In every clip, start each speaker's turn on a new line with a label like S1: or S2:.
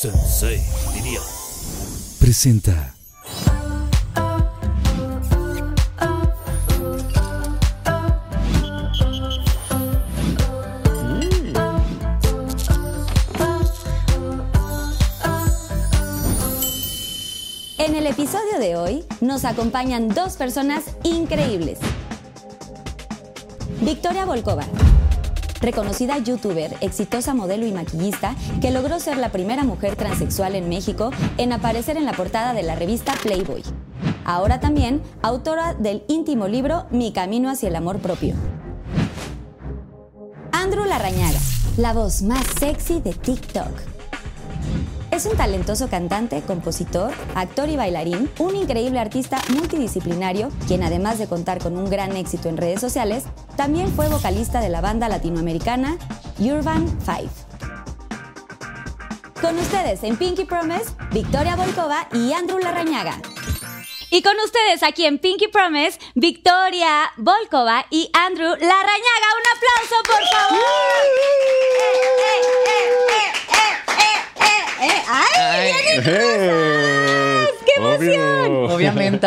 S1: Sensei, diría.
S2: presenta
S3: En el episodio de hoy nos acompañan dos personas increíbles. Victoria Volkova, reconocida youtuber, exitosa modelo y maquillista que logró ser la primera mujer transexual en México en aparecer en la portada de la revista Playboy. Ahora también autora del íntimo libro Mi camino hacia el amor propio. Andrew Larrañaga, la voz más sexy de TikTok. Es un talentoso cantante, compositor, actor y bailarín, un increíble artista multidisciplinario, quien además de contar con un gran éxito en redes sociales, también fue vocalista de la banda latinoamericana Urban Five. Con ustedes en Pinky Promise, Victoria Volkova y Andrew Larrañaga. Y con ustedes aquí en Pinky Promise, Victoria Volkova y Andrew Larrañaga. Un aplauso, por favor. ¡Ay!
S4: ¡Eh!
S3: ¡Qué emoción!
S4: Obvio.
S5: Obviamente.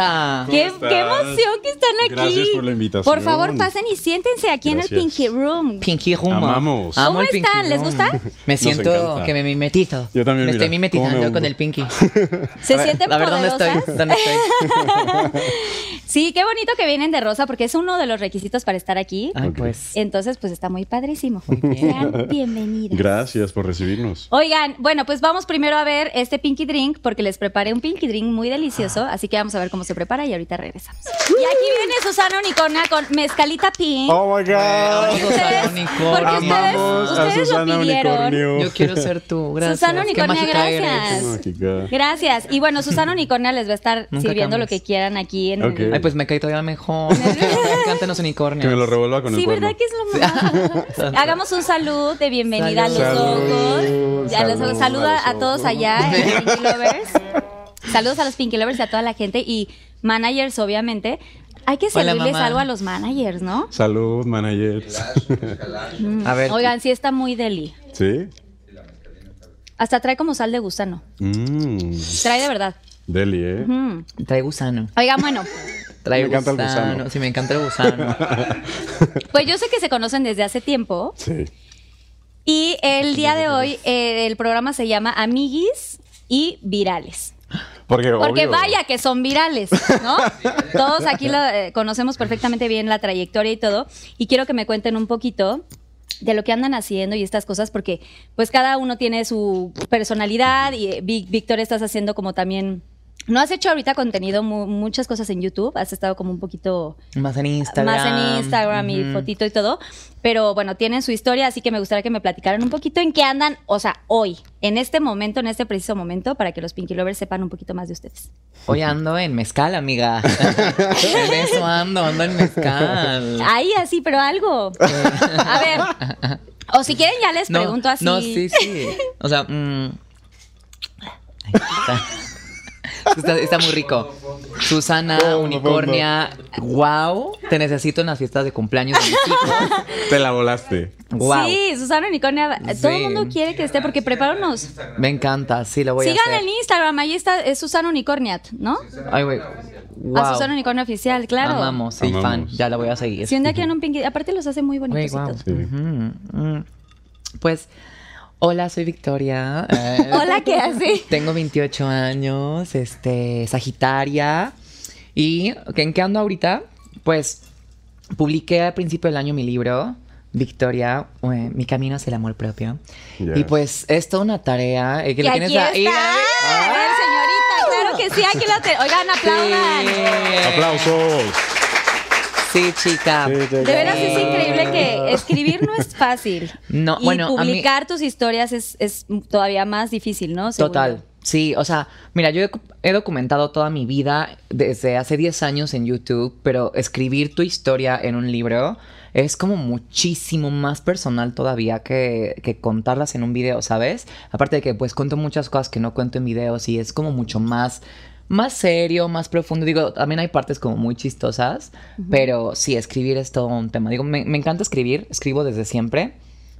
S3: ¡Qué,
S4: ¿Cómo
S3: qué
S4: estás?
S3: emoción que están aquí!
S4: Gracias por la invitación.
S3: Por favor, pasen y siéntense aquí en el
S4: Gracias.
S3: Pinky Room.
S5: Pinky Room.
S4: Amamos.
S5: Amo
S3: ¿Cómo
S5: el Pinky
S3: están? ¿Les
S5: Room.
S3: gusta?
S5: Me
S4: Nos
S5: siento
S4: encanta.
S5: que me mimetizo.
S4: Yo también, mira,
S5: Me estoy
S4: cómo me
S5: mimetizando
S4: hundo.
S5: con el Pinky.
S3: ¿Se sienten
S5: A ver, ¿dónde estoy?
S3: poderosas?
S5: ¿Dónde estoy?
S3: Sí, qué bonito que vienen de rosa porque es uno de los requisitos para estar aquí.
S5: Ay,
S4: Ok.
S5: pues.
S3: Entonces, pues está muy padrísimo.
S5: bien.
S3: Sean bienvenidos.
S4: Gracias por recibirnos.
S3: Oigan, bueno, pues vamos primero a ver este Pinky Drink porque les preparé un Pinky Drink muy delicioso, así que vamos a ver cómo se prepara y ahorita regresamos. Y aquí viene Susana Unicorna con mezcalita pink.
S4: Oh my
S5: Ay,
S4: god.
S5: Susana
S3: Ustedes- porque
S5: Unicornio.
S4: Amamos a
S3: ustedes lo
S4: Susana
S3: pidieron.
S4: Unicornio. Oh,
S5: Yo quiero ser tú. Gracias.
S3: Susana
S5: Qué
S3: Unicornia,
S5: mágica
S3: gracias.
S5: eres.
S4: Mágica.
S3: Gracias. Y bueno, Susana Unicornia les va a estar
S5: Nunca
S3: sirviendo lo
S5: cambies.
S3: que quieran aquí en
S4: Ok.
S5: Ay, pues me caí todavía mejor. me encantan los unicornios.
S4: Que me lo revuelva con
S3: Sí,
S4: el cuerno.
S3: ¿verdad que es lo más? Hagamos un salud de bienvenida a los
S4: Salud.
S3: ojos. Ya los-
S4: Salud
S3: saluda
S4: a los
S3: a, todos
S4: ojos.
S3: allá, en Pinky Lovers. Saludos a los Pinky Lovers y a toda la gente y managers, obviamente. Hay que
S5: Hola,
S3: servirles
S5: mamá.
S3: algo a los managers, ¿no? Mm.
S4: Salud, manager.
S5: A ver.
S3: Oigan, sí está muy deli.
S4: ¿Sí?
S3: Hasta trae como sal de gusano.
S4: Mmm.
S3: Trae de verdad.
S4: Deli, ¿eh?
S3: Mm.
S5: Trae gusano.
S3: Oigan, bueno,
S5: Trae
S4: Me encanta el
S5: gusano.
S4: gusano.
S5: Sí, me encanta el gusano.
S3: pues yo sé que se conocen desde hace tiempo.
S4: Sí.
S3: Y el día de hoy eh, el programa se llama Amiguis y Virales.
S4: Porque,
S3: Porque
S4: obvio.
S3: vaya que son virales, ¿no? Todos aquí lo, eh, conocemos perfectamente bien la trayectoria y todo. Y quiero que me cuenten un poquito de lo que andan haciendo y estas cosas, porque pues cada uno tiene su personalidad y eh, Vic- Víctor estás haciendo como también... No has hecho ahorita contenido, mu- muchas cosas en YouTube, has estado como un poquito
S5: Más en Instagram.
S3: más en Instagram y
S5: Ujú.
S3: fotito y todo. Pero bueno, tienen su historia, así que me gustaría que me platicaran un poquito en qué andan, o sea, hoy, en este momento, en este preciso momento, para que los Pinky Lovers sepan un poquito más de ustedes.
S5: Hoy ando en mezcal, amiga. en eso ando, ando en mezcal.
S3: Ahí, así, pero algo. A ver. O si quieren, ya les pregunto así.
S5: No, sí, sí. O sea, mm. Ahí está. Está, está muy rico. Susana,
S4: Fondo,
S5: unicornia. Wow, te necesito en las fiestas de cumpleaños de mis hijos.
S4: Te la volaste.
S5: Wow.
S3: Sí, Susana Unicornia, todo el
S5: Sí.
S3: mundo quiere que esté, porque prepara unos.
S5: Me encanta, sí, lo voy a
S3: Síganla
S5: hacer.
S3: en Instagram, ahí está, es Susana Unicorniat, ¿no?
S5: Ay, güey. Wow.
S3: A Susana Unicornia Oficial, claro.
S5: Amamos, sí,
S4: Amamos.
S5: fan. Ya la voy a seguir.
S3: Si un día quieren un pinky, aparte los hace muy bonitos.
S5: Güey,
S3: y
S5: guau.
S3: todo.
S4: Sí.
S5: Ujú, mm. Pues, hola, soy Victoria. Eh,
S3: Hola, ¿qué hace?
S5: Tengo 28 años, este, Sagitaria. ¿Y en qué ando ahorita? Pues publiqué al principio del año mi libro, Victoria, eh, Mi camino hacia el amor propio.
S4: Yes.
S5: Y pues es toda una tarea. eh, que le
S3: Y
S5: tienes
S3: aquí
S5: ahí,
S3: está.
S5: la-
S3: A
S5: Ah.
S3: ver, señorita, claro que sí, aquí la tenemos. Oigan, aplaudan.
S5: Sí.
S4: Aplausos.
S5: Sí, chica.
S4: Sí,
S3: De
S4: sí.
S3: veras es increíble que escribir no es fácil.
S5: No,
S3: y
S5: bueno, a mí-
S3: publicar tus historias es, es todavía más difícil, ¿no? Según
S5: Total.
S3: yo.
S5: Sí, o sea, mira, yo he, he documentado toda mi vida desde hace 10 años en YouTube, pero escribir tu historia en un libro es como muchísimo más personal todavía que, que contarlas en un video, ¿sabes? Aparte de que pues cuento muchas cosas que no cuento en videos y es como mucho más, más serio, más profundo. Digo, también hay partes como muy chistosas, pero sí, escribir es todo un tema. Digo, me, me encanta escribir, escribo desde siempre,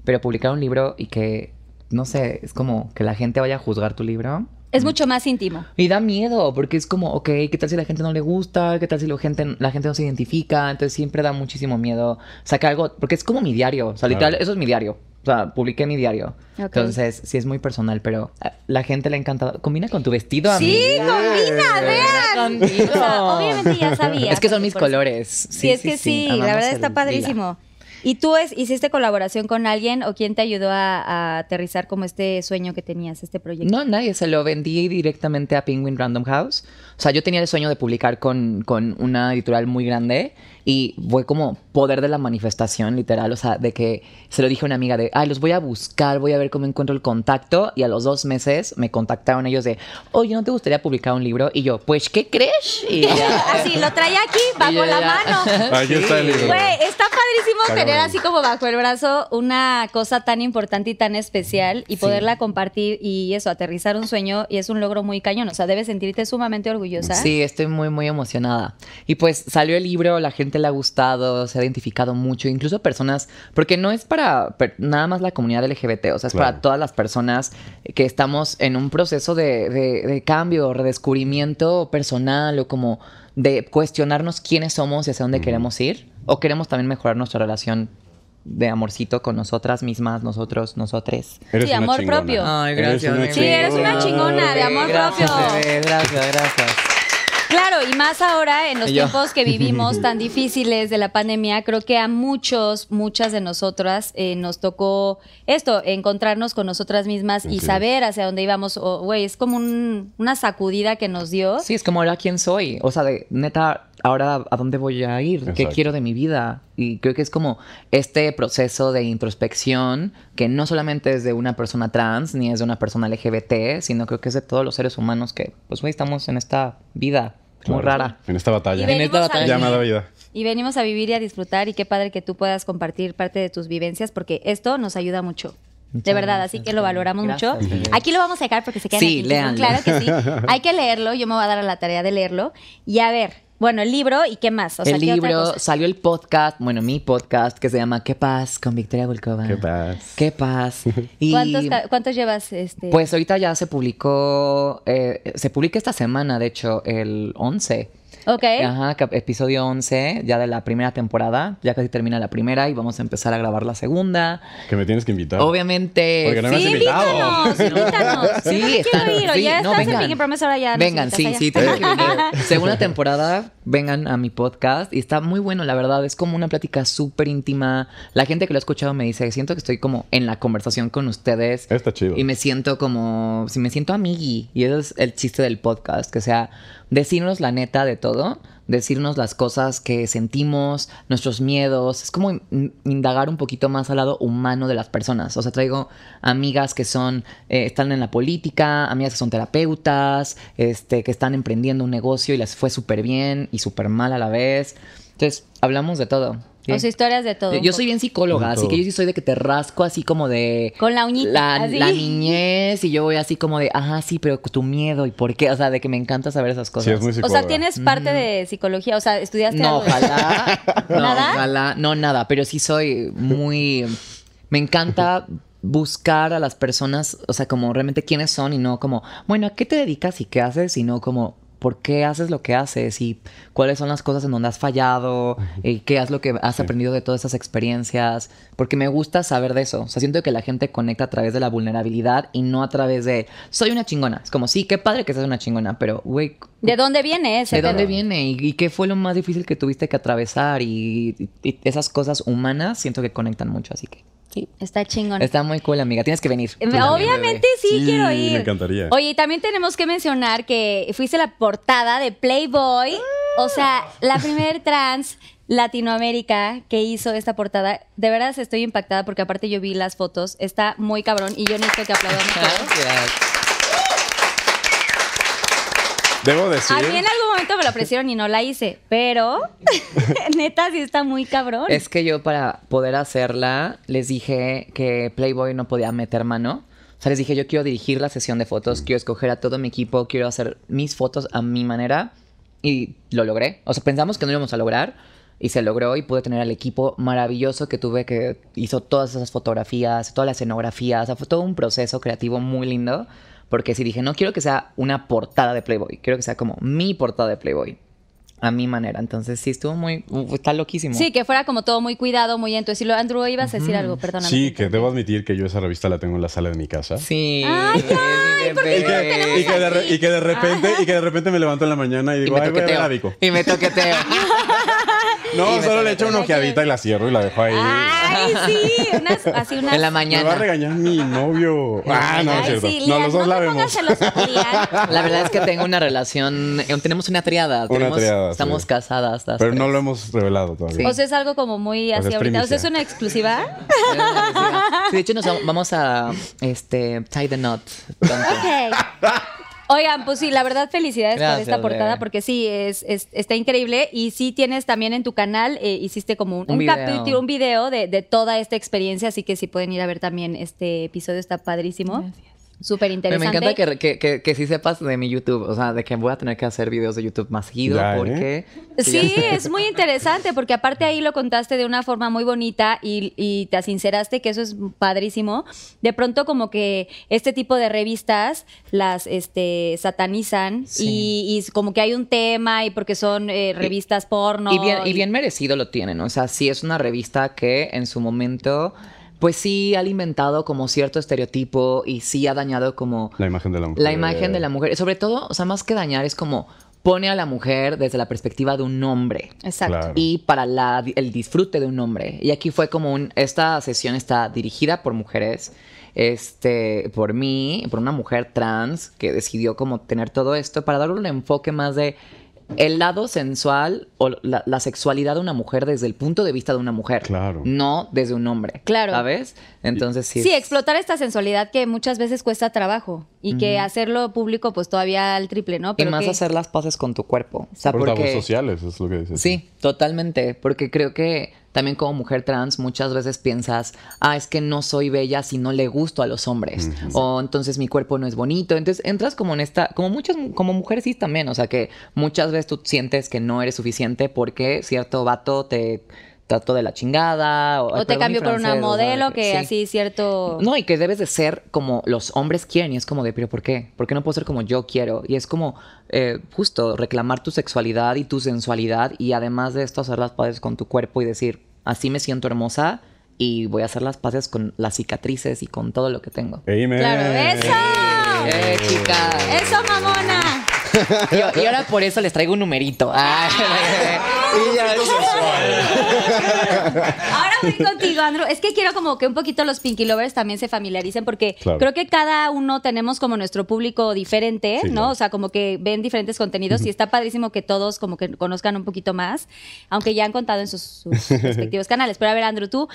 S5: pero publicar un libro y que no sé, es como que la gente vaya a juzgar tu libro.
S3: Es mucho más íntimo.
S5: Y da miedo, porque es como, ok, ¿qué tal si la gente no le gusta? ¿Qué tal si la gente, la gente no se identifica? Entonces siempre da muchísimo miedo sacar algo, porque es como mi diario, o sea, literal,
S4: Claro.
S5: eso es mi diario. O sea, publiqué mi diario.
S3: Ok.
S5: Entonces, sí es muy personal, pero a la gente le encanta. Combina con tu vestido,
S3: Sí,
S5: amiga.
S3: combina, vean.
S5: contigo.
S3: O sea, obviamente ya sabía.
S5: Es que son mis
S3: por eso-
S5: colores. Sí,
S3: Sí, es
S5: sí,
S3: que
S5: sí.
S3: sí,
S5: Amamos
S3: la verdad
S5: el
S3: está
S5: lila.
S3: padrísimo. ¿Y tú es, hiciste colaboración con alguien o quién te ayudó a, a aterrizar como este sueño que tenías, este proyecto?
S5: No, nadie, se lo vendí directamente a Penguin Random House. O sea, yo tenía el sueño de publicar con, con una editorial muy grande y fue como poder de la manifestación, literal. O sea, de que se lo dije a una amiga de, ay, los voy a buscar, voy a ver cómo encuentro el contacto. Y a los dos meses me contactaron ellos de, oye, ¿no te gustaría publicar un libro? Y yo, pues, ¿qué crees? Y ya.
S3: Así, Ah, lo traía aquí, bajo
S5: yo
S3: la
S5: ya-
S3: mano.
S4: Aquí está el libro.
S3: Güey, está padrísimo
S4: Está
S3: tener
S4: cabrón.
S3: así como bajo el brazo una cosa tan importante y tan especial y poderla compartir y eso, aterrizar un sueño y es un logro muy cañón. O sea, debes sentirte sumamente orgullosa.
S5: Sí, estoy muy, muy emocionada. Y pues salió el libro, la gente le ha gustado, se ha identificado mucho, incluso personas, porque no es para per- nada más la comunidad LGBT, o sea, es
S4: Claro.
S5: para todas las personas que estamos en un proceso de, de- de cambio, redescubrimiento personal o como de cuestionarnos quiénes somos y hacia dónde queremos ir, o queremos también mejorar nuestra relación de amorcito con nosotras mismas, nosotros, nosotres.
S3: Sí, amor propio.
S5: Ay, gracias.
S4: una
S5: bebé.
S3: Sí, eres una chingona, de amor
S5: Gracias,
S3: propio.
S5: bebé, gracias, gracias.
S3: Claro, y más ahora en los
S5: Y yo.
S3: tiempos que vivimos tan difíciles de la pandemia, creo que a muchos, muchas de nosotras eh, nos tocó esto, encontrarnos con nosotras mismas y
S4: Así
S3: saber hacia dónde íbamos. O, Güey, es como un- una sacudida que nos dio.
S5: Sí, es como ahora quién soy. O sea, de neta, ahora a dónde voy a ir, qué
S4: Exacto.
S5: quiero de mi vida. Y creo que es como este proceso de introspección que no solamente es de una persona trans ni es de una persona LGBT, sino creo que es de todos los seres humanos que, pues, güey, estamos en esta vida muy rara.
S4: En esta
S3: Y
S4: batalla.
S5: ven-
S3: venimos, a
S5: batalla.
S3: vivir,
S4: Llamada vida.
S3: y venimos a vivir y a disfrutar y qué padre que tú puedas compartir parte de tus vivencias porque esto nos ayuda mucho. de
S5: Muchas
S3: verdad,
S5: gracias,
S3: así que lo valoramos
S5: gracias,
S3: mucho.
S5: Belén.
S3: Aquí lo vamos a dejar porque se quedan
S5: Sí,
S3: aquí,
S5: léanlo.
S3: Claro que sí. Hay que leerlo, yo me voy a dar a la tarea de leerlo. Y a ver, bueno, el libro y qué más. O sea,
S5: el
S3: ¿qué otra
S5: libro,
S3: cosa?
S5: salió el podcast, bueno, mi podcast que se llama ¿Qué paz? con Victoria Volkova.
S4: Qué paz.
S5: Qué paz. Y-
S3: ¿Cuántos, ca- cuántos llevas? Este?
S5: Pues ahorita ya se publicó, eh, se publica esta semana, de hecho, el 11.
S3: ok.
S5: Ajá, cap- episodio 11, ya de la primera temporada. Ya casi termina la primera y vamos a empezar a grabar la segunda.
S4: Que me tienes que invitar.
S5: Obviamente.
S4: Porque no me has
S3: Sí,
S4: invitado.
S3: invítanos, invítanos.
S5: Sí,
S3: Yo no
S5: están-
S3: quiero ir,
S5: sí,
S3: ya
S5: no,
S3: estás en
S5: vengan.
S3: Pinky Promise, ahora ya nos
S5: Vengan,
S3: invitas
S5: sí,
S3: allá.
S5: sí, tienen que venir. Segunda temporada, vengan a mi podcast. Y está muy bueno, la verdad. Es como una plática súper íntima. La gente que lo ha escuchado me dice, siento que estoy como en la conversación con ustedes.
S4: Está chido.
S5: Y me siento como, si me siento amigui. Y eso es el chiste del podcast, que sea decirnos la neta de todo, decirnos las cosas que sentimos, nuestros miedos. Es como in- indagar un poquito más al lado humano de las personas. O sea, traigo amigas que son, eh, están en la política, amigas que son terapeutas, este, que están emprendiendo un negocio y les fue súper bien y súper mal a la vez. Entonces, hablamos de todo. ¿sí?
S3: O sea, historias de todo. un
S5: Yo
S3: poco.
S5: soy bien psicóloga,
S4: De
S5: así
S4: todo.
S5: que yo sí soy de que te rasco así como de...
S3: Con la uñita,
S5: La,
S3: así.
S5: la niñez y yo voy así como de, ajá, sí, pero tu miedo y por qué. O sea, de que me encanta saber esas cosas.
S4: Sí, es muy
S3: O
S4: psicóloga.
S3: sea, tienes parte de psicología, o sea, estudiaste
S5: Mm. No,
S3: algo de-
S5: ojalá. No,
S3: ¿Nada?
S5: ojalá. No, nada. Pero sí soy muy. Me encanta buscar a las personas, o sea, como realmente quiénes son y no como, bueno, ¿a qué te dedicas y qué haces? Sino como, ¿por qué haces lo que haces? Y cuáles son las cosas en donde has fallado, y qué es lo que has aprendido de todas esas experiencias. Porque me gusta saber de eso. O sea, siento que la gente conecta a través de la vulnerabilidad y no a través de, soy una chingona. Es como, sí, qué padre que seas una chingona, pero, güey,
S3: ¿De dónde viene ese?
S5: ¿De dónde
S3: pedo?
S5: viene? ¿Y, y qué fue lo más difícil que tuviste que atravesar? Y, y- y esas cosas humanas siento que conectan mucho, así que sí.
S3: Está chingón.
S5: Está muy cool, amiga. Tienes que venir.
S3: Eh, Obviamente sí,
S4: Sí,
S3: quiero
S4: me
S3: ir.
S4: encantaría.
S3: Oye, y también tenemos que mencionar que fuiste la portada de Playboy, o sea, la primer trans Latinoamérica que hizo esta portada. De verdad estoy impactada porque aparte yo vi las fotos, está muy cabrón y yo necesito que aplaudamos todos.
S5: Gracias.
S4: Debo decir.
S3: A mí en algún momento me lo ofrecieron y no la hice, pero neta sí está muy cabrón.
S5: Es que yo para poder hacerla les dije que Playboy no podía meter mano. O sea, les dije yo quiero dirigir la sesión de fotos, quiero escoger a todo mi equipo, quiero hacer mis fotos a mi manera. Y lo logré. O sea, pensamos que no lo íbamos a lograr. y se logró y pude tener al equipo maravilloso que tuve que hizo todas esas fotografías, toda la escenografía, o sea, fue todo un proceso creativo muy lindo, porque sí dije, no quiero que sea una portada de Playboy, quiero que sea como mi portada de Playboy, a mi manera, entonces sí estuvo muy, uf, está loquísimo.
S3: Sí, que fuera como todo muy cuidado, muy en tu estilo. Andrew, ibas a decir algo, perdóname.
S4: Sí, que debo admitir que yo esa revista la tengo en la sala de mi casa.
S5: Sí.
S3: Ay,
S5: es mi
S3: ay, ¿por qué
S5: bebé.
S4: Y que, y que de re- y que de repente, y que de repente me levanto en la mañana y
S5: Y
S4: digo,
S5: me
S4: ay, voy a ver a Vico".
S5: toqueteo. Y me toqueteo. y
S4: No,
S5: me Ah,
S4: solo le echo
S5: toqueteo.
S4: una ojeadita y la cierro y la dejo ahí.
S3: Ay, sí, unas, así unas.
S5: En la
S4: Me va a
S5: mañana.
S4: regañar mi novio. Ah, no,
S3: Ay,
S4: es cierto.
S3: sí,
S4: no,
S3: Lian,
S4: los dos
S3: no
S4: la
S3: te
S4: vemos.
S3: pongas celosa, Lian.
S5: La verdad es que tengo una relación, eh, tenemos una triada, tenemos-
S4: triada,
S5: estamos
S4: sí.
S5: casadas. las
S4: Pero no
S5: tres.
S4: lo hemos revelado todavía.
S5: Sí.
S3: O sea, es algo como muy
S4: O sea,
S3: así
S4: es
S3: ahorita. O sea,
S4: primicia.
S3: es una exclusiva.
S5: Sí, de hecho nos vamos- vamos a este tie the knot. pronto.
S3: Ok. Oigan, pues sí, la verdad felicidades por
S5: Gracias,
S3: esta portada
S5: bebé.
S3: porque sí, es, es- está increíble y sí tienes también en tu canal, eh, hiciste como un,
S5: Un
S3: un
S5: video.
S3: capítulo, un video de, de toda esta experiencia, así que sí pueden ir a ver también este episodio, está padrísimo, súper
S5: Pero me
S3: interesante.
S5: encanta que, que, que, que sí sepas de mi YouTube, o sea, de que voy a tener que hacer videos de YouTube más seguido
S4: Ya, ¿eh?
S5: porque...
S3: Sí, es muy interesante porque aparte ahí lo contaste de una forma muy bonita y, y te sinceraste que eso es padrísimo. De pronto como que este tipo de revistas las este, satanizan
S5: Sí.
S3: y, y como que hay un tema y porque son eh, revistas porno.
S5: Y bien, y bien merecido lo tienen. O sea, sí es una revista que en su momento, pues sí ha alimentado como cierto estereotipo y sí ha dañado como
S4: La imagen de la mujer.
S5: la imagen de la mujer. Sobre todo, o sea, más que dañar, es como pone a la mujer desde la perspectiva de un hombre.
S3: Exacto.
S4: Claro.
S5: y para la- el disfrute de un hombre. Y aquí fue como un, esta sesión está dirigida por mujeres, este, por mí, por una mujer trans que decidió como tener todo esto para dar un enfoque más de el lado sensual o la, la sexualidad de una mujer desde el punto de vista de una mujer,
S4: Claro.
S5: no desde un hombre,
S3: Claro.
S5: ¿sabes? Entonces sí.
S3: Sí,
S5: es-
S3: explotar esta sensualidad que muchas veces cuesta trabajo y que hacerlo público pues todavía al triple, ¿no?
S5: y
S3: Pero
S5: más
S3: que-
S5: hacer las paces con tu cuerpo. O sea,
S4: Por tabús
S5: porque
S4: sociales, es lo que dices.
S5: Sí, totalmente, porque creo que también como mujer trans muchas veces piensas, ah, es que no soy bella si no le gusto a los hombres, o entonces mi cuerpo no es bonito, entonces entras como en esta, como muchas, como mujeres sí también, o sea que muchas veces tú sientes que no eres suficiente porque cierto vato te trató de la chingada, o,
S3: O te cambio por una modelo que así cierto...
S5: No, y que debes de ser como los hombres quieren. Y es como de, pero ¿por qué? ¿Por qué no puedo ser como yo quiero? Y es como eh, justo reclamar tu sexualidad y tu sensualidad. Y además de esto, hacer las paces con tu cuerpo y decir, así me siento hermosa. Y voy a hacer las paces con las cicatrices y con todo lo que tengo.
S4: Amen.
S3: Claro, eso.
S5: ¡Eh, chicas!
S3: Eso, mamona.
S5: Y, y ahora por eso les traigo un numerito. Ah, y ya-
S3: Ahora voy contigo, Andrew. Es que quiero como que un poquito los Pinky Lovers también se familiaricen porque
S4: Claro.
S3: creo que cada uno tenemos como nuestro público diferente,
S4: Sí,
S3: ¿no?
S4: claro.
S3: O sea, como que ven diferentes contenidos y está padrísimo que todos como que conozcan un poquito más, aunque ya han contado en sus, sus respectivos canales. Pero a ver, Andrew, tú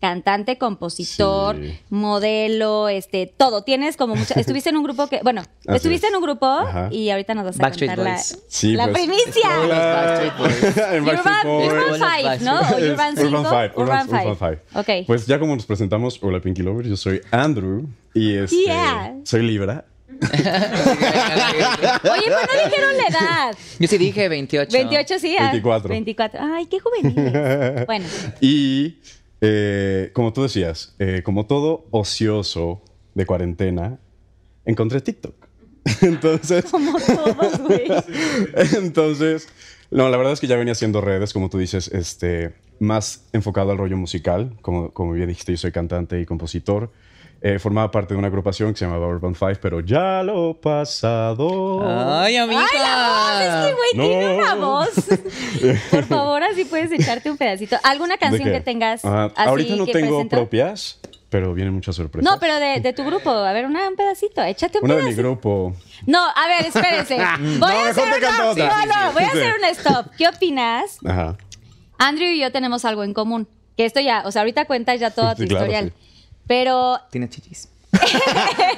S3: cantante, compositor,
S4: Sí.
S3: modelo, este, todo. Tienes como mucha... Estuviste en un grupo que... Bueno,
S4: Así
S3: estuviste en un grupo
S4: Ajá.
S3: y ahorita nos vas a
S5: Backstreet
S3: contar la-
S5: Boys.
S4: Sí,
S3: la
S4: pues.
S3: primicia.
S4: Hola.
S5: Los Backstreet Boys.
S4: En Backstreet
S3: Urban,
S4: Boys.
S3: Urban
S5: Los
S3: 5, ¿no? O
S4: Es
S3: Urban 5.
S4: Five, Urban,
S3: Five.
S4: Urban Five.
S3: Ok.
S4: Pues ya como nos presentamos, hola Pinky Lovers, yo soy Andrew y este,
S3: Yeah.
S4: soy Libra.
S3: Oye, pero no dijeron la edad.
S5: Yo sí dije 28.
S3: 28 sí, ah,
S4: 24.
S3: 24. Ay, qué juveniles. Bueno,
S4: Y eh, como tú decías, eh, como todo ocioso de cuarentena, encontré TikTok. Entonces,
S3: como todos, güey.
S4: Entonces, no, la verdad es que ya venía haciendo redes, como tú dices, este, más enfocado al rollo musical. Como, como bien dijiste, yo soy cantante y compositor. Eh, formaba parte de una agrupación que se llamaba Urban Five, pero ya lo pasado.
S5: ¡Ay, amiga!
S3: Ay,
S4: Ah,
S3: la voz, es que güey
S4: No.
S3: tiene una voz. Ah, Por favor, así puedes echarte un pedacito. ¿Alguna
S4: ¿De
S3: canción
S4: qué?
S3: que tengas?
S4: Ajá,
S3: así
S4: ahorita no
S3: que
S4: tengo
S3: presenta-
S4: propias, pero vienen muchas sorpresas.
S3: No, pero de, de tu grupo. A ver, una, un pedacito. Échate un
S4: Una de mi
S3: pedacito.
S4: grupo.
S3: no, a ver, espérense. Voy
S4: No,
S3: a
S4: mejor
S3: hacer
S4: te canto
S3: una.
S4: otra.
S3: No, no, voy a
S4: Sí.
S3: hacer un stop. ¿Qué opinas
S4: Ajá.
S3: Andrew y yo tenemos algo en común. Que esto ya, o sea, ahorita cuentas ya todo tu
S4: Sí, claro,
S3: historial.
S4: sí.
S3: Pero
S5: Tiene chichis.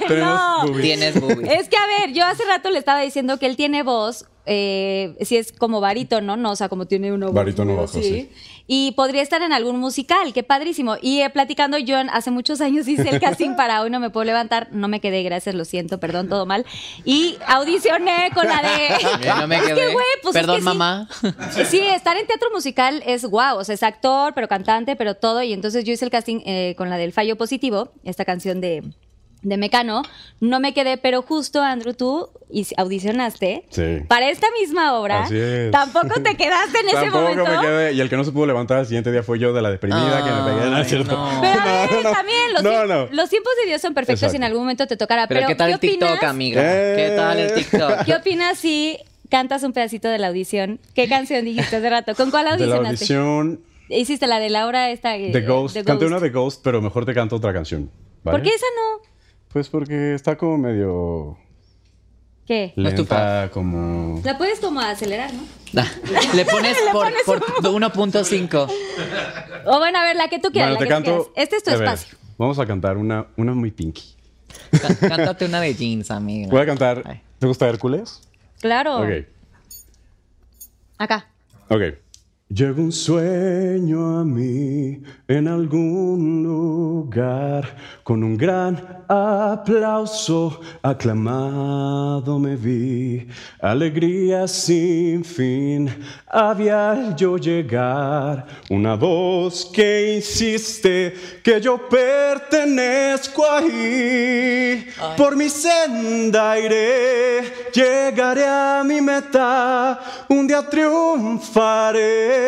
S4: Tenemos
S3: No.
S4: boobies.
S5: Tienes boobies.
S3: es que, a ver, yo hace rato le estaba diciendo que él tiene voz eh, si es como barítono, ¿no? O sea, como tiene una voz
S4: Barítono
S3: muy
S4: bajo,
S3: así.
S4: sí.
S3: Y podría estar en algún musical, qué padrísimo. Y eh, platicando, yo en- hace muchos años hice el casting para Hoy No Me Puedo Levantar, no me quedé, gracias, lo siento, perdón, todo mal. Y audicioné con la de...
S5: Mira, no me
S3: Es que,
S5: quedé.
S3: güey, pues es
S5: Perdón,
S3: que sí.
S5: mamá.
S3: Sí, estar en teatro musical es guau, o sea, es actor, pero cantante, pero todo. Y entonces yo hice el casting eh, con la del Fallo Positivo, esta canción de, de Mecano. No me quedé, pero justo, Andrew, tú hici- audicionaste
S4: Sí.
S3: para esta misma obra.
S4: Así es.
S3: Tampoco te quedaste en ese
S4: Tampoco
S3: momento.
S4: me quedé. Y el que no se pudo levantar al siguiente día fue yo de la deprimida que me pegué. No,
S5: Ay,
S4: es cierto.
S5: no.
S3: Pero a ver,
S4: No, no, no.
S3: también, los,
S4: No,
S3: tiemp-
S4: no.
S3: los tiempos de Dios son perfectos
S4: Exacto.
S3: y en algún momento te tocará.
S5: Pero,
S3: Pero,
S5: ¿qué tal el TikTok,
S3: opinas-
S5: amiga?
S4: Eh.
S5: ¿Qué tal el TikTok?
S3: ¿Qué opinas si cantas un pedacito de la audición? ¿Qué canción dijiste hace rato? ¿Con cuál
S4: De la
S3: audicionaste?
S4: audición
S3: Hiciste la de Laura esta. eh,
S4: The Ghost.
S3: The
S4: Canté
S3: Ghost.
S4: una de Ghost, pero mejor te canto otra canción. ¿vale?
S3: ¿Por qué esa no?
S4: Pues porque está como medio
S3: ¿Qué?
S5: No es tu
S4: lenta, como...
S3: La puedes como acelerar, ¿no?
S5: Le pones por, por 1.5.
S3: O bueno, a ver, la que tú quieras.
S4: Bueno,
S3: la
S4: te
S3: que tú
S4: canto...
S3: quieras. Este es tu
S4: a ver,
S3: espacio.
S4: Vamos a cantar una, una muy pinky.
S5: Cá- Cántate una de jeans, amiga.
S4: Voy a cantar...
S5: Ay.
S4: ¿Te gusta Hércules?
S3: Claro.
S4: Ok.
S3: Acá.
S4: Ok. Llegó un sueño a mí en algún lugar, con un gran aplauso aclamado me vi, alegría sin fin había al yo llegar, una voz que insiste que yo pertenezco ahí, por mi senda iré, llegaré a mi meta, un día triunfaré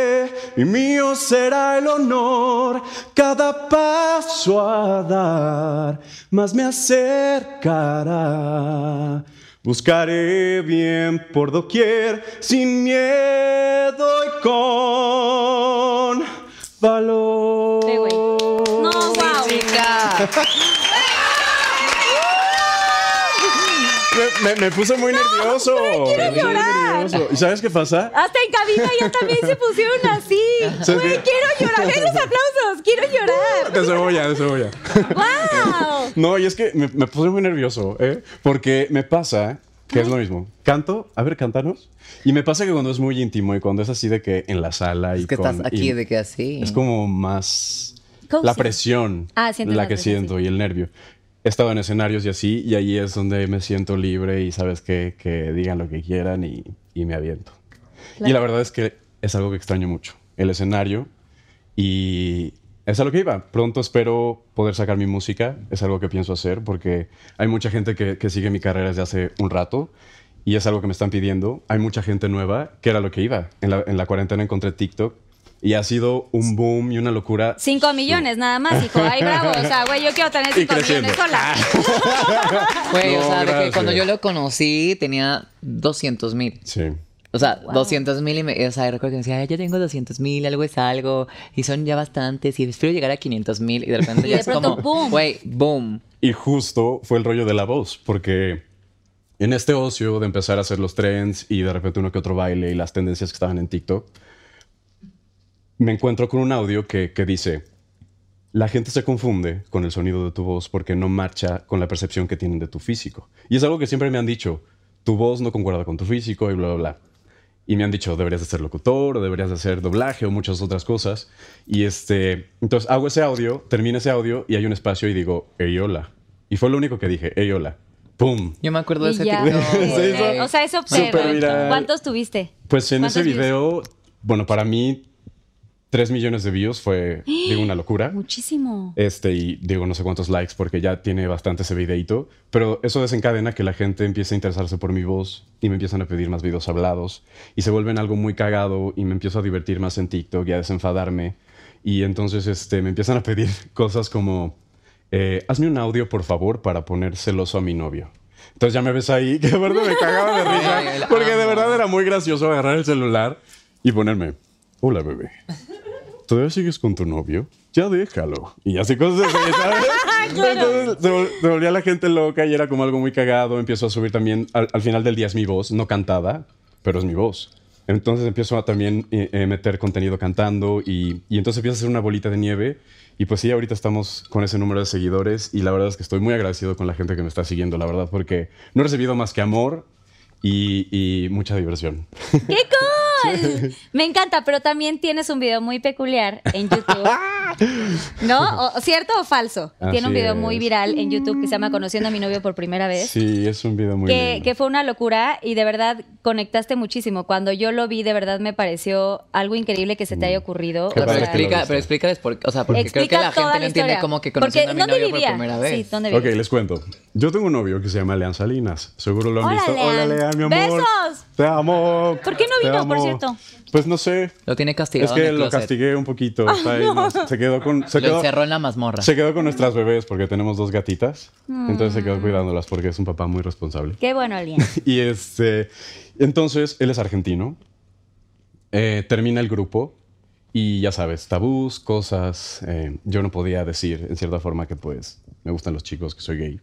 S4: y mío será el honor cada paso a dar, más me acercará. Buscaré bien por doquier, sin miedo y con valor.
S3: Sí, güey. No, wow.
S5: Chica.
S4: Me, me- me puse muy nervioso. Me puse muy
S3: llorar.
S4: nervioso. ¿Y sabes qué pasa?
S3: Hasta en cabina ya también se pusieron así.
S4: ¿Sabes
S3: Güey,
S4: qué?
S3: quiero llorar. Ven los aplausos. Quiero llorar.
S4: De cebolla, de cebolla.
S3: ¡Wow!
S4: No, y es que me, me puse muy nervioso, ¿eh? Porque me pasa que es lo mismo. Canto, a ver, cántanos. Y me pasa que cuando es muy íntimo y cuando es así de que en la sala y
S5: Es que
S4: con-
S5: estás aquí
S4: y-
S5: de que así.
S4: Es como más
S3: Cozy.
S4: la presión,
S3: Ah, sientes
S4: la
S3: la
S4: que
S3: presión,
S4: siento y el nervio. He estado en escenarios y así, y ahí es donde me siento libre y sabes qué? que digan lo que quieran y, y me aviento. Y la verdad es que es algo que extraño mucho, el escenario. Y es a lo que iba. Pronto espero poder sacar mi música, es algo que pienso hacer, porque hay mucha gente que, que sigue mi carrera desde hace un rato. Y es algo que me están pidiendo. Hay mucha gente nueva, que era lo que iba. En la, en la cuarentena encontré TikTok y ha sido un boom y una locura
S3: Cinco millones nada más, hijo. Ay, bravo. O sea, güey, yo quiero tener
S4: Y
S3: cinco
S4: creciendo.
S3: millones sola.
S5: Güey, o
S4: No,
S5: sea, de que
S4: gracias.
S5: cuando yo lo conocí tenía 200 mil.
S4: Sí.
S5: O sea, 200 mil y me, o sea, recuerdo que me decía, "Ay, yo tengo 200 mil, algo es algo, y son ya bastantes, y espero llegar a 500 mil, y de repente
S3: Y
S5: ya
S3: de
S5: es
S3: pronto,
S5: como,
S3: boom.
S5: güey, boom.
S4: Y justo fue el rollo de la voz, porque en este ocio de empezar a hacer los trends y de repente uno que otro baile y las tendencias que estaban en TikTok, me encuentro con un audio que, que dice, la gente se confunde con el sonido de tu voz porque no marcha con la percepción que tienen de tu físico. Y es algo que siempre me han dicho, tu voz no concuerda con tu físico y bla, bla, bla. Y me han dicho, deberías de ser locutor, o deberías de hacer doblaje o muchas otras cosas. Y este, entonces hago ese audio, termino ese audio y hay un espacio y digo, hey, hola. Y fue lo único que dije, hey, hola. ¡Pum!
S5: Yo me acuerdo de
S3: Y
S5: ese
S3: ya.
S5: TikTok.
S4: Se hizo
S5: güey.
S3: O sea, eso
S4: súper
S3: pero,
S4: viral.
S3: ¿Cuántos tuviste?
S4: Pues en ese
S3: ¿Cuántos views?
S4: video, bueno, para mí, 3 millones de views fue, digo, una locura.
S3: Muchísimo.
S4: Este, y digo, no sé cuántos likes porque ya tiene bastante ese videito. Pero eso desencadena que la gente empiece a interesarse por mi voz y me empiezan a pedir más videos hablados y se vuelven algo muy cagado y me empiezo a divertir más en TikTok y a desenfadarme. Y entonces este, me empiezan a pedir cosas como, eh, hazme un audio por favor para poner celoso a mi novio. Entonces ya me ves ahí, que de verdad me cagaba de
S5: Ay,
S4: risa
S5: la
S4: porque de
S5: amo.
S4: verdad era muy gracioso agarrar el celular y ponerme, hola bebé. ¿Todavía sigues con tu novio? Ya déjalo. Y así cosas así, ¿sabes? Entonces se, vol- se volvía la gente loca y era como algo muy cagado. Empiezo a subir también, al, al final del día es mi voz, no cantada, pero es mi voz. Entonces empiezo a también eh, eh, meter contenido cantando y, y entonces empieza a ser una bolita de nieve. Y pues sí, ahorita estamos con ese número de seguidores y la verdad es que estoy muy agradecido con la gente que me está siguiendo, la verdad, porque no he recibido más que amor y, y mucha diversión.
S3: ¡Qué cool! Me encanta, pero también tienes un video muy peculiar en YouTube. ¿No? O- ¿Cierto o falso? Tiene
S4: Así
S3: un video muy
S4: es.
S3: viral en YouTube que se llama Conociendo a mi novio por primera vez.
S4: Sí, es un video muy
S3: que,
S4: lindo.
S3: que fue una locura y de verdad conectaste muchísimo. Cuando yo lo vi, de verdad me pareció algo increíble que se te haya ocurrido.
S4: Mm. Qué
S3: O
S5: Pero,
S4: padre
S3: sea,
S4: que lo
S5: explica,
S4: viste.
S5: pero explícales por qué. O sea, porque creo que
S3: explica
S5: la gente
S3: toda
S5: no
S3: la
S5: entiende
S3: historia.
S5: como que
S3: Porque,
S5: conociendo a mi
S3: ¿dónde
S5: novio
S3: vivía?
S5: por primera vez.
S3: Sí, ¿dónde
S4: Ok,
S3: vivía?
S4: les cuento. Yo tengo un novio que se llama Lean Salinas. Seguro lo han
S3: Hola,
S4: visto. Hola,
S3: Lean.
S4: Lean, mi amor.
S3: ¡Besos!
S4: Te amo.
S3: ¿Por qué no
S4: Te
S3: vino, por
S4: amo.
S3: cierto?
S4: Pues no sé.
S5: Lo tiene
S4: Es
S5: castigado en
S4: que
S5: el
S4: lo
S5: closet.
S4: castigué un
S3: Ah,
S4: poquito. está ahí, no, Se quedó con. Se
S5: Lo
S4: quedó,
S5: encerró en la mazmorra.
S4: se quedó con nuestras bebés porque tenemos dos gatitas. Entonces se
S3: Mm.
S4: quedó cuidándolas porque es un papá muy responsable.
S3: Qué bueno, Lian.
S4: Y este, entonces él es argentino. Eh, termina el grupo y ya sabes, tabús, cosas. eh, yo no podía decir en cierta forma que pues me gustan los chicos, que soy gay.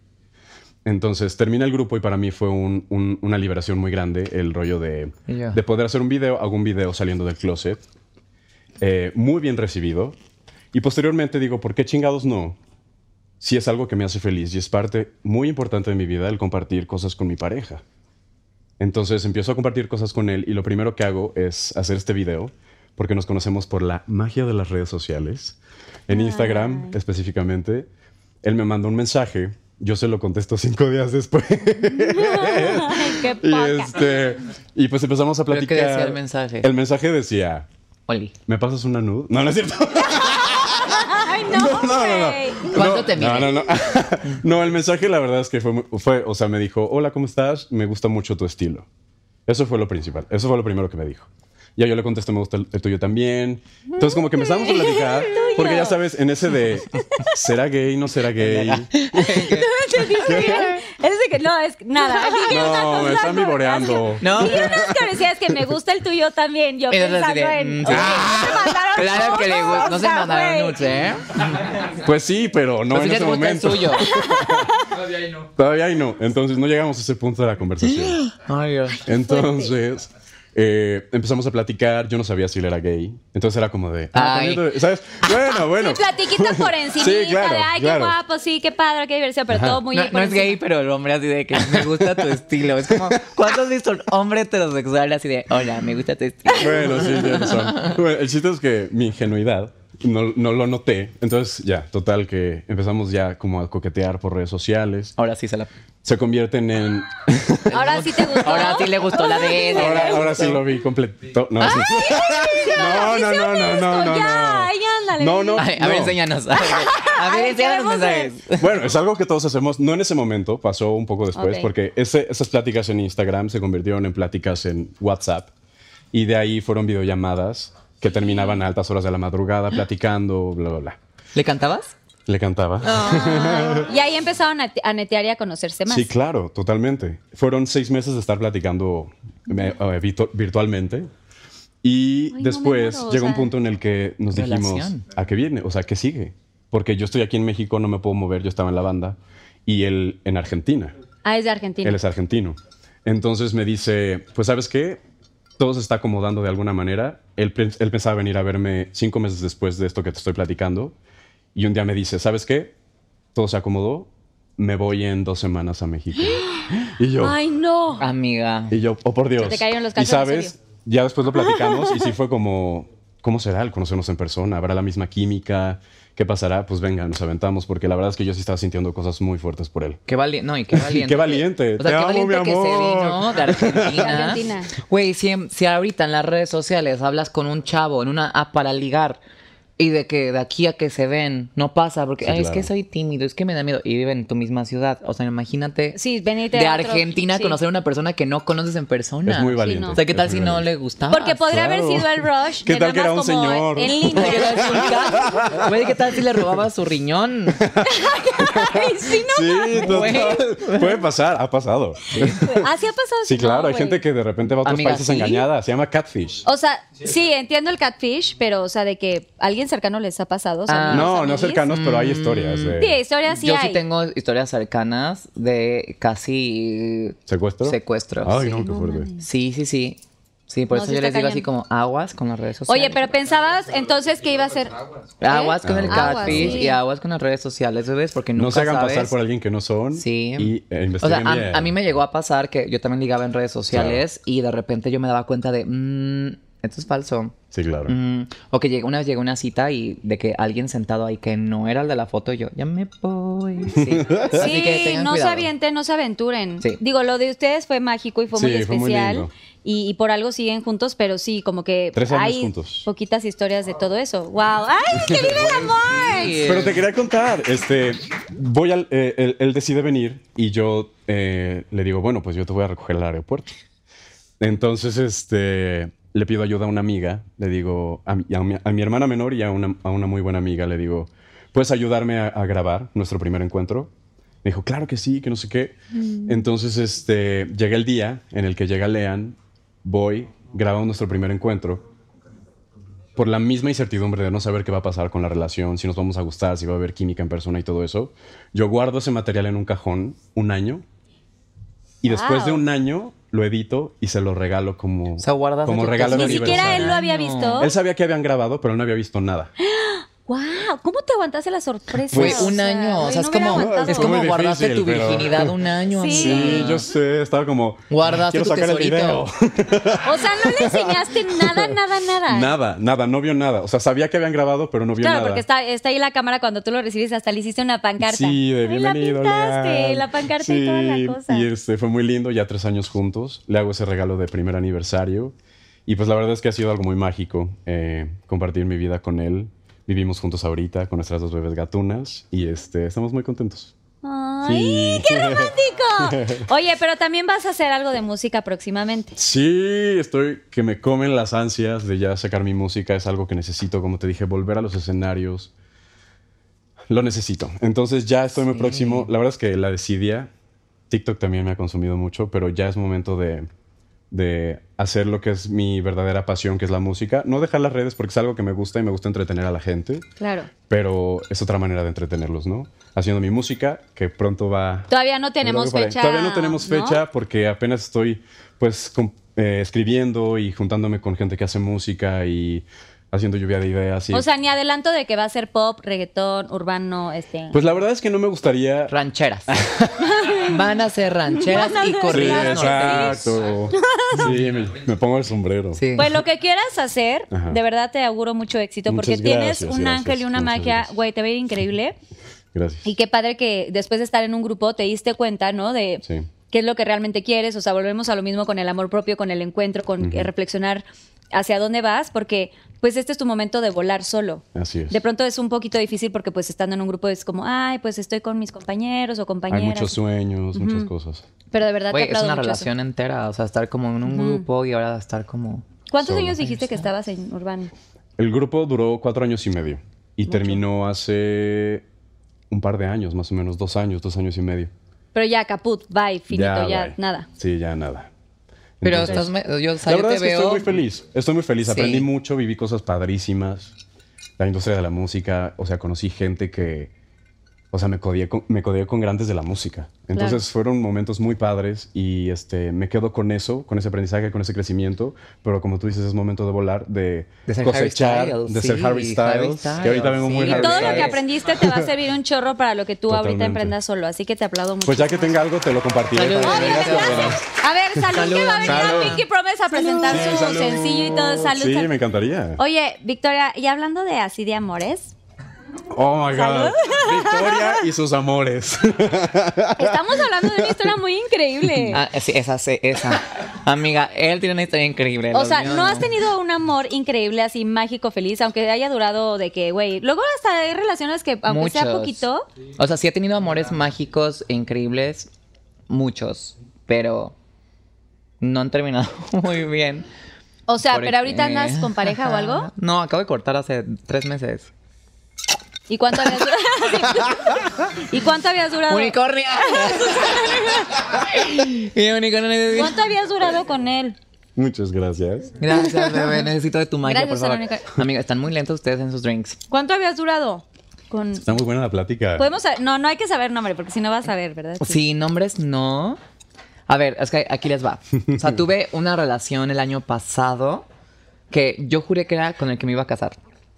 S4: Entonces termina el grupo y para mí fue un- un- una liberación muy grande el rollo de,
S5: Y ya.
S4: de poder hacer un video, hago un video saliendo del closet. Eh, muy bien recibido. Y posteriormente digo, ¿por qué chingados no? Si es algo que me hace feliz y es parte muy importante de mi vida el compartir cosas con mi pareja. Entonces empiezo a compartir cosas con él y lo primero que hago es hacer este video porque nos conocemos por la magia de las redes sociales. En Instagram específicamente, él me manda un mensaje, yo se lo contesto cinco días después
S3: Ay, qué
S4: y,
S3: poca.
S4: este, y pues empezamos a
S5: ¿Pero qué
S4: platicar.
S5: decía el mensaje?
S4: El mensaje decía,
S5: Oli.
S4: ¿me pasas una nude? No, no es cierto.
S3: Ay, no, güey.
S5: ¿Cuánto
S4: No,
S5: te mide?
S4: No, no, no. No, el mensaje la verdad es que fue, mu- fue, o sea, me dijo, hola, ¿cómo estás? Me gusta mucho tu estilo. Eso fue lo principal, eso fue lo primero que me dijo. Ya yo le contesté, me gusta el, el tuyo también. Entonces como que empezamos a platicar, porque ya sabes, en ese de, ¿será gay? ¿No será gay?
S3: Es de que- no, es nada. Aquí
S4: No, me están vivoreando.
S5: No.
S3: Y unas cabeceas que me gusta el tuyo también. Yo
S5: Y nosotros
S3: pensando
S5: así de,
S3: en.
S5: mm, sí.
S3: "Oye, ¿no te mandaron
S5: Claro que le
S3: fotos?
S5: gusta. No se
S3: O sea,
S5: mandaron
S3: güey.
S5: nudes, ¿eh?
S4: Pues sí, pero no
S5: Pero sí
S4: en
S5: les
S4: ese
S5: gusta el
S4: momento.
S5: suyo.
S4: Todavía ahí no. Entonces no llegamos a ese punto de la conversación.
S5: Ay, Dios.
S4: Entonces eh, empezamos a platicar. Yo no sabía si él era gay. Entonces era como de. ah,
S5: Ay.
S4: también tú- ¿Sabes? Bueno, bueno.
S3: Sí, platiquita por encima
S4: Sí, claro,
S3: de ay, qué
S4: claro.
S3: guapo, sí, qué padre, qué diversión, pero todo muy
S5: No,
S3: por
S5: no es
S3: encima.
S5: gay, pero el hombre así de que me gusta tu estilo. Es como, ¿cuándo has visto un hombre heterosexual así de, hola, me gusta tu estilo?
S4: Bueno, sí, tienes razón. Bueno, el chiste es que mi ingenuidad no, no lo noté. Entonces, ya, total, que empezamos ya como a coquetear por redes sociales.
S5: Ahora sí se la.
S4: Se convierten en.
S3: Ahora sí te gustó.
S5: Ahora sí le gustó la de él.
S4: Ahora, ahora sí lo vi completo. No, sí. no, no, no, no, no, no.
S3: Ya, ay, ándale.
S4: No, no.
S5: Ay, a ver,
S4: no.
S5: enséñanos. A ver, a ver,
S3: Ay,
S5: enséñanos
S3: queremos
S5: mensajes.
S4: Bueno, es algo que todos hacemos, no en ese momento, pasó un poco después,
S3: Ok.
S4: porque ese- esas pláticas en Instagram se convirtieron en pláticas en WhatsApp y de ahí fueron videollamadas que terminaban a altas horas de la madrugada platicando, bla, bla, bla.
S5: ¿Le cantabas?
S4: Le cantaba.
S3: Ah, Y ahí empezaron a, a netear y a conocerse más.
S4: Sí, claro, totalmente. Fueron seis meses de estar platicando me- eh, virtu- virtualmente. Y
S3: Ay, no,
S4: después
S3: me muero, o
S4: llegó un
S3: sea-
S4: punto en el que nos dijimos,
S5: Relación.
S4: ¿a qué viene? O sea, ¿qué sigue? Porque yo estoy aquí en México, no me puedo mover, yo estaba en la banda, y él en Argentina.
S3: Ah, es de Argentina.
S4: Él es argentino. Entonces me dice, pues sabes qué, todo se está acomodando de alguna manera. Él, pe- él pensaba venir a verme cinco meses después de esto que te estoy platicando. Y un día me dice, ¿sabes qué? Todo se acomodó, me voy en dos semanas a México. Y yo,
S3: Ay, no.
S5: Ah. Amiga.
S4: y yo, oh por Dios.
S3: Se te cayeron los
S4: Y
S3: calzones,
S4: sabes,
S3: serio.
S4: ya después lo platicamos y sí fue como, ¿cómo será el conocernos en persona? ¿Habrá la misma química? ¿Qué pasará? Pues venga, nos aventamos, porque la verdad es que yo sí estaba sintiendo cosas muy fuertes por él.
S5: Qué valiente. No, y qué valiente.
S4: Qué valiente.
S5: O sea,
S4: Te
S5: qué
S4: amo,
S5: valiente
S4: mi
S5: que se
S4: amor.
S5: vino de Argentina.
S3: De Argentina.
S5: Güey, si, en- si ahorita en las redes sociales hablas con un chavo en una app para ligar y de que de aquí a que se ven no pasa porque
S4: Sí,
S5: "Ay, es
S4: claro.
S5: que soy tímido, es que me da miedo y vive en tu misma ciudad. O sea, imagínate
S3: Sí, venirte
S5: de
S3: a otro-
S5: Argentina a
S3: sí.
S5: conocer a una persona que no conoces en persona.
S4: Es muy
S3: va-
S4: valiente.
S3: no.
S5: O sea, ¿qué tal
S4: Es
S5: si
S4: muy
S5: no
S4: valiente.
S5: le gustaba?
S3: Porque podría haber
S4: Ah, Claro.
S3: sido el rush.
S4: ¿Qué
S3: de
S4: tal que
S3: nada
S4: era
S3: más
S4: un
S3: como
S4: señor?
S3: En
S5: ¿Qué tal si-
S3: línea.
S5: Güey, ¿qué tal si le robaba su riñón?
S3: Ay, sí, no.
S4: Sí, total. Puede pasar, ha pasado.
S3: Así ha pasado.
S4: Sí,
S3: No,
S4: claro, hay
S3: güey.
S4: gente que de repente va a otros
S5: Amiga,
S4: países
S5: ¿sí?
S4: engañada, se llama catfish.
S3: O sea, sí, entiendo el catfish, pero, o sea, de que alguien cercano les ha pasado. o sea,
S5: Ah.
S3: amigos,
S4: No, no
S3: amiguis.
S4: cercanos, pero hay historias de
S3: Sí, historias sí
S5: Yo
S3: hay.
S5: sí tengo historias cercanas de casi
S4: secuestro.
S5: secuestros.
S4: Ay,
S5: sí.
S4: no, qué fuerte.
S5: Sí, sí, sí. Sí, por
S3: No,
S5: eso
S3: sí
S5: yo
S3: está
S5: les digo
S3: cañón.
S5: así como aguas con las redes sociales.
S3: Oye, pero pensabas entonces que iba a ser.
S5: Aguas con el
S3: Aguas,
S5: catfish
S3: sí.
S5: y aguas con las redes sociales, bebés, porque nunca
S4: No se hagan
S5: sabes.
S4: pasar por alguien que no son
S5: Sí.
S4: y eh,
S5: O sea,
S4: investiguen bien.
S5: a, a mí me llegó a pasar que yo también ligaba en redes sociales y de repente yo me daba cuenta de, "Mm, esto es falso.
S4: Sí, claro.
S5: Mm, o que llegó, una vez llegó a una cita y de que alguien sentado ahí que no era el de la foto, yo ya me voy. Sí, Así que
S3: Sí,
S5: tengan
S3: no se
S5: cuidado.
S3: avienten, no se aventuren.
S5: Sí.
S3: Digo, lo de ustedes fue mágico y fue
S4: Sí,
S3: muy
S4: fue muy
S3: especial.
S4: lindo.
S3: y, y por algo siguen juntos, pero sí, como que
S4: Tres años
S3: hay
S4: juntos.
S3: poquitas historias de todo eso. ¡Wow! ¡Ay, que vive el amor!
S5: Sí.
S4: Pero te quería contar, este, voy al, eh, él, él decide venir y yo eh, le digo, bueno, pues yo te voy a recoger al aeropuerto. Entonces, este, le pido ayuda a una amiga, le digo, a, mi- a mi, a mi hermana menor y a una, a una muy buena amiga, le digo, ¿puedes ayudarme a, a grabar nuestro primer encuentro? Me dijo, claro que sí, que no sé qué.
S3: Mm.
S4: Entonces, este, llega el día en el que llega Lean, voy, grabamos nuestro primer encuentro por la misma incertidumbre de no saber qué va a pasar con la relación, si nos vamos a gustar, si va a haber química en persona y todo eso, yo guardo ese material en un cajón un año y después
S3: Wow.
S4: de un año lo edito y se lo regalo como,
S5: O sea, guardaste
S4: como
S5: tu
S4: regalo de
S5: tesoro.
S3: Ni siquiera él
S4: aniversario.
S3: lo había
S5: No.
S3: visto.
S4: Él sabía que habían grabado, pero él no había visto nada.
S3: ¡Wow! ¿Cómo te aguantaste la sorpresa?
S5: Fue
S4: Pues-
S5: un
S3: sea,
S5: año, o
S3: güey,
S5: sea, es
S3: no hubiera
S5: como,
S3: aguantado.
S5: es como
S4: Muy
S5: guardaste
S4: difícil,
S5: tu
S4: pero-
S5: virginidad un año.
S3: Sí.
S4: Sí,
S5: amiga.
S4: yo sé, estaba como...
S5: Guardaste
S4: "Quiero
S5: tu
S4: sacar el
S5: tesorito".
S4: video".
S3: O sea, no le enseñaste nada, nada, nada.
S4: Nada, nada, no vio nada. O sea, sabía que habían grabado, pero no vio
S3: Claro,
S4: nada.
S3: porque está, está ahí la cámara cuando tú lo recibes, hasta le hiciste una pancarta.
S4: Sí, de
S3: Ay,
S4: bienvenido.
S3: La pintaste,
S4: Leal.
S3: la pancarta y toda
S4: Sí,
S3: la cosa.
S4: Y este, fue muy lindo, ya tres años juntos. Le hago ese regalo de primer aniversario. Y pues la verdad es que ha sido algo muy mágico eh, compartir mi vida con él. Vivimos juntos ahorita con nuestras dos bebés gatunas y este, estamos muy contentos.
S3: ¡Ay,
S4: Sí.
S3: qué romántico! Oye, pero también vas a hacer algo de música próximamente.
S4: Sí, estoy que me comen las ansias de ya sacar mi música. Es algo que necesito, como te dije, volver a los escenarios. Lo necesito. Entonces ya estoy muy próximo. La verdad es que la decidia. TikTok también me ha consumido mucho, pero ya es momento de, de hacer lo que es mi verdadera pasión, que es la música. No dejar las redes porque es algo que me gusta y me gusta entretener a la gente,
S3: Claro.
S4: pero es otra manera de entretenerlos, ¿no? Haciendo mi música, que pronto va
S3: Todavía no tenemos
S4: Creo que por ahí.
S3: fecha.
S4: Todavía no tenemos fecha porque apenas estoy pues com- eh, escribiendo y juntándome con gente que hace música y haciendo lluvia de ideas. y-
S3: O sea, ni adelanto de que va a ser pop, reggaetón, urbano, este.
S4: pues la verdad es que no me gustaría...
S5: Rancheras. Van a ser rancheras
S3: Van a
S5: y
S3: ser
S4: Sí,
S5: corridas. norteñas.
S4: exacto. Sí, me, me pongo el sombrero.
S5: Sí.
S3: Pues lo que quieras hacer,
S4: Ajá.
S3: de verdad te auguro mucho éxito
S4: Muchas
S3: porque tienes
S4: gracias,
S3: un
S4: gracias,
S3: ángel y una
S4: muchas
S3: magia,
S4: gracias.
S3: güey, te va a ir increíble.
S4: Gracias.
S3: Y qué padre que después de estar en un grupo te diste cuenta, ¿no? De
S4: Sí.
S3: qué es lo que realmente quieres. O sea, volvemos a lo mismo con el amor propio, con el encuentro, con eh, reflexionar hacia dónde vas, porque pues este es tu momento de volar solo.
S4: Así es.
S3: De pronto es un poquito difícil porque pues estando en un grupo es como, ay, pues estoy con mis compañeros o
S4: Hay
S3: compañeras.
S4: muchos sueños, muchas cosas.
S3: Pero de verdad
S5: Güey,
S3: te
S5: es
S3: aplaudo
S5: una
S3: mucho eso.
S5: relación entera, o sea, estar como en un grupo y ahora estar como...
S3: ¿Cuántos
S4: Solo.
S3: años dijiste que estabas en Urbano?
S4: El grupo duró cuatro años y medio y terminó hace un par de años, más o menos, dos años, dos años y medio.
S3: Pero ya, caput, bye, finito, ya,
S4: bye.
S3: nada.
S4: Sí, ya nada.
S5: Pero
S4: Entonces-
S5: estás... me- Yo, o sea,
S4: la
S5: yo
S4: verdad
S5: te
S4: es que
S5: veo...
S4: estoy muy feliz. Estoy muy feliz.
S5: Sí.
S4: Aprendí mucho, viví cosas padrísimas. La industria de la música, o sea, conocí gente que, o sea, me codié con, me codié con grandes de la música. Entonces fueron momentos muy padres y este, me quedo con eso, con ese aprendizaje, con ese crecimiento. Pero como tú dices, es momento de volar, de,
S5: De ser
S4: cosechar,
S5: Harry Styles,
S4: de ser
S5: sí,
S4: Harry Styles,
S5: Harry
S4: que ahorita
S5: Styles,
S4: vengo
S5: sí.
S4: muy
S5: Y
S3: Y
S4: Harry
S3: todo lo
S4: Styles.
S3: que aprendiste te va a servir un chorro para lo que tú ahorita
S4: Totalmente.
S3: emprendas solo. Así que te aplaudo mucho.
S4: Pues ya que tenga algo, te lo compartiré.
S5: Salud.
S4: para que
S5: Obvio,
S4: veas lo
S5: gracias.
S4: verás.
S3: A ver, salud, que va a venir
S4: Salud.
S3: a Pinky Promise a presentar
S4: Sí,
S3: su
S4: salud.
S3: sencillo y todo. Salud.
S4: Sí,
S3: salud.
S4: me encantaría.
S3: Oye, Victoria, y hablando de así de amores,
S4: Oh my
S3: Salud.
S4: God. Victoria y sus amores.
S3: estamos hablando de una historia muy increíble.
S5: Ah, sí, esa, sí, esa. Amiga, él tiene una historia increíble.
S3: O
S5: los
S3: sea,
S5: míos
S3: ¿no has tenido un amor increíble así mágico, feliz, aunque haya durado de que, güey? Luego hasta hay relaciones que, aunque sea
S5: Muchos.
S3: poquito,
S5: O sea, sí he tenido amores mágicos e increíbles, muchos, pero no han terminado muy bien.
S3: o sea,
S5: Porque-
S3: pero ahorita andas con pareja o algo.
S5: No, acabo de cortar hace tres meses.
S3: ¿Y cuánto habías durado? ¿Y cuánto habías durado?
S5: ¡Unicornio! y unicornio.
S3: ¿Cuánto habías durado con él?
S4: Muchas gracias.
S5: Gracias, bebé. Necesito de tu magia,
S3: Gracias,
S5: por favor.
S3: Verónica.
S5: Amiga, están muy lentos ustedes en sus drinks.
S3: ¿Cuánto habías durado? Con...
S4: Está muy buena la plática.
S3: Podemos sa- no, no hay que saber nombre, porque si no vas a ver, ¿verdad?
S5: Sí, nombres no. A ver, es que aquí les va. O sea, tuve una relación el año pasado que yo juré que era con el que me iba a casar.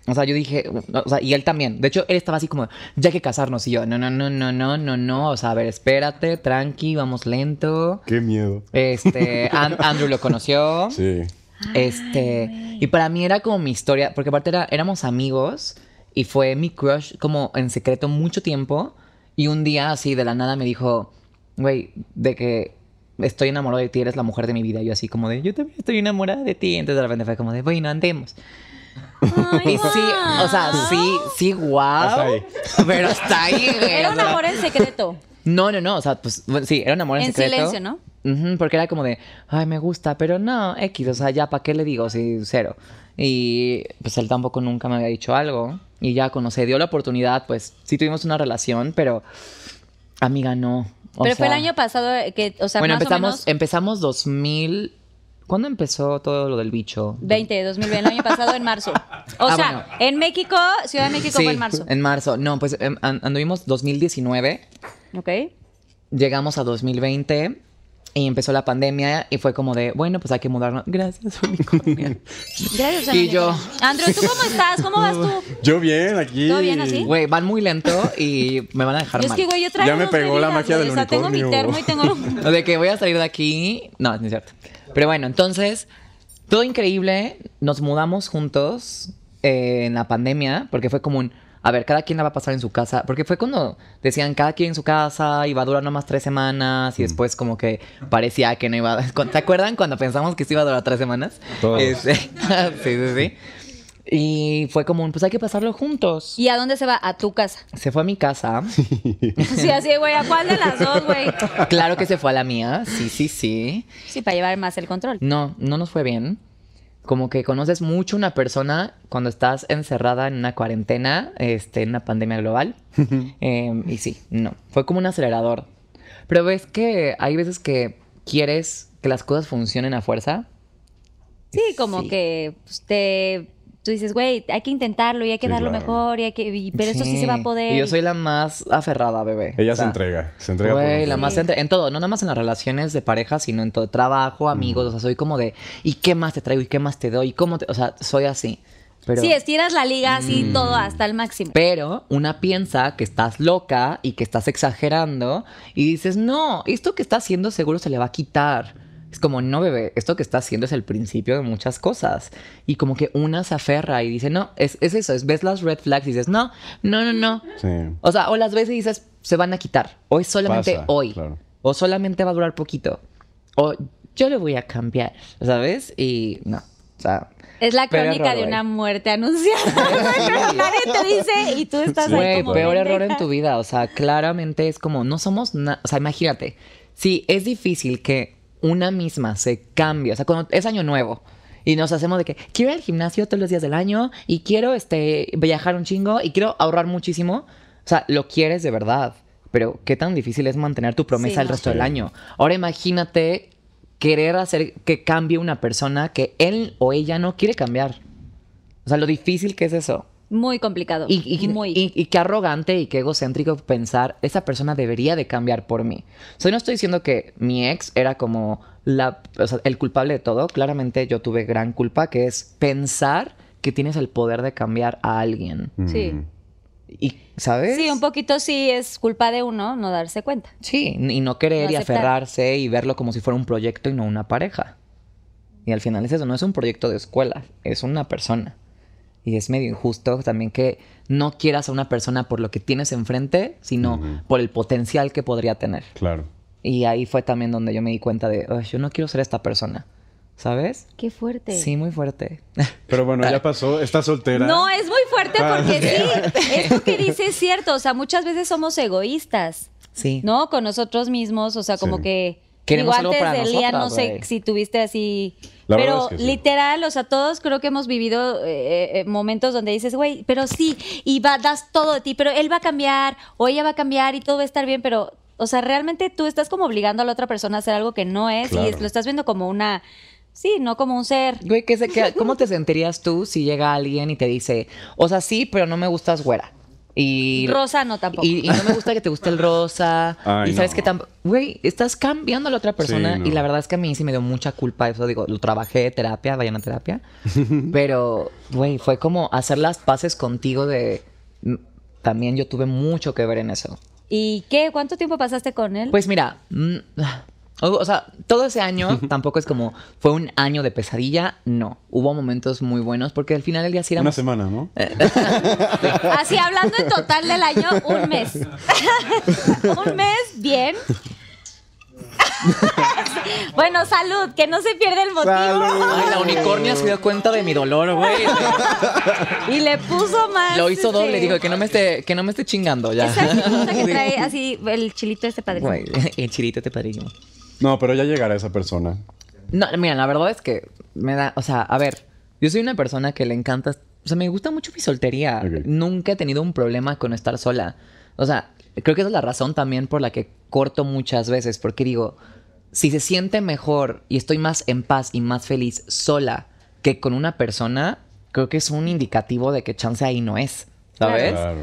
S5: O sea, yo dije, o sea, y él también. De hecho, él estaba así como, ya hay que casarnos. Y yo, no, no, no, no, no, no, no. O sea, a ver, espérate, tranqui, vamos lento.
S4: Qué miedo.
S5: Este, An- Andrew lo conoció.
S4: Sí.
S5: Este, y para mí era como mi historia, porque aparte era- éramos amigos y fue mi crush como en secreto mucho tiempo. Y un día así de la nada me dijo, güey, de que estoy enamorado de ti, eres la mujer de mi vida. Y yo así como de, yo también estoy enamorada de ti. Entonces de repente fue como de, bueno, andemos.
S3: Ay,
S5: Y sí, o sea,
S3: guau.
S5: sí, sí, wow.
S4: Hasta ahí.
S5: Pero hasta ahí, güey.
S3: Era
S5: o
S3: un
S5: sea.
S3: amor en secreto.
S5: No, no, no, o sea, pues bueno, sí, era un amor en,
S3: En
S5: secreto.
S3: silencio, ¿no?
S5: Ujú, porque era como de, ay, me gusta, pero no, X, o sea, ya, ¿para qué le digo? Sí, cero. Y pues él tampoco nunca me había dicho algo. Y ya cuando se dio la oportunidad, pues sí tuvimos una relación, pero amiga, no. O
S3: Pero fue el
S5: sea,
S3: año pasado que, o sea,
S5: bueno,
S3: más
S5: empezamos,
S3: o menos
S5: empezamos 2000. ¿Cuándo empezó todo lo del bicho?
S3: 20 de 2020, el año pasado en marzo. O
S5: Ah,
S3: sea,
S5: bueno.
S3: en México, Ciudad de México
S5: Sí,
S3: fue en marzo.
S5: En marzo. No, pues em, an- anduvimos 2019.
S3: ¿Ok?
S5: llegamos a 2020 y empezó la pandemia y fue como de, bueno, pues hay que mudarnos. Gracias, unicornio.
S3: Gracias,
S5: Y
S3: Andrew.
S5: yo.
S3: Andrew, ¿tú cómo estás? ¿Cómo vas tú?
S4: Yo bien aquí.
S3: ¿Todo bien así?
S5: Güey, van muy lento y me van a dejar
S3: Yo es
S5: mal.
S3: que, güey, yo traigo
S4: Ya me
S3: dos
S4: pegó la
S3: bebidas,
S4: magia
S3: güey.
S4: del
S3: O sea, tengo mi
S4: unicornio.
S3: termo y tengo...
S5: O de que voy a salir de aquí. No, no es cierto. Pero bueno, entonces, todo increíble. Nos mudamos juntos eh, en la pandemia porque fue como un. A ver, cada quien la va a pasar en su casa. Porque fue cuando decían cada quien en su casa y va a durar nomás tres semanas. Y después, como que parecía que no iba a. ¿Te acuerdan cuando pensamos que sí iba a durar tres semanas?
S4: Todos.
S5: Este, sí, sí, sí. Y fue como un. Pues hay que pasarlo juntos.
S3: ¿Y a dónde se va? A tu casa.
S5: Se fue a mi casa.
S3: Sí, así, güey, ¿a cuál de las dos, güey?
S5: Claro que se fue a la mía. Sí, sí, sí.
S3: Sí, para llevar más el control.
S5: No, no nos fue bien. Como que conoces mucho una persona cuando estás encerrada en una cuarentena, este, en una pandemia global. Eh, y sí, no. Fue como un acelerador. Pero ves que hay veces que quieres que las cosas funcionen a fuerza.
S3: Sí, como
S5: Sí.
S3: que pues, te... Tú dices, güey, hay que intentarlo y hay que
S4: Sí,
S3: dar lo
S4: claro.
S3: mejor, y hay que, y- pero esto sí se va a poder.
S5: Y yo soy la más aferrada, bebé.
S4: Ella
S5: O sea,
S4: se entrega. Se entrega.
S5: Güey,
S4: por
S5: la más entre- en todo, no nada más en las relaciones de pareja, sino en todo trabajo,
S4: Mm.
S5: amigos, o sea, soy como de, ¿y qué más te traigo? ¿Y qué más te doy? ¿Y cómo te-?" O sea, soy así. Pero,
S3: Sí, estiras la liga así
S4: Mm.
S3: todo hasta el máximo.
S5: pero una piensa que estás loca y que estás exagerando y dices, no, esto que está haciendo seguro se le va a quitar. Es como, no, bebé, esto que está haciendo es el principio de muchas cosas. Y como que una se aferra y dice, no, es, es eso, es, ves las red flags y dices, no, no, no, no.
S4: Sí.
S5: O sea, o las veces dices, se van a quitar. O es solamente
S4: Pasa,
S5: hoy.
S4: claro.
S5: O solamente va a durar poquito. O yo le voy a cambiar, ¿sabes? Y no. O sea.
S3: Es la
S5: Pero
S3: crónica
S5: error,
S3: de
S5: güey.
S3: una muerte anunciada. Nadie te dice y tú estás
S4: Sí,
S3: ahí
S5: Güey,
S3: como
S5: peor error en
S3: pendeja.
S5: tu vida. O sea, claramente es como, no somos nada. O sea, imagínate, si es difícil que una misma se cambie. O sea, cuando es año nuevo y nos hacemos de que quiero ir al gimnasio todos los días del año y quiero este, viajar un chingo y quiero ahorrar muchísimo. O sea, lo quieres de verdad. Pero qué tan difícil es mantener tu promesa
S3: Sí,
S5: el
S3: no.
S5: resto del
S4: Sí.
S5: año. Ahora imagínate querer hacer que cambie una persona que él o ella no quiere cambiar. O sea, lo difícil que es eso.
S3: Muy complicado.
S5: Y, y-
S3: muy.
S5: y- y qué arrogante y qué egocéntrico pensar, esa persona debería de cambiar por mí. O sea, no estoy diciendo que mi ex era como la, o sea, el culpable de todo. Claramente yo tuve gran culpa, que es pensar que tienes el poder de cambiar a alguien.
S4: Mm,
S3: Sí.
S5: Y, ¿sabes?
S3: Sí, un poquito sí es culpa de uno no darse cuenta.
S5: Sí, n- y no querer
S3: No
S5: y
S3: aceptar.
S5: aferrarse y verlo como si fuera un proyecto y no una pareja. Y al final es eso, no es un proyecto de escuela, es una persona. Y es medio injusto también que no quieras a una persona por lo que tienes enfrente, sino por el potencial que podría tener.
S4: Claro.
S5: Y ahí fue también donde yo me di cuenta de, "Ay, yo no quiero ser esta persona, ¿sabes?
S3: Qué fuerte.
S5: Sí, muy fuerte.
S4: Pero bueno, ya pasó. Está soltera.
S3: No, es muy fuerte
S4: Ah,
S3: porque sí, esto que dice es cierto, o sea, muchas veces somos egoístas,
S5: sí.
S3: ¿no? Con nosotros mismos, o sea, como
S4: Sí.
S3: que...
S5: Queremos
S3: digo,
S5: algo para
S3: antes del día no
S5: nosotras,
S3: sé
S5: güey.
S3: si tuviste así...
S4: La verdad
S3: pero
S4: es que sí.
S3: literal, o sea, todos creo que hemos vivido eh, eh, momentos donde dices, güey, pero sí, y va, das todo de ti, pero él va a cambiar, o ella va a cambiar y todo va a estar bien, pero, o sea, realmente tú estás como obligando a la otra persona a hacer algo que no es y
S4: Claro.
S3: es- lo estás viendo como una... Sí, no como un ser.
S5: Güey, ¿qué se- qué- ¿cómo te sentirías tú si llega alguien y te dice, o sea, sí, pero no me gustas güera? Y,
S3: Rosa no tampoco.
S5: y, y no me gusta que te guste el rosa.
S4: Ay,
S5: y sabes
S4: no.
S5: que tampoco. Güey, estás cambiando a la otra persona.
S4: Sí, no.
S5: Y la verdad es que a mí sí me dio mucha culpa. Eso digo, lo trabajé, terapia, vayan a terapia. Pero, güey, fue como hacer las paces contigo de. "Mm, También yo tuve mucho que ver en eso.
S3: ¿Y qué? ¿Cuánto tiempo pasaste con él?
S5: Pues mira, mm, o, o sea, todo ese año tampoco es como fue un año de pesadilla, no. Hubo momentos muy buenos porque al final del día sí
S4: Una
S5: éramos
S4: semana, ¿no?
S5: Eh.
S3: Así hablando en total del año, un mes. un mes, bien. bueno, salud, que no se pierda el motivo.
S5: Ay, la unicornia se dio cuenta de mi dolor, güey.
S3: Y le puso más.
S5: Lo hizo doble,
S3: este,
S5: dijo que no me esté, que no me esté chingando ya.
S3: Esa cosa que trae así el chilito este padre.
S5: Güey, el chirito te padrísimo.
S4: No, pero ya llegará esa persona.
S5: No, mira, la verdad es que me da, o sea, a ver, yo soy una persona que le encanta, o sea, me gusta mucho mi soltería.
S4: Ok.
S5: Nunca he tenido un problema con estar sola. O sea, creo que esa es la razón también por la que corto muchas veces, porque digo, si se siente mejor y estoy más en paz y más feliz sola que con una persona, creo que es un indicativo de que chance ahí no es, ¿sabes?
S4: Claro.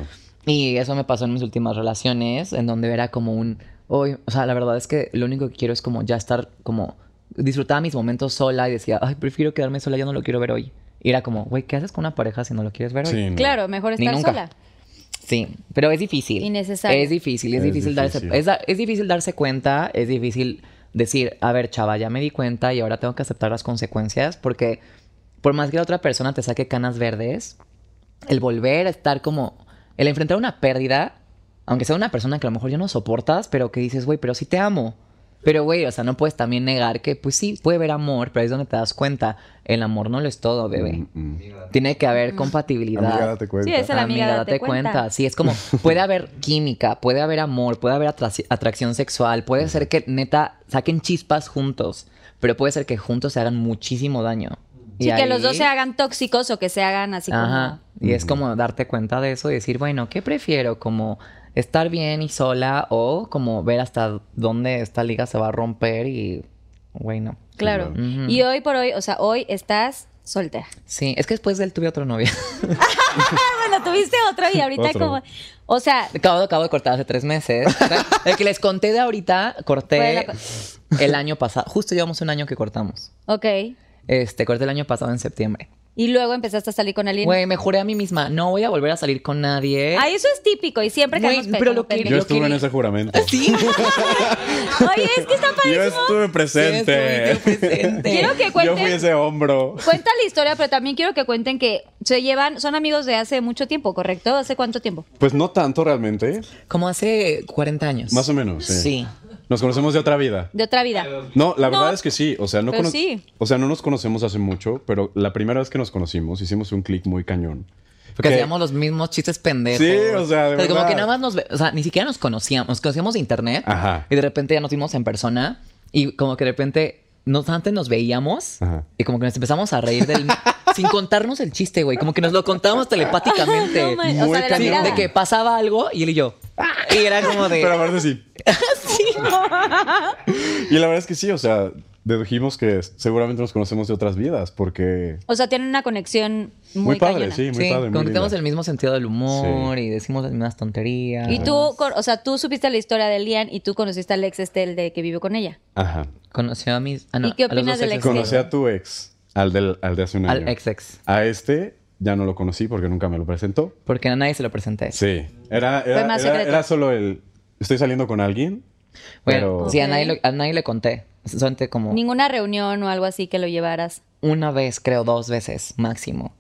S5: Y eso me pasó en mis últimas relaciones, en donde era como un... Hoy, o sea, la verdad es que lo único que quiero es como ya estar como... Disfrutaba mis momentos sola y decía, ay, prefiero quedarme sola, ya no lo quiero ver hoy. Y era como, güey, ¿qué haces con una pareja si no lo quieres ver hoy?
S4: Sí, no.
S3: Claro, mejor
S5: Ni
S3: estar
S5: nunca.
S3: sola.
S5: Sí, pero es difícil.
S3: Innecesario.
S5: Es difícil, es,
S4: Es
S5: difícil, darse,
S4: difícil.
S5: es, da- es difícil darse cuenta, es difícil decir, a ver, chava, ya me di cuenta y ahora tengo que aceptar las consecuencias porque por más que la otra persona te saque canas verdes, el volver a estar como, el enfrentar una pérdida, aunque sea una persona que a lo mejor ya no soportas, pero que dices, güey, pero sí te amo. Pero, güey, o sea, no puedes también negar que, pues sí, puede haber amor, pero ahí es donde te das cuenta. El amor no lo es todo, bebé. Tiene que haber compatibilidad.
S4: Mm, Amiga, date cuenta.
S3: Sí, esa- la amiga, date cuenta.
S5: Sí, es como, puede haber química, puede haber amor, puede haber atrac- atracción sexual, puede ser que neta saquen chispas juntos, pero puede ser que juntos se hagan muchísimo daño.
S3: Sí, que los
S5: ahí-
S3: dos se hagan tóxicos o que se hagan así
S5: Ajá.
S3: como.
S5: Y es como darte cuenta de eso y decir, bueno, ¿qué prefiero? Como estar bien y sola o como ver hasta dónde esta liga se va a romper y, güey, no.
S3: Claro.
S5: Ujú.
S3: Y hoy por hoy, o sea, hoy estás soltera.
S5: Sí, es que después de él tuve otro novio.
S3: bueno, tuviste otro y ahorita
S4: Otro.
S3: como. O sea,
S5: Acabo, acabo de cortar hace tres meses. El que les conté de ahorita,
S3: Fue
S5: corté
S3: la pa-
S5: el año pasado. Justo llevamos un año que cortamos.
S3: ok.
S5: Este, corté el año pasado en septiembre.
S3: Y luego empezaste a salir con alguien.
S5: Güey, me juré a mí misma, no voy a volver a salir con nadie.
S3: Ah, eso es típico y siempre
S5: Güey,
S3: quedamos pe-
S5: ¿Eh? pero lo
S3: como
S5: que-
S4: Yo
S5: Yo
S3: pendejos.
S4: estuve en
S5: quería-
S4: ese juramento.
S5: Sí,
S3: Oye, es que está
S4: Yo
S3: padrísimo.
S4: estuve presente.
S5: Sí, estuve presente.
S3: Quiero que
S4: Yo
S3: cuenten.
S4: fui ese hombro.
S3: Cuenta la historia, pero también quiero que cuenten que se llevan, son amigos de hace mucho tiempo, ¿correcto? ¿Hace cuánto tiempo?
S4: Pues no tanto realmente,
S5: Como hace 40 años.
S4: más o menos. Sí.
S5: Sí.
S4: Nos conocemos de otra vida.
S3: De otra vida.
S4: No, la verdad
S3: No.
S4: es que sí. O sea, no
S3: Pero
S4: cono-
S3: sí.
S4: o sea, no nos conocemos hace mucho, pero la primera vez que nos conocimos hicimos un clic muy cañón.
S5: Porque
S4: Que-
S5: hacíamos los mismos chistes pendejos.
S4: Sí, o sea, de
S5: como
S4: verdad.
S5: que nada más nos... ve- O sea, ni siquiera nos conocíamos. Nos conocíamos de internet.
S4: Ajá.
S5: Y de repente ya nos vimos en persona. Y como que de repente... Nos, antes nos veíamos
S4: Ajá.
S5: y como que nos empezamos a reír del... sin contarnos el chiste, güey. Como que nos lo contábamos telepáticamente.
S3: No, man, o
S4: Muy
S3: sea, de la
S5: Sí,
S4: cañón.
S3: mirada.
S5: de que pasaba algo y él y yo. Y era como de...
S4: Pero aparte sí. Y la verdad es que sí, o sea, dedujimos que seguramente nos conocemos de otras vidas, porque
S3: O sea, tienen una conexión muy,
S4: muy, padre,
S3: cañona.
S4: sí, muy padre.
S5: sí,
S4: muy
S5: como que
S4: linda.
S5: tenemos el mismo sentido del humor
S4: Sí.
S5: y decimos las mismas tonterías.
S3: Y tú, con- o sea, tú supiste la historia de Lian y tú conociste al ex este, el de que vivió con ella.
S4: Ajá.
S5: Conoció a mis... ah, no,
S3: ¿Y qué
S5: a los
S3: opinas
S5: dos
S3: del
S5: exes.
S3: ex?
S4: Conocí a tu ex, al, del, al de hace un año.
S5: Al ex ex.
S4: A este ya no lo conocí porque nunca me lo presentó.
S5: Porque a nadie se lo presenté.
S4: Sí. Era,
S3: Fue
S4: era,
S3: más
S4: era,
S3: secreto.
S4: era solo el. Estoy saliendo con alguien.
S5: Bueno,
S4: pero
S5: sí, a
S3: Ok.
S5: nadie, lo- a nadie le conté. Solamente como
S3: Ninguna reunión o algo así que lo llevaras.
S5: una vez, creo, dos veces máximo.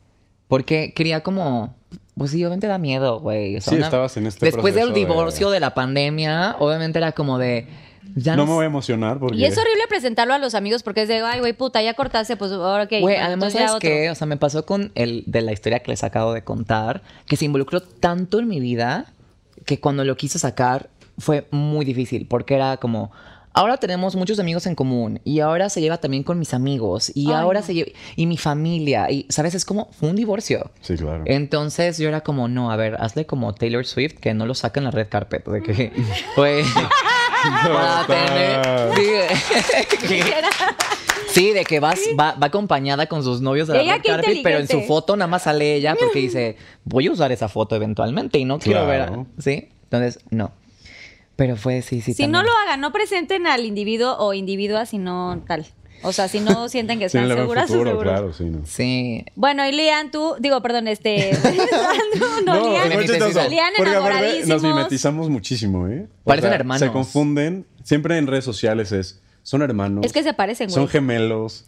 S5: Porque quería como... Pues sí, obviamente da miedo, güey. O sea,
S4: Sí, estabas en este
S5: Después del
S4: proceso de-
S5: divorcio, de... la pandemia, obviamente era como de... Ya
S4: no
S5: no
S4: me
S5: sé-
S4: voy a emocionar porque.
S3: Y es horrible presentarlo a los amigos porque es de, ay, güey, puta, ya cortaste, pues ahora qué.
S5: Güey,
S3: Bueno,
S5: además,
S3: entonces ya
S5: ¿sabes
S3: otro.
S5: qué? O sea, me pasó con el de la historia que les acabo de contar, que se involucró tanto en mi vida que cuando lo quise sacar fue muy difícil, porque era como, ahora tenemos muchos amigos en común, y ahora se lleva también con mis amigos, y
S3: Ay,
S5: ahora
S3: no.
S5: se lleva, y mi familia, y, ¿sabes? Es como, fue un divorcio.
S4: Sí, claro.
S5: Entonces yo era como, no, a ver, hazle como Taylor Swift, que no lo saca en la red carpet, de que, güey, Para tener- Sí, que- sí, de que vas, va, va acompañada con sus novios a la
S3: Ella
S5: red
S3: qué
S5: carpet, pero en su
S3: inteligente. Mm.
S5: foto nada más sale ella porque dice, voy a usar esa foto eventualmente y no quiero ver. a-".
S4: Claro.
S5: Sí, entonces no. Pero fue sí, sí.
S3: Si no lo hagan, no presenten al individuo o individua, sino tal. O sea, si no sienten que están
S4: Tienen el
S3: seguras,
S4: futuro,
S3: seguros.
S4: claro, sí, no.
S5: Sí.
S3: Bueno, y Lian, tú, digo, perdón, este. Sandro, no,
S4: es
S3: Lian. este,
S5: me
S4: muy chistoso,
S3: Lian
S4: porque aparte nos
S3: enamoradísimos.
S4: mimetizamos muchísimo, ¿eh? O
S5: Parecen hermanos.
S4: Se confunden. Siempre en redes sociales es, son hermanos.
S3: Es que se parecen, güey.
S4: Son gemelos.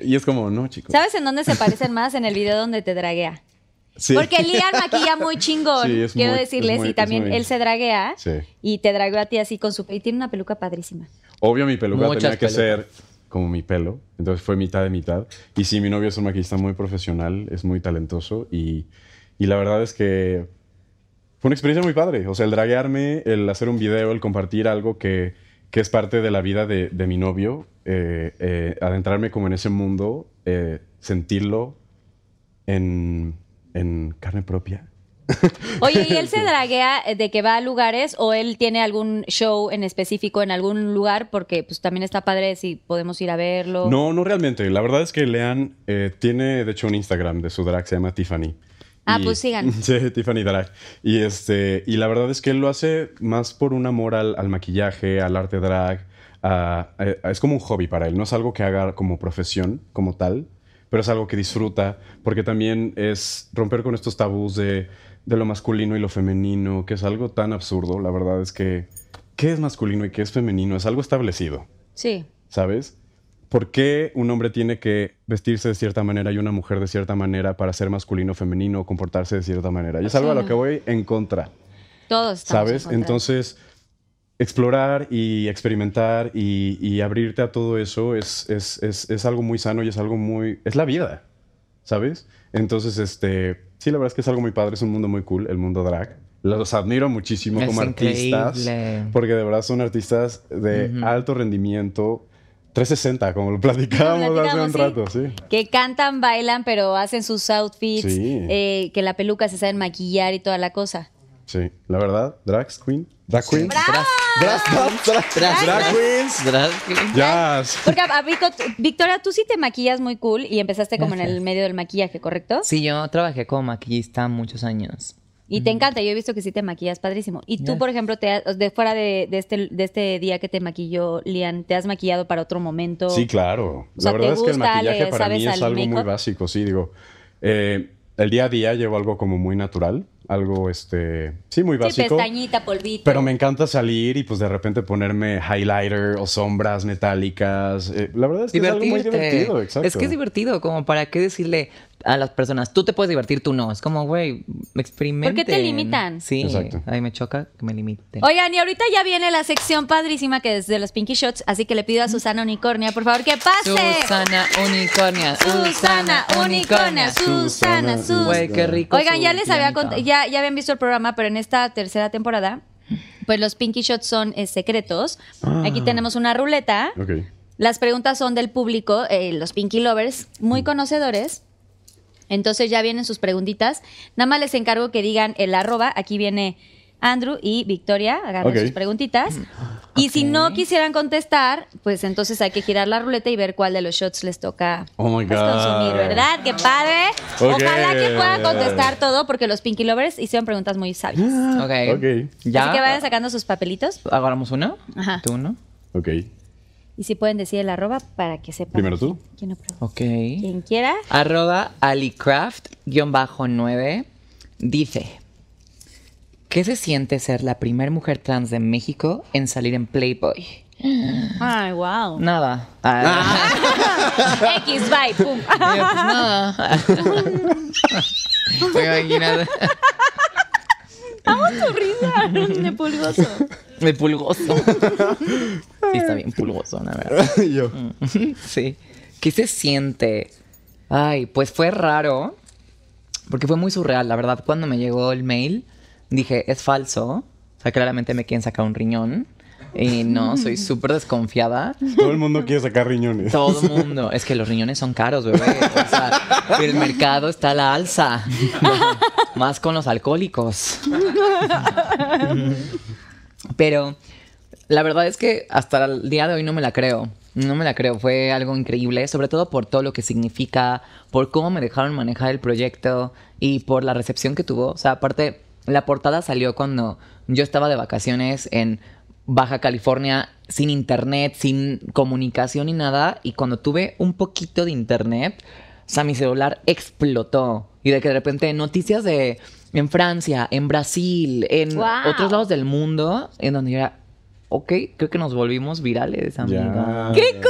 S4: Y es como, no, chicos.
S3: ¿Sabes en dónde se parecen más? En el video donde te draguea.
S4: Sí.
S3: Porque Lian maquilla muy chingón,
S4: Sí, es
S3: quiero
S4: muy- es
S3: decirles,
S4: muy-
S3: y
S4: es
S3: también
S4: muy-
S3: él se draguea
S4: Sí.
S3: y te draguea a ti así con su... Y tiene una peluca padrísima.
S4: Obvio, mi peluca
S5: Muchas
S4: tenía que
S5: pelucas.
S4: ser como mi pelo. Entonces fue mitad de mitad. Y sí, mi novio es un maquillista muy profesional, es muy talentoso. Y, y la verdad es que fue una experiencia muy padre. O sea, el draguearme, el hacer un video, el compartir algo que, que es parte de la vida de, de mi novio, eh, eh, adentrarme como en ese mundo, eh, sentirlo en, en carne propia.
S3: Oye, ¿y él se draguea eh, de que va a lugares o él tiene algún show en específico en algún lugar? Porque pues también está padre si podemos ir a verlo.
S4: No, no realmente. La verdad es que Lean eh, tiene, de hecho, un Instagram de su drag, se llama Tiffany.
S3: Ah, pues sigan.
S4: Sí, Tiffany Drag. Y, este, y la verdad es que él lo hace más por un amor al, al maquillaje, al arte drag. a- a- es como un hobby para él, no es algo que haga como profesión, como tal, pero es algo que disfruta, porque también es romper con estos tabús de, de lo masculino y lo femenino, que es algo tan absurdo. La verdad es que, ¿qué es masculino y qué es femenino? Es algo establecido.
S3: Sí.
S4: ¿sabes? ¿Por qué un hombre tiene que vestirse de cierta manera y una mujer de cierta manera para ser masculino o femenino o comportarse de cierta manera? Y es algo a lo que voy en contra,
S3: Todos estamos
S4: ¿sabes?
S3: en contra.
S4: Entonces, explorar y experimentar y, y abrirte a todo eso es, es- es- es algo muy sano y es algo muy... es la vida, ¿sabes? Entonces, este, sí, la verdad es que es algo muy padre, es un mundo muy cool, el mundo drag. Los admiro muchísimo
S5: Es
S4: como artistas. Pues,
S5: increíble.
S4: Porque de verdad son artistas de alto rendimiento. 360, como lo platicábamos hace un rato,
S3: platicamos,
S4: sí.
S3: Que cantan, bailan, pero hacen sus outfits,
S4: Sí.
S3: eh, que la peluca se saben maquillar y toda la cosa.
S4: Sí, la verdad, drag queen, drag queen,
S5: Drag, drag, drag,
S4: drag queens,
S5: drag queen.
S4: jazz.
S3: Porque a- a Vico- Victoria, tú sí te maquillas muy cool y empezaste como en el medio del maquillaje, ¿correcto?
S5: Sí, yo trabajé como maquillista muchos años.
S3: Y te encanta, yo he visto que sí te maquillas padrísimo. Y tú,
S5: Yes.
S3: por ejemplo, te has- de fuera de, de este, de este día que te maquilló Lian, ¿te has maquillado para otro momento?
S4: Sí, claro.
S3: O
S4: la
S3: sea, ¿te
S4: verdad es que el
S3: gusta?
S4: maquillaje
S3: ¿Le
S4: para
S3: sabes
S4: mí es
S3: al
S4: algo muy
S3: make-up?
S4: básico, sí, digo. eh, el día a día llevo algo como muy natural, algo, este, sí, muy
S3: Sí,
S4: básico.
S3: pestañita, polvito.
S4: Pero me encanta salir y pues de repente ponerme highlighter o sombras metálicas. Eh, la verdad es que es algo muy
S5: Divertirte.
S4: divertido, exacto.
S5: Es que es divertido, como para qué decirle a las personas, tú te puedes divertir, tú no. Es como, güey, experimenten.
S3: limitan?
S5: Sí,
S4: Exacto.
S5: Ay, me choca que me limiten.
S3: Oigan, y ahorita ya viene la sección padrísima que es de los Pinky Shots, así que le pido a Susana Unicornia, por favor, que pase.
S5: Susana Unicornia.
S3: Susana Unicornia, Susana,
S4: Susana,
S3: Susana.
S5: Güey, qué rico.
S3: Oigan,
S5: su
S3: ya les había
S5: pianita.
S3: cont- ya, ya habían visto el programa, pero en esta tercera temporada, pues los Pinky Shots son eh, secretos.
S4: Ah.
S3: Aquí tenemos una ruleta.
S4: Ok.
S3: Las preguntas son del público, eh, los Pinky Lovers,
S4: Mm.
S3: muy conocedores. Entonces ya vienen sus preguntitas. Nada más les encargo que digan el arroba. Aquí viene Andrew y Victoria. Agarran
S4: Ok. Mm.
S3: sus preguntitas. Y si no quisieran contestar, pues entonces hay que girar la ruleta y ver cuál de los shots les toca
S4: Oh my
S3: pues,
S4: God.
S3: consumir, ¿verdad? ¡Qué padre!
S4: Ok.
S3: Ojalá que puedan contestar todo porque los Pinky Lovers hicieron preguntas muy sabias.
S5: Ok.
S4: Ah, Ok.
S5: Ya.
S3: Así que vayan sacando sus papelitos
S5: ¿Agarramos uno?
S3: Ajá.
S5: ¿Tú uno?
S4: Ok.
S3: y si pueden decir el arroba para que sepan.
S4: Primero tú.
S3: quién aprobó.
S5: Ok.
S3: Quien quiera.
S5: Arroba AliCraft-9 dice: ¿Qué se siente ser la primera mujer trans de México en salir en Playboy?
S3: Ay, wow.
S5: Nada. Ah,
S3: X, bye, pum.
S5: yo, pues, nada. Me imagino
S3: Tu risa de pulgoso.
S5: de pulgoso. Sí, está bien pulgoso, la verdad. Mm.
S4: Y yo.
S5: sí. ¿Qué se siente? Ay, pues fue raro. Porque fue muy surreal, la verdad. Cuando me llegó el mail, dije, es falso. O sea, claramente me quieren sacar un riñón. Y no, soy súper desconfiada.
S4: Todo el mundo quiere sacar riñones.
S5: Todo mundo. Es que los riñones son caros, bebé. O sea, el mercado está a la alza. Más con los alcohólicos. Pero La verdad es que hasta el día de hoy no me la creo. No me la creo. Fue algo increíble, sobre todo por todo lo que significa, por cómo me dejaron manejar el proyecto y por la recepción que tuvo. O sea, aparte, la portada salió cuando yo estaba de vacaciones en Baja California, sin internet, sin comunicación ni nada. Y cuando tuve un poquito de internet, o sea, mi celular explotó. Y de que de repente noticias de en Francia, en Brasil, en
S3: Wow.
S5: otros lados del mundo, en donde yo era, ok, creo que nos volvimos virales, amiga.
S4: ¡Qué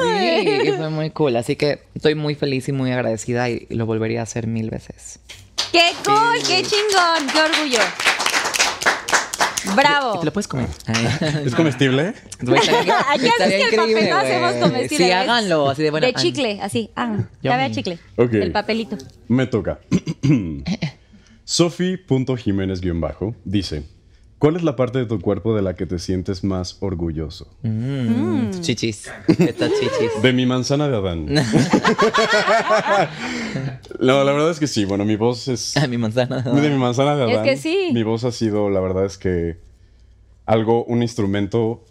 S5: Sí, y fue muy cool. Así que estoy muy feliz y muy agradecida y lo volvería a hacer mil veces.
S3: ¡Qué cool! ¡Qué chingón! ¡Qué orgullo!
S5: ¿Y
S3: ¡Bravo!
S5: te lo puedes comer? Ay.
S4: ¿Es comestible?
S5: Güey, estaría-
S3: Ya ves
S5: estaría
S3: que el papel lo
S5: güey.
S3: hacemos comestible.
S5: Sí,
S3: es
S5: háganlo. Así de bueno.
S3: De
S5: ay,
S3: chicle, así. Ah, sabe a
S5: Yummy.
S3: chicle.
S4: Ok.
S3: El papelito.
S4: Me toca. Sofi.jiménez-bajo dice: ¿Cuál es la parte de tu cuerpo de la que te sientes más orgulloso?
S5: mm, Chichis. Estas chichis.
S4: De mi manzana de Adán. no, la verdad es que sí. Bueno, mi voz es.
S5: Ay, mi manzana.
S4: De mi manzana de
S3: Es
S4: Adán.
S3: que sí.
S4: Mi voz ha sido, la verdad es que. Algo, un instrumento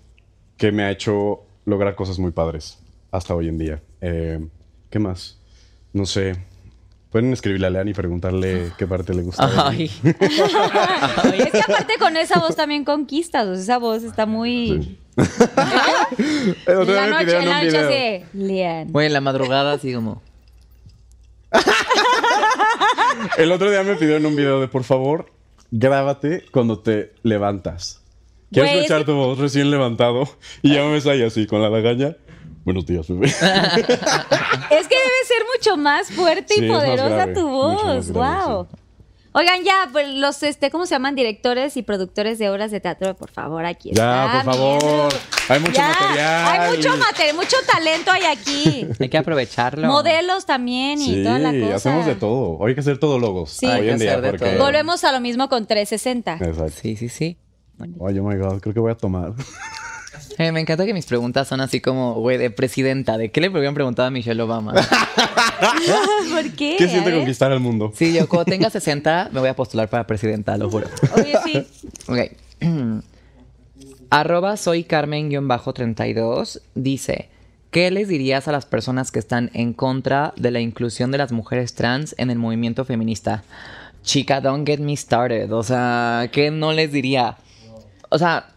S4: que me ha hecho lograr cosas muy padres hasta hoy en día. Eh, ¿Qué más? No sé. Pueden escribirle a Lean y preguntarle qué parte le gusta. de mí.
S5: Ay.
S3: Es que aparte con esa voz también conquistas. o sea, esa voz está muy.
S4: Sí. El otro
S3: En
S4: día
S3: la
S4: me
S3: noche,
S4: pidieron
S3: en la
S4: un
S3: noche
S4: video.
S3: así. de, Lean.
S5: Güey, en la madrugada así como.
S4: El otro día me pidieron un video de por favor, grábate cuando te levantas. Quiero
S3: Güey, es
S4: escuchar
S3: que-
S4: tu voz recién levantado y ya me ves ahí así con la lagaña. Buenos días, bebé.
S3: Es que debe ser mucho más fuerte
S4: Sí,
S3: y
S4: es más
S3: poderosa
S4: grave,
S3: tu
S4: mucho más
S3: voz.
S4: grave,
S3: wow.
S4: sí.
S3: Oigan, ya, pues los, este, ¿cómo se llaman? Directores y productores de obras de teatro, por favor, aquí
S4: Ya,
S3: está,
S4: por
S3: mi
S4: favor.
S3: Andrew.
S4: Hay mucho
S3: Ya,
S4: material.
S3: Hay mucho material, mucho talento hay aquí.
S5: Hay que aprovecharlo.
S3: Modelos también y
S4: Sí,
S3: toda la cosa.
S4: hacemos de todo. Hoy Hay que hacer todo logos.
S3: Sí. Hay
S4: hoy
S5: que
S4: en día.
S5: hacer de
S4: porque-
S5: todo.
S3: Volvemos a lo mismo con 360.
S4: Exacto.
S5: Sí, sí, sí.
S4: Ay, oh my god, creo que voy a tomar.
S5: Eh, me encanta que mis preguntas son así como, güey, de presidenta. ¿De qué le habían preguntado a Michelle Obama?
S3: ¿Por qué?
S4: Ah.
S3: eh?
S4: ¿Qué
S3: A
S4: siente
S3: ver.
S4: conquistar el mundo?
S5: Sí, yo cuando tenga 60 me voy a postular para presidenta, lo juro.
S3: Oye, sí.
S5: Ok. Arroba soy Carmen-32 dice, ¿qué les dirías a las personas que están en contra de la inclusión de las mujeres trans en el movimiento feminista? Chica, don't get me started. O sea, ¿qué no les diría? O sea,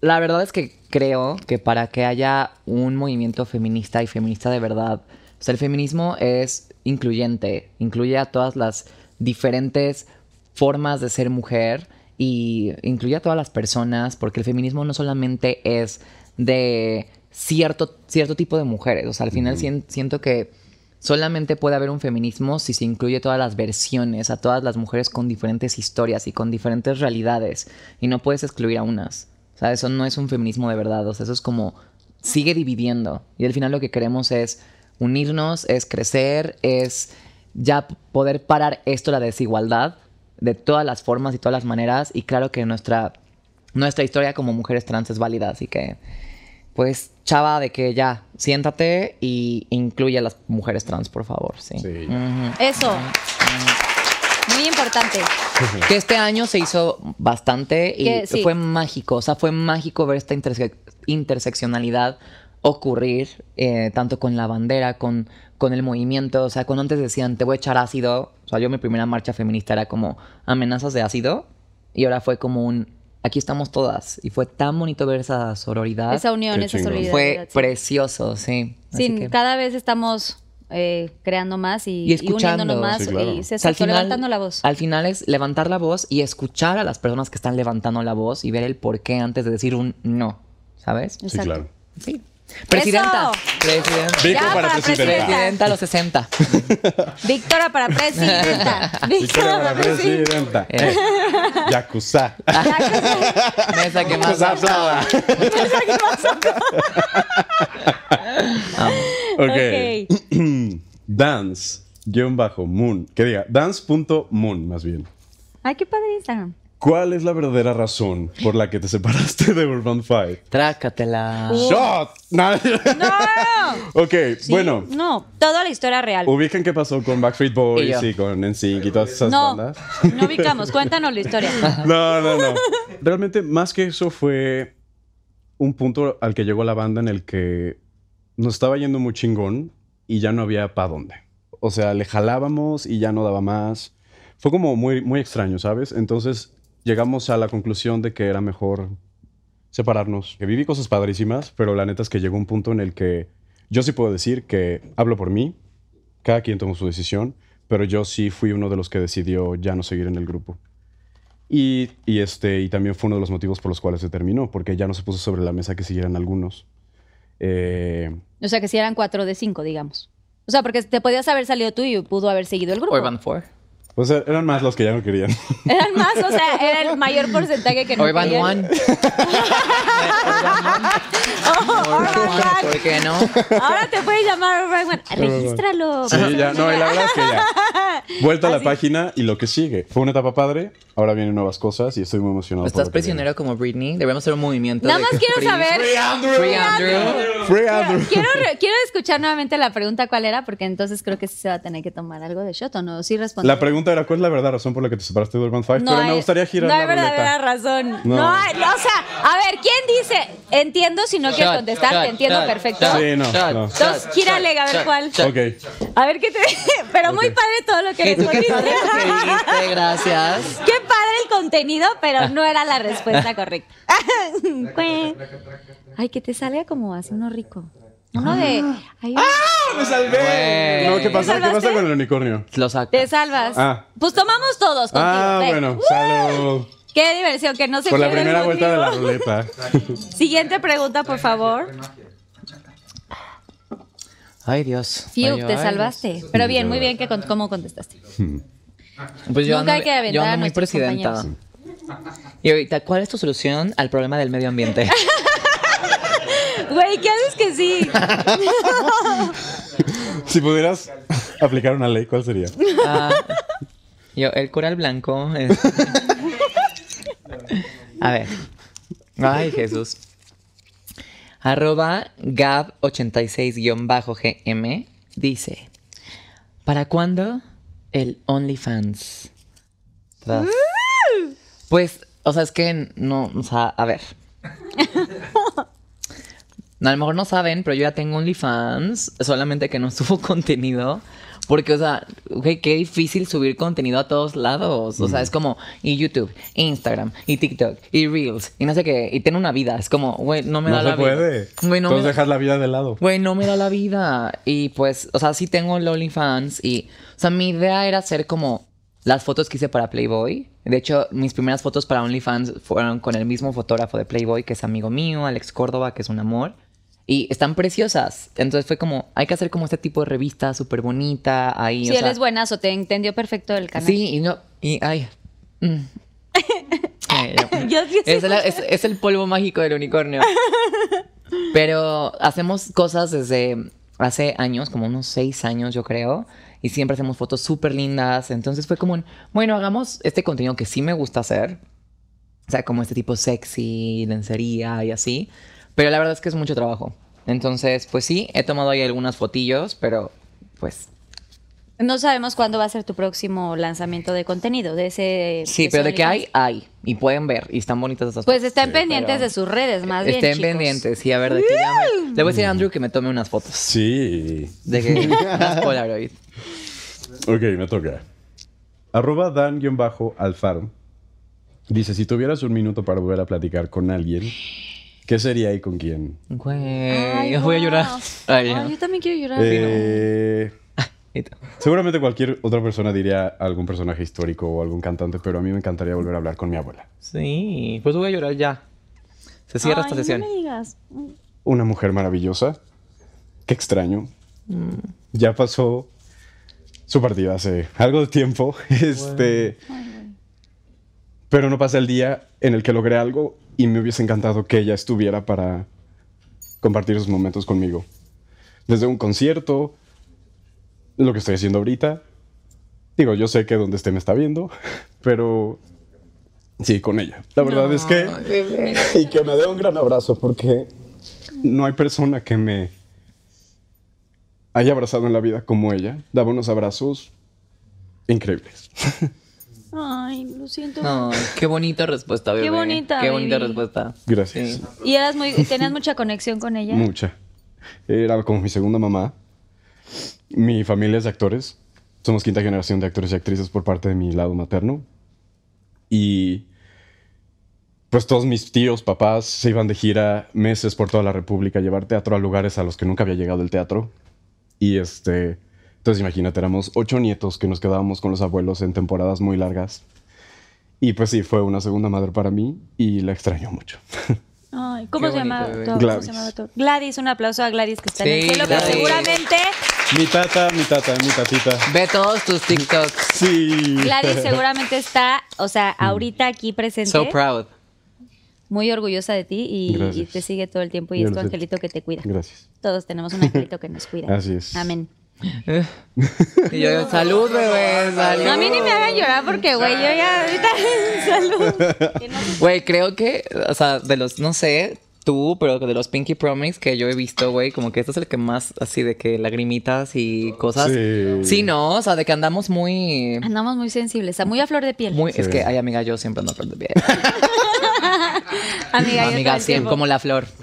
S5: la verdad es que creo que para que haya un movimiento feminista y feminista de verdad, o sea, el feminismo es incluyente, incluye a todas las diferentes formas de ser mujer y incluye a todas las personas, porque el feminismo no solamente es de cierto, cierto tipo de mujeres, o sea, al final sien- siento que solamente puede haber un feminismo si se incluye todas las versiones, a todas las mujeres con diferentes historias y con diferentes realidades, y no puedes excluir a unas. O sea, eso no es un feminismo de verdad. O sea, eso es como sigue dividiendo. Y al final lo que queremos es unirnos, es crecer, es ya p- poder parar esto, la desigualdad, de todas las formas y todas las maneras. Y claro que nuestra, nuestra historia como mujeres trans es válida. Así que, pues, chava, de que ya, siéntate y incluye a las mujeres trans, por favor. Sí. Mm.
S4: Sí.
S3: Mm,
S5: Ujú.
S3: Eso. Muy importante.
S5: Que este año se hizo bastante y
S3: Que sí.
S5: fue mágico. O sea, fue mágico ver esta interse- interseccionalidad ocurrir, eh, tanto con la bandera, con, con el movimiento. O sea, cuando antes decían, te voy a echar ácido. O sea, yo mi primera marcha feminista era como amenazas de ácido. Y ahora fue como un, aquí estamos todas. Y fue tan bonito ver esa sororidad.
S3: Esa unión,
S4: Qué
S3: esa
S4: chingón.
S3: solidaridad.
S5: fue
S3: sí.
S5: precioso, sí. Así
S3: Sí,
S5: que-
S3: cada vez estamos eh, creando más y,
S5: Y escuchando.
S3: uniéndonos más
S4: Sí, claro.
S3: y se
S5: O sea,
S3: está levantando la voz.
S5: Al final es levantar la voz y escuchar a las personas que están levantando la voz y ver el por qué antes de decir un no, ¿sabes?
S4: Sí,
S3: Exacto.
S4: claro.
S5: Sí. Presidenta.
S3: ¡Eso!
S5: Presidenta.
S4: Vico
S3: Ya,
S4: para
S3: para
S4: presidenta.
S3: presidenta.
S5: Presidenta a los 60.
S3: Victoria para presidenta.
S4: Victoria
S3: Victoria
S4: para presidenta.
S5: Eh.
S4: Yakuza.
S5: Mesa que
S3: Pues
S5: más.
S4: Yakuza aplauda. Ok.
S3: Ok.
S4: dance guión bajo moon que diga dance.moon más bien
S3: Ay, qué padre Instagram.
S4: ¿cuál es la verdadera razón por la que te separaste de Urban Five?
S5: Trácatela.
S4: ¡Shot! No.
S3: No,
S4: ok, bueno
S3: no, toda la historia real.
S4: ubican qué pasó con Backstreet
S5: Y
S4: Boys
S5: yo.
S4: y, con NSYNC y todas esas
S3: no,
S4: bandas
S3: no ubicamos. Cuéntanos la historia.
S4: no, no, no realmente más que eso fue un punto al que llegó la banda en el que nos estaba yendo muy chingón y ya no había para dónde. O sea, le jalábamos y ya no daba más. Fue como muy, muy extraño, ¿sabes? Entonces llegamos a la conclusión de que era mejor separarnos. Que viví cosas padrísimas, pero la neta es que llegó un punto en el que yo sí puedo decir que hablo por mí, cada quien tomó su decisión, pero yo sí fui uno de los que decidió ya no seguir en el grupo. Y, y, este, y también fue uno de los motivos por los cuales se terminó, porque ya no se puso sobre la mesa que siguieran algunos. Eh,
S3: O sea, que si eran cuatro de cinco, digamos. O sea, porque te podías haber salido tú y pudo haber seguido el grupo.
S5: O Ivan Four.
S4: pues er- eran más los que ya no querían.
S3: Eran más, o sea, era el mayor porcentaje que no
S5: O Ivan
S3: querían.
S5: One.
S3: Oh, Orban One.
S5: ¿Por qué no?
S3: Ahora te puedes llamar Orban One. Regístralo.
S4: Sí, ya, no, y la verdad es que ya. Vuelta a la
S3: Así.
S4: página y lo que sigue. Fue una etapa padre, ahora vienen nuevas cosas y estoy muy emocionado. por
S5: Estás
S4: lo que viene.
S5: prisionero como Britney. Deberíamos hacer un movimiento.
S3: Nada
S5: de
S3: más
S5: que
S3: quiero
S5: Free-
S3: saber.
S4: Free Andrew.
S5: Free Andrew.
S4: Free
S3: Quiero,
S4: Andrew.
S3: quiero re- quiero escuchar nuevamente la pregunta cuál era, porque entonces creo que sí se va a tener que tomar algo de shot o no. Sí responde.
S4: La pregunta era: ¿cuál es la verdad razón por la que te separaste de Urban Five? pero me gustaría girar
S3: No
S4: la
S3: hay verdadera
S4: ruleta.
S3: razón. No.
S4: No.
S3: hay- no, o sea, a ver, ¿quién dice? Entiendo si no quieres
S5: Shot,
S3: contestar,
S5: shot,
S3: te entiendo
S5: shot,
S3: perfecto.
S5: shot,
S4: Sí, no,
S5: shot,
S4: no.
S5: shot,
S3: Entonces, gírale, a ver
S5: shot,
S3: cuál.
S5: shot.
S4: Ok.
S3: A ver qué te. Pero muy padre todo lo que
S5: ¿Y tú qué
S3: respondiste.
S5: padre lo que dijiste, gracias.
S3: Qué padre el contenido, pero no era la respuesta correcta. Cue. Ay, que te salga como así uno rico. Uno de.
S4: Ah.
S3: ay,
S4: ¡Me salvé!
S5: Güey.
S4: No, ¿qué pasa?
S3: ¿Te
S4: ¿Qué pasa
S3: salvaste?
S4: con el unicornio?
S5: Lo saco.
S3: te salvas.
S4: Ah.
S3: Pues tomamos todos contigo.
S4: Ah,
S3: Ve.
S4: bueno,
S3: ¡Uh!
S4: salud.
S3: Qué diversión, que no se
S4: Por la
S3: pierda el
S4: primera vuelta de la
S3: motivo.
S4: ruleta.
S3: Siguiente pregunta, por favor.
S5: Ay, Dios.
S3: Fiu,
S5: Ay,
S3: te
S5: ay,
S3: salvaste. Pero bien, muy bien que con- cómo contestaste.
S5: Dios. Pues yo
S3: Nunca
S5: ando,
S3: hay que aventar
S5: yo
S3: a
S5: ando muy
S3: nuestros
S5: presidenta.
S3: compañeros.
S5: Y ahorita, ¿cuál es tu solución al problema del medio ambiente?
S3: Güey, ¿qué haces que sí?
S4: Si pudieras aplicar una ley, ¿cuál sería?
S5: Ah, yo, el coral blanco. es- A ver. Ay, Jesús. Arroba Gab86-GM dice: ¿Para cuándo el OnlyFans? Tras- Pues, o sea, es que no, o sea, a ver. A lo mejor no saben, pero yo ya tengo OnlyFans, solamente que no subo contenido. Porque, o sea, güey, qué difícil subir contenido a todos lados.
S4: Mm.
S5: O sea, es como, y YouTube, y Instagram, y TikTok, y Reels, y no sé qué, y tengo una vida. Es como, güey, no me
S4: No
S5: da
S4: se
S5: la vida.
S4: puede.
S5: Güey, no me
S4: Entonces
S5: da-
S4: dejas la vida de lado.
S5: Güey, no me da la vida. Y pues, o sea, sí tengo el OnlyFans y, o sea, mi idea era hacer como las fotos que hice para Playboy. De hecho, mis primeras fotos para OnlyFans fueron con el mismo fotógrafo de Playboy, que es amigo mío, Alex Córdoba, que es un amor. Y están preciosas. Entonces fue como, hay que hacer como este tipo de revista súper bonita ahí.
S3: Si
S5: o sea,
S3: eres buenazo, te entendió perfecto el canal.
S5: Sí, y no, y ay. mm. Ay, no.
S3: Yo sí
S5: es,
S3: sé
S5: la- es- es el polvo mágico del unicornio. Pero hacemos cosas desde hace años, como unos seis años yo creo, y siempre hacemos fotos súper lindas. Entonces fue como un, bueno, hagamos este contenido que sí me gusta hacer. O sea, como este tipo sexy, lencería y así. Pero la verdad es que es mucho trabajo. Entonces, pues sí, he tomado ahí algunas fotillos, pero pues
S3: No sabemos cuándo va a ser tu próximo lanzamiento de contenido de ese.
S5: Sí,
S3: ese
S5: pero de que hay,
S3: OnlyFans.
S5: hay. Y pueden ver. Y están bonitas esas
S3: Pues
S5: fotos.
S3: estén
S5: Sí,
S3: pendientes
S5: pero-
S3: de sus redes, más bien.
S5: Estén
S3: chicos.
S5: pendientes, sí, a ver de qué llame. Le voy a decir a Andrew que me tome unas fotos.
S4: Sí.
S5: De que. unas Polaroid.
S4: Ok, me toca. Arroba Dan-Alfaro. Dice, si tuvieras un minuto para volver a platicar con alguien, ¿qué sería y con quién?
S5: Güey,
S3: Ay,
S5: Eh, yo voy a
S3: wow.
S5: llorar. Ay,
S3: Ay,
S5: no.
S3: yo también quiero llorar.
S4: Eh,
S5: Y tú.
S4: seguramente cualquier otra persona diría algún personaje histórico o algún cantante, pero a mí me encantaría volver a hablar con mi abuela.
S5: Sí, pues voy a llorar ya. Se cierra esta
S3: Ay,
S5: sesión.
S3: No me digas.
S4: Una mujer maravillosa. Qué extraño.
S5: Mm.
S4: Ya pasó su partido hace algo de tiempo. Este. Pero no pasa el día en el que logré algo y me hubiese encantado que ella estuviera para compartir esos momentos conmigo. Desde un concierto, lo que estoy haciendo ahorita. Digo, yo sé que donde esté me está viendo, pero sí, con ella. La verdad es que... Y que me dé un gran abrazo porque no hay persona que me haya abrazado en la vida como ella. Daba unos abrazos increíbles.
S3: Ay, lo siento.
S5: No, qué bonita respuesta, bebé.
S3: Qué bonita,
S5: Qué bonita
S3: baby.
S5: respuesta.
S4: Gracias.
S5: Sí.
S3: Y eras muy, tenías mucha conexión con ella.
S4: Mucha. Era como mi segunda mamá. Mi familia es de actores. Somos quinta generación de actores y actrices por parte de mi lado materno. Y pues todos mis tíos, papás, se iban de gira meses por toda la República a llevar teatro a lugares a los que nunca había llegado el teatro. Y este, entonces imagínate, éramos ocho nietos que nos quedábamos con los abuelos en temporadas muy largas. Y pues sí, fue una segunda madre para mí y la extraño mucho.
S3: Ay, ¿Cómo
S5: Qué
S3: se
S5: bonito,
S3: llamaba?
S5: bebé.
S3: tu-
S4: Gladys.
S3: ¿Cómo se llamaba tu- Gladys, un aplauso a Gladys que está en el
S5: Sí,
S3: cielo, pero
S5: Gladys.
S3: seguramente
S4: Mi tata, mi tata, mi tatita.
S5: Ve todos tus TikToks.
S4: Sí.
S3: Gladys seguramente está, o sea,
S5: Mm.
S3: ahorita aquí presente,
S5: So proud.
S3: muy orgullosa de ti y,
S4: Gracias.
S3: y te sigue todo el tiempo y
S4: Yo
S3: es
S4: lo
S3: tu
S4: sé.
S3: angelito que te cuida.
S4: Gracias.
S3: Todos tenemos un angelito que nos cuida.
S4: Así es.
S3: Amén.
S5: Y yo, salud, bebé, salud.
S3: No, a mí ni me hagan llorar porque, güey, yo ya ahorita salud. Que no-
S5: Güey, creo que, o sea, de los, no sé, tú, pero de los Pinky Promise que yo he visto, güey, como que este es el que más, así de que lagrimitas y cosas.
S4: Sí.
S5: Sí, no, o sea, de que andamos muy.
S3: Andamos muy sensibles, a- muy a flor de piel.
S5: muy Es
S4: Sí.
S5: que, ay, amiga, yo siempre ando perdiendo bien.
S3: amiga, yo todo
S5: amiga,
S3: el
S5: siempre,
S3: tiempo.
S5: como la flor. Sí,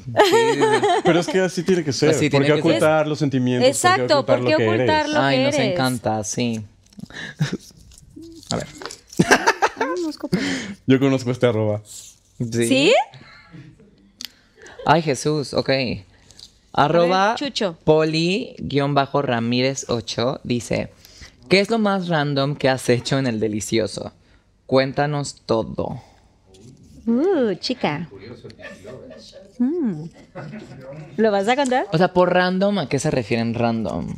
S4: Pero es que así tiene que ser.
S5: Así
S4: porque
S5: tiene que ser.
S4: ocultar los sentimientos.
S3: Exacto,
S4: porque
S3: ¿por qué ocultarlo? Lo
S5: Ay,
S3: que
S5: nos
S3: eres.
S5: encanta, sí. A ver.
S4: Yo conozco este arroba.
S5: Sí.
S3: ¿Sí?
S5: Ay, Jesús, ok. Arroba
S3: ver, Chucho.
S5: poli-ramírez8 dice: ¿Qué es lo más random que has hecho en el delicioso? Cuéntanos todo.
S3: Uh, chica. Mm. ¿Lo vas a contar?
S5: O sea, por random, ¿a qué se refieren random?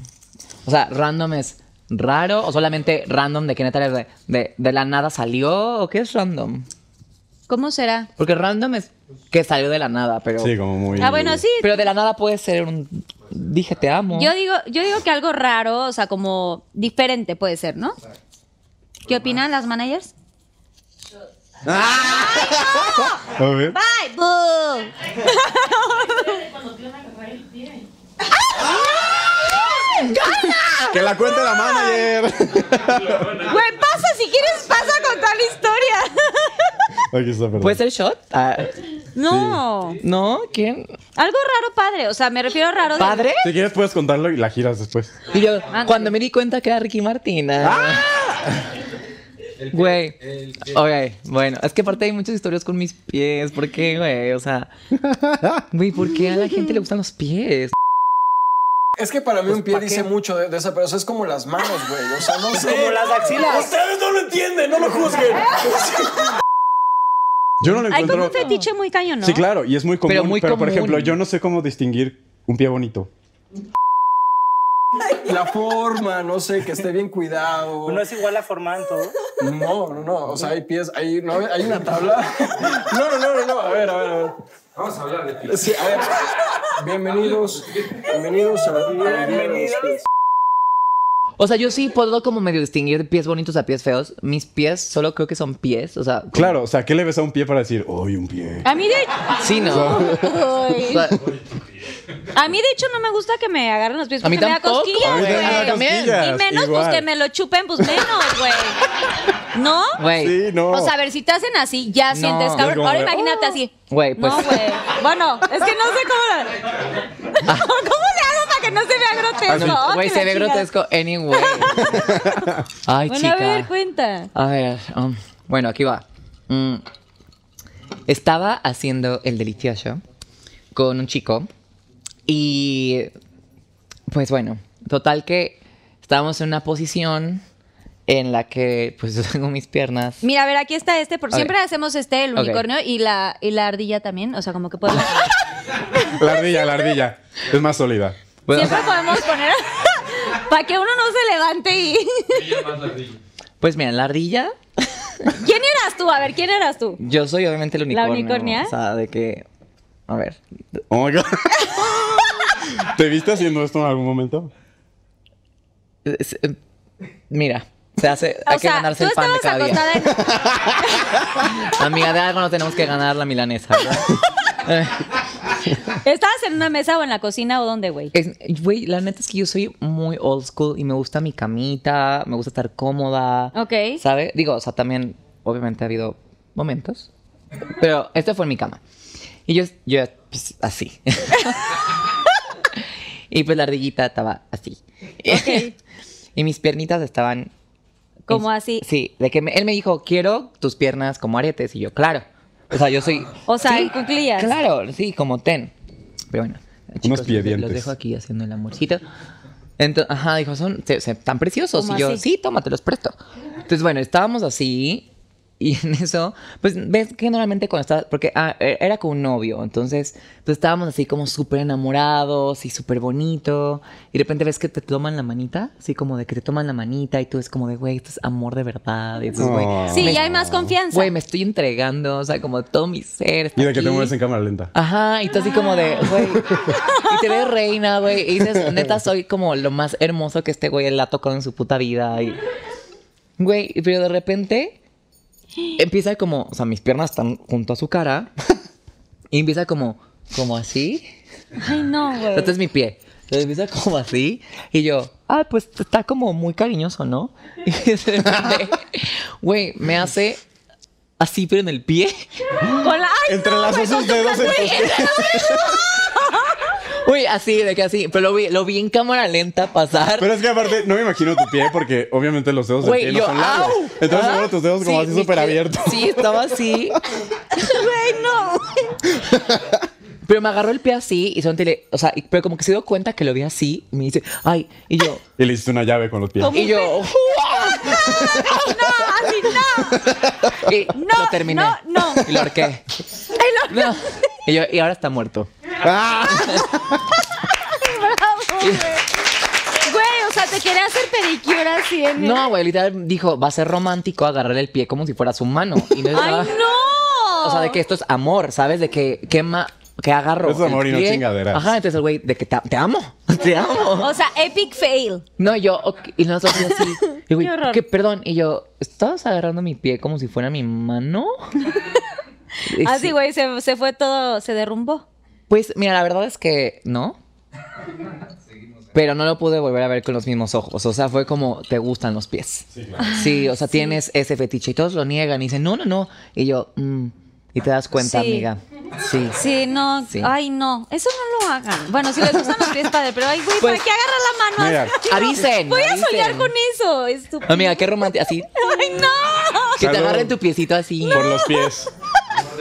S5: O sea, random es raro o solamente random de que neta de, de, de la nada salió o qué es random?
S3: ¿Cómo será?
S5: Porque random es que salió de la nada, pero.
S4: Sí, como muy.
S3: Ah, bueno, sí.
S5: Pero de la nada puede ser un. Dije te amo.
S3: Yo digo, yo digo que algo raro, o sea, como diferente puede ser, ¿no? ¿Qué opinan las managers?
S4: A ver.
S3: ¡Bye! boo!
S4: Que la cuente la manager.
S3: Güey, pasa, si quieres, pasa a contar la historia.
S4: Aquí está, perdón.
S5: ¿Puede ser shot? Ah,
S3: no.
S5: no, ¿quién?
S3: Algo raro padre, o sea, me refiero a raro. de-
S5: ¿Padre?
S4: Si quieres, puedes contarlo y la giras después.
S5: Y yo, cuando me di cuenta que era Ricky Martina.
S4: Ah.
S5: ¡Ah! Güey. Ok, bueno. Es que aparte hay muchas historias con mis pies. ¿Por qué, güey? O sea. Güey, ¿por qué a la gente le gustan los pies?
S1: Es que para mí un pie
S5: Pues, ¿pa' qué?
S1: dice mucho de, de esa, pero eso es como las manos, güey. O sea, no sé.
S5: Como las axilas.
S1: Ustedes no lo entienden, no lo juzguen.
S4: Yo no lo
S3: Hay como
S4: encuentro.
S3: un fetiche muy cañón, ¿no?
S4: Sí, claro, y es muy común.
S5: Pero
S4: Pero,
S5: muy
S4: por
S5: común.
S4: ejemplo, yo no sé cómo distinguir un pie bonito.
S1: La forma, no sé, que esté bien cuidado.
S6: Pues No es igual a formanto.
S1: No, no, no. O sea, hay pies, hay, no, hay una tabla. No, no, no, no, no. A ver, a ver, a ver. Vamos a hablar de pies. Sí, a ver. Bienvenidos. Bienvenidos a la Bienvenidos.
S5: O sea, yo sí puedo como medio distinguir pies bonitos a pies feos. Mis pies solo creo que son pies. O sea. como-
S4: Claro, o sea, ¿qué le ves a un pie para decir, hoy un pie?
S3: A mí de
S5: Sí, no. O
S3: Ay.
S5: sea,
S3: A mí, de hecho, no me gusta que me agarren los pies
S5: A mí
S3: porque me da
S5: tampoco,
S3: cosquillas,
S5: a mí
S3: Ah, güey.
S5: también me da
S4: cosquillas,
S3: Y menos, pues
S4: igual.
S3: que me lo chupen, pues menos, güey. ¿No?
S5: Güey.
S4: Sí, no.
S3: O sea, a ver, si te hacen así, ya
S5: No.
S3: sientes
S5: Es
S3: cabrón.
S4: como
S3: Ahora
S4: de,
S3: imagínate así.
S5: Güey, pues-
S3: No, güey. Bueno, es que no sé cómo. la- ¿Cómo le hago para que no se vea grotesco? Ah,
S5: Ah. Güey,
S3: que
S5: se
S3: la
S5: ve
S3: chingada.
S5: grotesco anyway. Ay,
S3: Bueno,
S5: chica.
S3: a ver, cuenta.
S5: A ver, um, bueno, aquí va. Mm, estaba haciendo el delicioso con un chico y pues bueno, total que estábamos en una posición en la que pues yo tengo mis piernas.
S3: Mira, a ver, aquí está este. Por
S5: Ok.
S3: siempre hacemos este, el
S5: Ok.
S3: unicornio y la y la ardilla también. O sea, como que podemos.
S4: La ardilla, la ardilla. Es más sólida.
S5: Bueno,
S3: Siempre podemos poner. para que uno no se levante y.
S5: pues mira, la ardilla,
S3: ¿Quién eras tú? A ver, ¿quién eras tú?
S5: yo soy obviamente el unicornio.
S3: unicornia?
S5: O sea, de que, a ver,
S4: Oh my God. ¿Te viste haciendo esto en algún momento?
S5: es- eh, mira, se hace, hay
S3: o
S5: que
S3: sea,
S5: ganarse
S3: tú
S5: el pan de
S3: estabas
S5: cada día.
S3: acostada en...
S5: Amiga, de algo no tenemos que ganar la milanesa, ¿verdad?
S3: ¿Estabas en una mesa o en la cocina o dónde, güey?
S5: Es- Güey, la neta es que yo soy muy old school y me gusta mi camita, me gusta estar cómoda.
S3: Ok.
S5: ¿Sabe? Digo, o sea, también obviamente ha habido momentos, pero este fue en mi cama. Y yo, yo pues, así. y pues la ardillita estaba así.
S3: Ok.
S5: y mis piernitas estaban...
S3: Como así.
S5: Sí, de que me- él me dijo, quiero tus piernas como aretes. Y yo, claro. O sea, yo soy...
S3: O sea,
S5: Sí,
S3: en cuclillas.
S5: Claro, sí, como ten. Pero bueno. chicos, los de-
S4: piedientes.
S5: Los dejo aquí haciendo el amorcito. Entonces, ajá, dijo, son se- se- tan preciosos.
S3: ¿Cómo
S5: Y yo,
S3: así?
S5: sí, toma, te los presto. Entonces, bueno, estábamos así. Y en eso, pues ves que normalmente cuando estaba, porque ah, e- era con un novio, entonces, pues estábamos así como súper enamorados y súper bonito. Y de repente ves que te toman la manita, así como de que te toman la manita y tú es como de, güey, esto es amor de verdad. Y entonces, Pues, güey,
S4: Oh.
S3: Sí, ya hay más confianza.
S5: güey, me estoy entregando, o sea, como todo mi ser. está
S4: Y de que te
S5: aquí.
S4: mueves en cámara lenta.
S5: Ajá, y tú así como de, güey. Y te ves reina, güey. Y dices, neta, soy como lo más hermoso que este güey la ha tocado en su puta vida. Y, güey, pero de repente empieza como, o sea, mis piernas están junto a su cara. Y empieza como, como así.
S3: Ay, no, güey.
S5: Este es mi pie. Entonces empieza como así. Y yo, ah, pues está como muy cariñoso, ¿no? Y de repente, güey, me hace así, pero en el pie.
S3: Con la- ¡Ay,
S4: Entrelazó sus dedos en tus pies.
S5: Uy, así, de que así. Pero lo vi, lo vi en cámara lenta pasar.
S4: Pero es que aparte, no me imagino tu pie porque obviamente los dedos del
S5: Güey,
S4: pie no
S5: yo,
S4: son largos.
S5: ¡au!
S4: Entonces
S5: Ajá.
S4: seguro tus dedos como
S5: Sí,
S4: así
S5: mi
S4: súper
S5: pie-
S4: abiertos.
S5: Sí, estaba así.
S3: güey, no!
S5: Pero me agarró el pie así y son tele. O sea, y- pero como que se dio cuenta que lo vi así. Y me dice, ay, y yo.
S4: Y le hiciste una llave con los pies.
S5: Y yo.
S3: ¡Así no!
S5: Y
S3: No,
S5: lo terminé.
S3: no, no.
S5: Y lo ahorqué.
S3: ¡Ay, no!
S5: No. Y yo, y ahora está muerto.
S4: Ah,
S3: ¡Bravo, güey! Güey, o sea, te quería hacer pedicura así en el-
S5: No, güey, literal dijo, va a ser romántico agarrarle el pie como si fuera su mano. Y no estaba-
S3: ¡Ay, no!
S5: O sea, de que esto es amor, ¿sabes? De que quema, que agarro.
S4: Eso es
S5: el
S4: amor y no
S5: pie.
S4: chingaderas.
S5: Ajá, entonces el güey, de que te, te amo, te amo.
S3: O sea, epic fail.
S5: No, y yo, ok, y nosotros así. Y güey,
S3: Qué horror.
S5: que perdón, y yo, ¿estabas agarrando mi pie como si fuera mi mano? Y
S3: Así,
S5: sí,
S3: güey, se, se fue todo, se derrumbó.
S5: Pues mira, la verdad es que no. Pero no lo pude volver a ver con los mismos ojos. O sea, fue como, te gustan los pies. Sí, o sea, tienes ese fetiche y todos lo niegan y dicen, no, no, no. Y yo, "Mm". y te das cuenta,
S3: Sí.
S5: amiga. Sí.
S3: Sí, no,
S5: Sí.
S3: ay, no, eso no lo hagan. Bueno, si les gustan los pies, padre, pero ay, güey,
S5: Pues,
S3: ¿para qué agarra la mano?
S4: mira,
S3: así?
S5: avisen,
S3: Voy a
S5: avisen.
S3: soñar con eso, estúpido.
S5: Amiga, qué romántico. Así,
S3: ¡Ay, no!
S5: que te
S4: Salud.
S5: agarren tu piecito así.
S4: por los pies.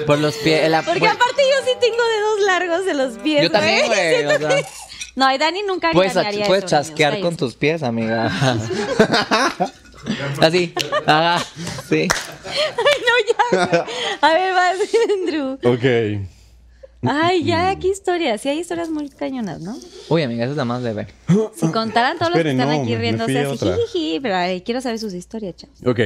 S5: Por, los pies. la-
S3: Porque
S5: güey,
S3: aparte yo sí tengo dedos largos de los pies,
S5: Pues, Yo también, güey,
S3: Siento
S5: o sea.
S3: que- No, y Dani nunca
S5: Puedes,
S3: haría eso,
S5: Pues, puedes
S3: niños,
S5: chasquear
S3: ay,
S5: con tus pies, amiga. así. Ajá. Sí.
S3: Ay, no, ya. güey. A ver, vas, Andrew.
S4: Ok.
S3: Ay, ya, qué historia. Sí, hay historias muy cañonas, ¿no?
S5: Uy, amiga, esa es la más leve.
S3: Si contaran todos los que
S4: Esperen,
S3: están
S4: no,
S3: aquí
S4: me
S3: riéndose
S4: fui a
S3: así,
S4: otra.
S3: jijiji, pero ay, quiero saber sus historias, chavos.
S4: Ok.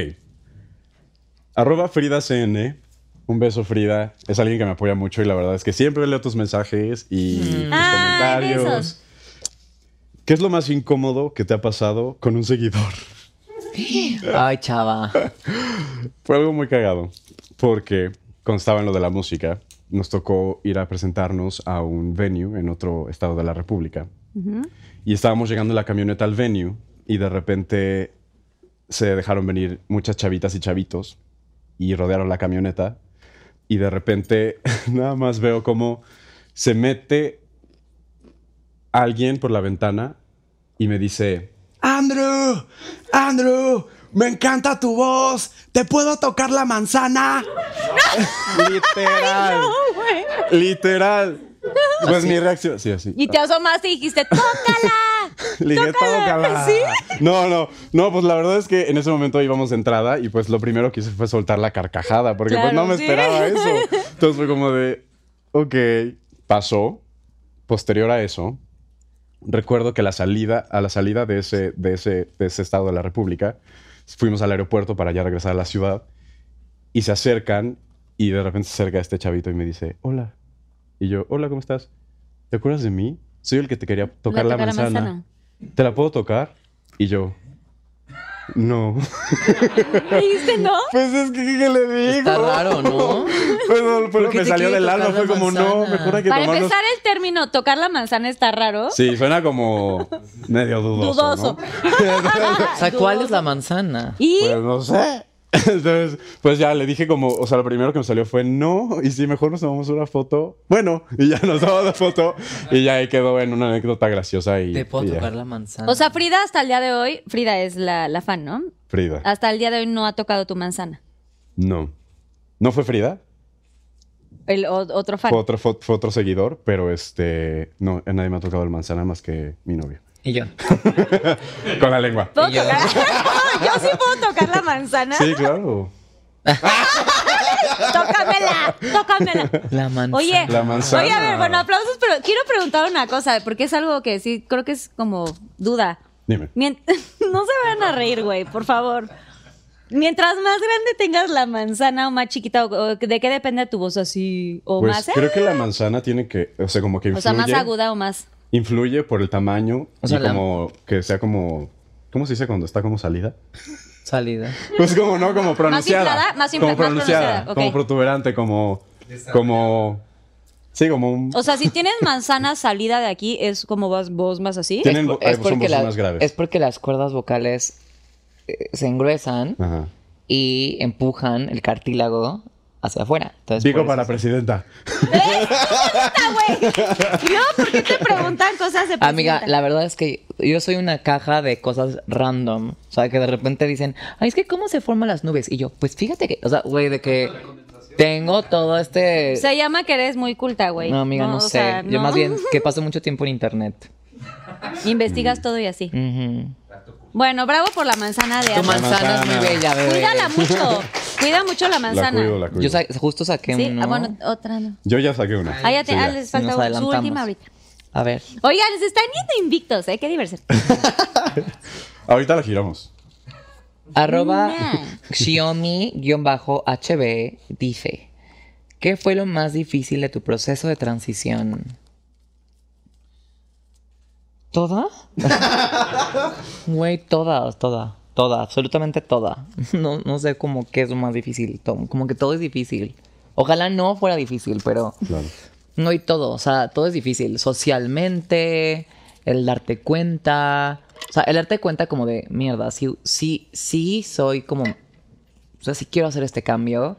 S4: Arroba Frida CN. Un beso, Frida. Es alguien que me apoya mucho y la verdad es que siempre leo tus mensajes y tus
S3: Ay,
S4: comentarios.
S3: besos.
S4: ¿Qué es lo más incómodo que te ha pasado con un seguidor?
S5: Ay, chava.
S4: Fue algo muy cagado, porque constaba en lo de la música. Nos tocó ir a presentarnos a un venue en otro estado de la República. Y estábamos llegando en la camioneta al venue y de repente se dejaron venir muchas chavitas y chavitos y rodearon la camioneta. Y de repente nada más veo cómo se mete alguien por la ventana y me dice, Andrew, Andrew, me encanta tu voz, ¿te puedo tocar la manzana? literal, literal. Pues mi reacción, sí, así.
S3: Y te asomaste y dijiste, ¡tócala!
S4: Le dije, "Tócala". No, no, no, pues la verdad es que en ese momento íbamos de entrada y pues lo primero que hice fue soltar la carcajada, porque pues
S3: Claro,
S4: no me
S3: sí.
S4: esperaba eso. Entonces fue como de, ok, pasó. Posterior a eso, recuerdo que la salida, a la salida de ese, de ese, de ese estado de la República, fuimos al aeropuerto para ya regresar a la ciudad y se acercan y de repente se acerca este chavito y me dice, hola. Y yo, hola, ¿cómo estás? ¿Te acuerdas de mí? Soy el que te quería tocar la,
S3: toca la
S4: manzana.
S3: manzana.
S4: ¿Te la puedo tocar? Y yo, No.
S3: ¿Dijiste no?
S4: Pues es que, ¿qué le digo?
S5: Está raro, ¿no?
S4: Pues no, fue lo
S5: qué
S4: que
S5: te
S4: salió
S5: quiere
S4: del
S5: tocar
S4: alma.
S5: la
S4: Fue como, no,
S5: manzana?
S4: mejor hay que
S3: Para
S4: tomarnos-
S3: empezar el término tocar la manzana está raro.
S4: Sí, suena como medio dudoso.
S3: Dudoso.
S4: ¿no?
S5: O sea, ¿cuál es la manzana?
S3: Y
S4: Pues no sé. Entonces, pues ya le dije como, o sea, lo primero que me salió fue no, y si mejor nos tomamos una foto, bueno, y ya nos tomamos la foto, y ya ahí quedó en una anécdota graciosa y...
S5: Te puedo
S4: y ya.
S5: tocar la manzana.
S3: o sea, Frida hasta el día de hoy, Frida es la, la fan, ¿no?
S4: Frida.
S3: Hasta el día de hoy no ha tocado tu manzana.
S4: No. ¿No fue Frida?
S3: El o- otro fan.
S4: Fue otro, fue, fue otro seguidor, pero este, no, nadie me ha tocado el manzana más que mi novio.
S5: y yo.
S4: Con la lengua.
S3: ¿Puedo
S5: Y yo.
S3: tocar? yo sí puedo tocar la manzana.
S4: Sí, claro.
S3: Tócamela, tócamela.
S5: La manzana.
S3: Oye,
S4: La manzana.
S3: oye, a ver, bueno, aplausos, pero quiero preguntar una cosa, porque es algo que sí, creo que es como duda.
S4: Dime.
S3: Mien- no se vayan a reír, güey, por favor. Mientras más grande tengas la manzana o más chiquita, o- o ¿de qué depende tu voz así? ¿O
S4: Pues
S3: más? eh,
S4: creo que la manzana tiene que, o sea, como que influye.
S3: o sea, más aguda o más.
S4: Influye por el tamaño
S5: O sea,
S4: y
S5: la-
S4: como que sea como... ¿Cómo se dice cuando está como salida?
S5: Salida.
S4: Pues como no, como pronunciada.
S3: inflada? Más infla-
S4: como
S3: más pronunciada, ok.
S4: Como protuberante, como... Como... Sí, como un...
S3: O sea, si tienes manzana salida de aquí, es como voz, voz más así.
S4: tienen vo- eh, son voces
S5: la-
S4: más graves.
S5: es porque las cuerdas vocales eh, se engruesan
S4: Ajá.
S5: y empujan el cartílago hacia afuera. Entonces,
S4: Digo
S5: por
S4: para
S5: eso-
S4: presidenta.
S3: No, ¿por qué te preguntan cosas de
S5: Amiga,
S3: presidenta?
S5: la verdad es que yo soy una caja de cosas random. O sea, que de repente dicen, ay, es que cómo se forman las nubes. Y yo, pues fíjate que, o sea, güey, de que tengo todo este...
S3: Se llama que eres muy culta, güey.
S5: No, amiga, no,
S3: o
S5: sé.
S3: sea,
S5: Yo
S3: no.
S5: más bien que paso mucho tiempo en internet.
S3: Investigas todo y así.
S5: Ujú.
S3: Bueno, bravo por la manzana de
S5: Tu
S3: Ana.
S5: manzana es muy
S4: manzana.
S5: bella, bebé.
S3: Cuídala mucho. Cuida mucho la
S4: La
S3: manzana.
S4: cuido, la cuido.
S5: Yo sa- justo saqué
S3: Sí,
S5: uno.
S3: ah, bueno, otra no.
S4: Yo ya saqué una.
S3: Ah, ya te,
S4: Sí, ya.
S3: ah, les
S5: Nos
S3: falta su
S5: adelantamos.
S3: última ahorita.
S5: A ver.
S3: Oigan, se están yendo invictos, ¿eh? Qué diversión.
S4: Ahorita la giramos.
S5: Arroba
S3: Nah.
S5: Xiaomi-HB dice: ¿Qué fue lo más difícil de tu proceso de transición? ¿Toda? Güey, toda, toda, toda, absolutamente toda. No, no sé cómo qué es lo más difícil. to- Como que todo es difícil. Ojalá no fuera difícil, pero.
S4: Claro.
S5: No, y todo, o sea, todo es difícil. Socialmente, el darte cuenta. O sea, el darte cuenta como de, mierda, sí, sí, sí soy como... O sea, sí quiero hacer este cambio.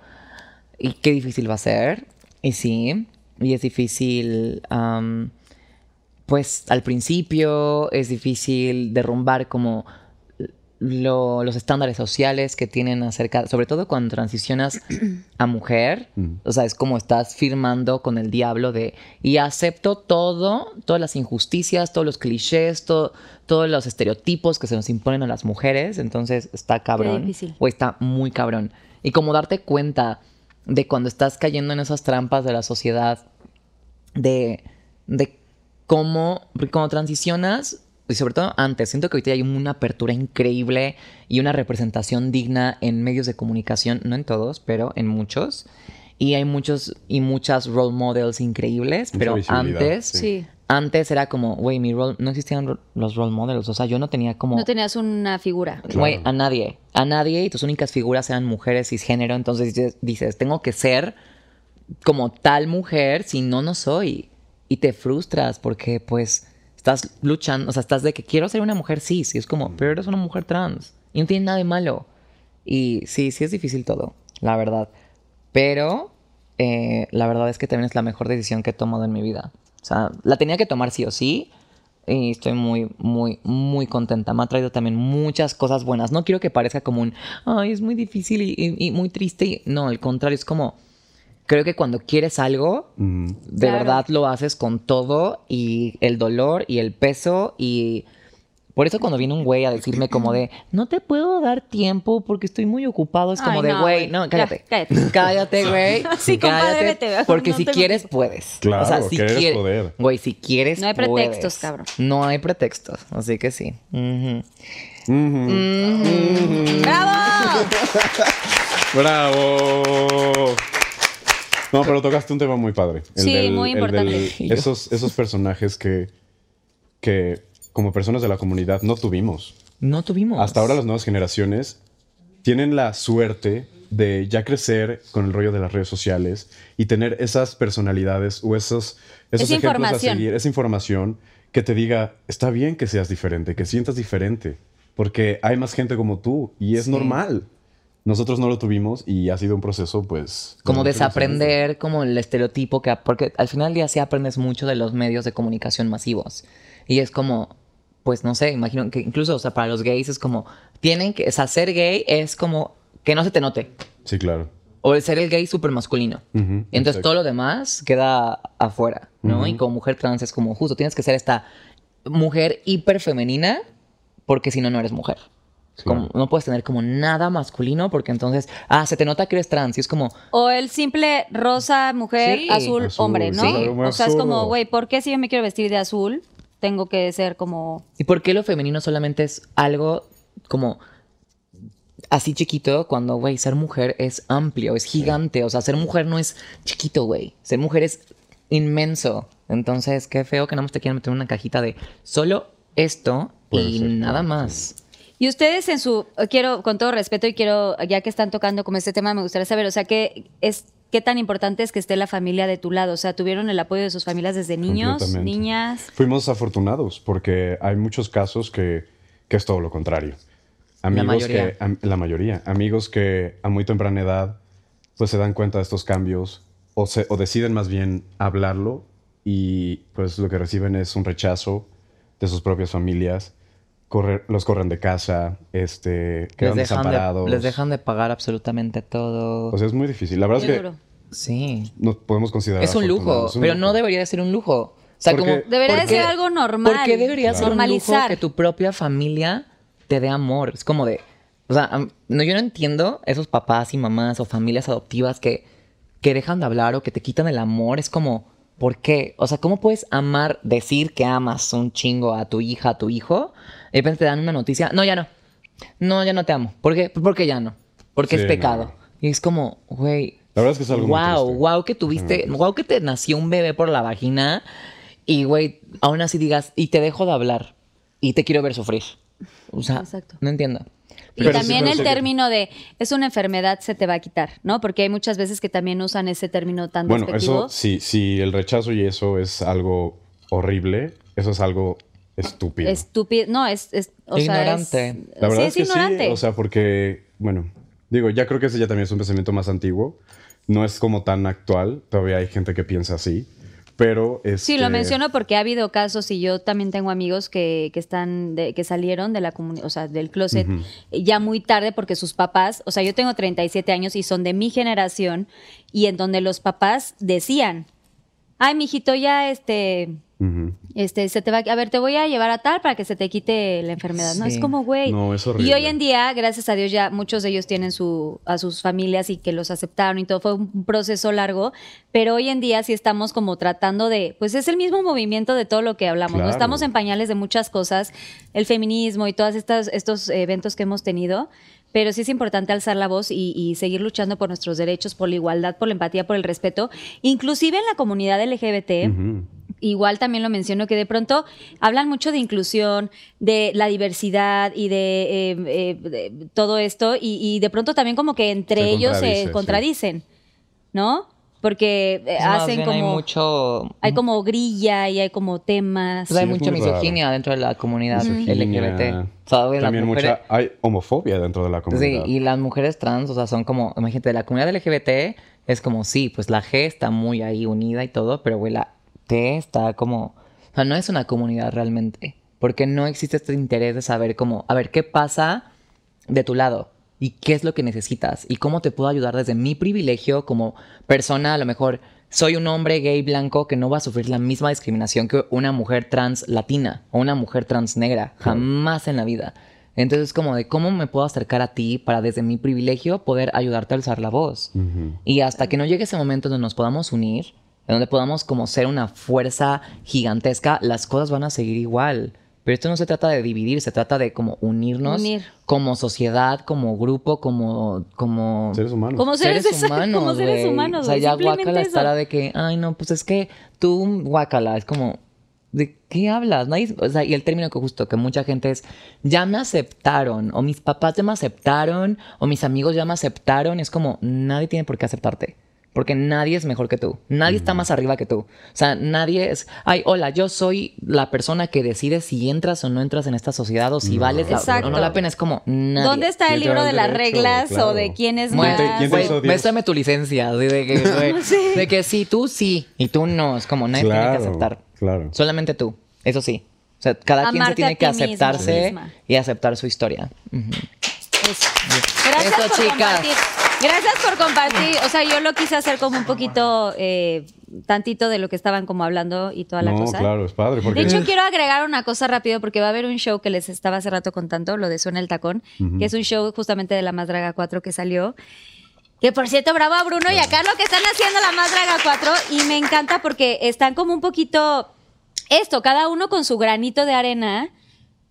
S5: Y qué difícil va a ser. Y sí, y es difícil... am, pues al principio es difícil derrumbar como lo- los estándares sociales que tienen acerca, sobre todo cuando transicionas a mujer, o sea, es como estás firmando con el diablo de, y acepto todo, todas las injusticias, todos los clichés, to- todos los estereotipos que se nos imponen a las mujeres, entonces está cabrón,
S3: difícil.
S5: o está muy cabrón. Y como darte cuenta de cuando estás cayendo en esas trampas de la sociedad de, de cómo, porque cuando transicionas, y sobre todo antes, siento que ahorita ya hay una apertura increíble y una representación digna en medios de comunicación, no en todos, pero en muchos. Y hay muchos y muchas role models increíbles,
S4: Mucha
S5: pero
S4: visibilidad,
S5: antes,
S4: sí.
S3: Sí.
S5: antes era como, güey, mi role, no existían ro- los role models, o sea, yo no tenía como...
S3: No tenías una figura.
S5: Güey,
S4: Claro.
S5: a nadie. A nadie y tus únicas figuras eran mujeres cisgénero. Entonces dices- dices, tengo que ser como tal mujer si no, no soy. Y te frustras porque pues estás luchando, o sea, estás de que quiero ser una mujer cis. Y es como, pero eres una mujer trans. Y no tiene nada de malo. Y sí, sí es difícil todo, la verdad. Pero eh, la verdad es que también es la mejor decisión que he tomado en mi vida. O sea, la tenía que tomar sí o sí. Y estoy muy, muy, muy contenta. Me ha traído también muchas cosas buenas. No quiero que parezca como un, ay, es muy difícil y, y- y muy triste. y- No, al contrario, es como, creo que cuando quieres algo,
S4: Mm.
S5: de
S3: Claro.
S5: verdad lo haces con todo y el dolor y el peso y por eso cuando viene un güey a decirme como de no te puedo dar tiempo porque estoy muy ocupado es como
S3: Ay,
S5: de
S3: no,
S5: güey
S3: güey.
S5: no
S3: Ya,
S5: cállate
S3: cállate.
S5: cállate güey
S3: Sí, compadre, vete.
S5: porque
S3: No
S5: si
S3: tengo
S5: quieres
S3: tiempo.
S5: puedes
S4: Claro,
S5: o sea si
S4: querer es
S5: quieres
S4: poder.
S5: güey si quieres
S3: No hay pretextos,
S5: puedes.
S3: cabrón.
S5: no hay pretextos así que sí Ujú.
S3: ¡Bravo!
S4: ¡Bravo! No, pero tocaste un tema muy padre.
S3: Sí, muy
S4: del-
S3: importante.
S4: esos, esos personajes que, que como personas de la comunidad no tuvimos.
S5: No tuvimos.
S4: Hasta ahora las nuevas generaciones tienen la suerte de ya crecer con el rollo de las redes sociales y tener esas personalidades o esos, esos
S3: Esa
S4: ejemplos a
S3: información.
S4: seguir, esa información que te diga, está bien que seas diferente, que sientas diferente, porque hay más gente como tú y es
S5: Sí.
S4: normal. Nosotros no lo tuvimos y ha sido un proceso, pues...
S5: Como
S4: de mucho
S5: desaprender como el estereotipo que... Porque al final del día sí aprendes mucho de los medios de comunicación masivos. Y es como, pues no sé, imagino que incluso, o sea, para los gays es como, tienen que, o sea, ser gay es como que no se te note.
S4: aprendizaje. Sí, claro.
S5: O el ser el gay súper masculino.
S4: Ujú,
S5: y entonces
S4: exacto.
S5: todo lo demás queda afuera, ¿no?
S4: Ujú.
S5: Y como mujer trans es como justo, tienes que ser esta mujer hiper femenina porque si no, no eres mujer. Como-
S4: Claro.
S5: no puedes tener como nada masculino porque entonces, ah, se te nota que eres trans y es como,
S3: O el simple rosa, mujer,
S5: Sí.
S3: azul,
S4: Azul,
S3: hombre,
S4: sí,
S3: ¿no?
S4: claro, muy
S3: o sea, es como,
S4: absurdo.
S3: güey, ¿por qué si yo me quiero vestir de azul? Tengo que ser como.
S5: ¿Y por qué lo femenino solamente es algo como así chiquito cuando, güey, ser mujer es amplio, es gigante? O sea, ser mujer no es chiquito, güey. Ser mujer es inmenso. Entonces, qué feo que nada más te quieran meter en una cajita de solo esto
S4: Puede
S5: y
S4: ser,
S5: nada
S4: claro,
S5: más.
S3: Y ustedes en su. Quiero, con todo respeto, y quiero, ya que están tocando como este tema, me gustaría saber, o sea, ¿qué, es, qué tan importante es que esté la familia de tu lado? O sea, ¿tuvieron el apoyo de sus familias desde niños,
S4: Completamente.
S3: niñas?
S4: Fuimos afortunados porque hay muchos casos que, que es todo lo contrario. Amigos
S5: mayoría.
S4: Que, am- la mayoría. Amigos que a muy temprana edad pues se dan cuenta de estos cambios o, se- o deciden más bien hablarlo y pues lo que reciben es un rechazo de sus propias familias. Corre- los corren de casa, este,
S5: Les
S4: quedan
S5: dejan, de,
S4: desamparados.
S5: les dejan de pagar absolutamente todo.
S4: O sea, es muy difícil. La verdad
S3: Qué
S4: es que
S3: duro.
S5: sí.
S4: nos podemos considerar
S5: Es un lujo,
S4: afortunados. Es un
S5: pero no
S4: lujo.
S5: debería de ser un lujo. O sea,
S4: Porque-
S5: como,
S3: Debería
S5: ¿por
S3: de ser
S5: qué-
S3: algo normal.
S5: Porque debería ser un lujo
S3: normalizar.
S5: que tu propia familia te dé amor. Es como de. O sea, am- no, yo no entiendo esos papás y mamás o familias adoptivas que, que dejan de hablar o que te quitan el amor. Es como, ¿por qué? O sea, ¿cómo puedes amar, decir que amas un chingo a tu hija, a tu hijo? Y de repente te dan una noticia. No, ya no. No, ya no te amo. ¿Por qué? Porque ya no.
S4: Sí,
S5: Porque es
S4: no.
S5: pecado. Y es como, güey.
S4: La verdad es que es algo muy
S5: Wow,
S4: triste.
S5: wow que tuviste, wow que te nació un bebé por la vagina y güey, aún así digas y te dejo de hablar y te quiero ver sufrir. O sea,
S3: Exacto.
S5: no entiendo.
S3: Y
S4: Pero sí,
S3: también
S4: pero
S3: el
S4: sí que-
S3: término de es una enfermedad, se te va a quitar, ¿no? Porque hay muchas veces que también usan ese término tan
S4: Bueno,
S3: despectivo.
S4: eso, si, si el rechazo y eso es algo horrible, eso es algo estúpido.
S3: Estúpido. No, es. es o Sea, es-
S5: Ignorante.
S4: La verdad
S3: sí,
S4: es que
S3: ignorante.
S4: sí, o sea, porque, bueno, digo, ya creo que ese ya también es un pensamiento más antiguo, no es como tan actual, todavía hay gente que piensa así, pero este, es...
S3: Sí, lo menciono porque ha habido casos y yo también tengo amigos que, que están de- que salieron de la comunidad, o sea, del closet ya muy tarde porque sus papás, o sea, yo tengo 37 años y son de mi generación y en donde los papás decían, "Ay, mijito, ya este este, se te va, a ver, te voy a llevar a tal para que se te quite la enfermedad. No,
S5: Sí.
S3: es como, güey.
S4: No, es horrible.
S3: Y hoy en día, gracias a Dios, ya muchos de ellos tienen su, a sus familias y que los aceptaron y todo. Fue un proceso largo, pero hoy en día sí estamos como tratando de, pues es el mismo movimiento de todo lo que hablamos. ¿no?
S4: Claro.
S3: Estamos en pañales de muchas cosas, el feminismo y todos estos eventos que hemos tenido. Pero sí es importante alzar la voz y, y seguir luchando por nuestros derechos, por la igualdad, por la empatía, por el respeto, inclusive en la comunidad LGBT igual también lo menciono, que de pronto hablan mucho de inclusión, de la diversidad y de, eh, eh, de todo esto, y, y de pronto también como que entre
S4: Se
S3: ellos
S4: contradice,
S3: se
S4: sí.
S3: contradicen, ¿no? Porque eh,
S5: Es más
S3: hacen
S5: bien
S3: como...
S5: hay mucho
S3: hay como grilla y hay como temas.
S5: pues hay
S4: Sí, es
S5: mucha
S4: muy raro.
S5: misoginia dentro de la comunidad
S4: Misoginia.
S5: LGBT. O sea, güey, las
S4: También
S5: mujeres-
S4: mucha, hay homofobia dentro de la
S5: Sí,
S4: comunidad.
S5: y las mujeres trans, o sea, son como, imagínate, de la comunidad LGBT es como, sí, pues la G está muy ahí unida y todo, pero güey, la T está como, o sea, no es una comunidad realmente, porque no existe este interés de saber como, a ver, ¿qué pasa de tu lado? ¿Y qué es lo que necesitas? ¿Y cómo te puedo ayudar desde mi privilegio como persona? A lo mejor soy un hombre gay blanco que no va a sufrir la misma discriminación que una mujer trans latina o una mujer trans negra, jamás en la vida. Entonces es como de cómo me puedo acercar a ti para desde mi privilegio poder ayudarte a alzar la voz. Y hasta que no llegue ese momento donde nos podamos unir, en donde podamos como ser una fuerza gigantesca, las cosas van a seguir igual. Pero esto no se trata de dividir, se trata de como unirnos
S3: Unir.
S5: como sociedad, como grupo, como... como
S4: Seres humanos.
S3: Como seres, humanos. Como seres
S5: güey.
S3: humanos.
S5: O sea,
S3: güey,
S5: ya
S3: simplemente
S5: guacala
S3: eso.
S5: estará de que, ay, no, pues es que tú guacala. Es como, ¿de qué hablas? Nadie- o sea, y el término que justo, que mucha gente es, ya me aceptaron, o mis papás ya me aceptaron, o mis amigos ya me aceptaron, es como, nadie tiene por qué aceptarte. Porque nadie es mejor que tú. Nadie está más arriba que tú. O sea, nadie es. Ay, hola, yo soy la persona que decide si entras o no entras en esta sociedad o si vales la,
S3: Exacto.
S5: o no la pena. Es como nadie.
S3: ¿Dónde está
S4: ¿Quién
S3: el
S4: te
S3: libro
S4: da
S3: de
S4: el
S3: las
S4: derecho?
S3: reglas
S4: Claro.
S3: o de quién es
S5: Güey,
S3: más?
S4: Muerte- ¿Quién te
S5: güey,
S4: hizo Dios?
S5: Bésame tu licencia. así De que, güey,
S3: Sí.
S5: de que sí, tú sí y tú no. Es como nadie tiene que
S4: Claro,
S5: aceptar.
S4: claro.
S5: Solamente tú. Eso sí. O sea, cada quien se
S3: Amarte
S5: tiene
S3: a
S5: que
S3: ti mismo,
S5: aceptarse
S3: misma.
S5: y aceptar su historia. Ujú.
S3: Eso. Gracias
S5: Eso,
S3: por
S5: chicas.
S3: compartir. Gracias por compartir. O sea, yo lo quise hacer como un poquito, eh, tantito de lo que estaban como hablando y toda la
S4: no,
S3: cosa.
S4: claro, es padre. Porque
S3: De hecho, quiero agregar una cosa rápido porque va a haber un show que les estaba hace rato contando, lo de Suena el Tacón, que es un show justamente de La Más Draga 4 que salió. Que por cierto, bravo a Bruno y a Carlos que están haciendo La Más Draga 4 y me encanta porque están como un poquito esto, cada uno con su granito de arena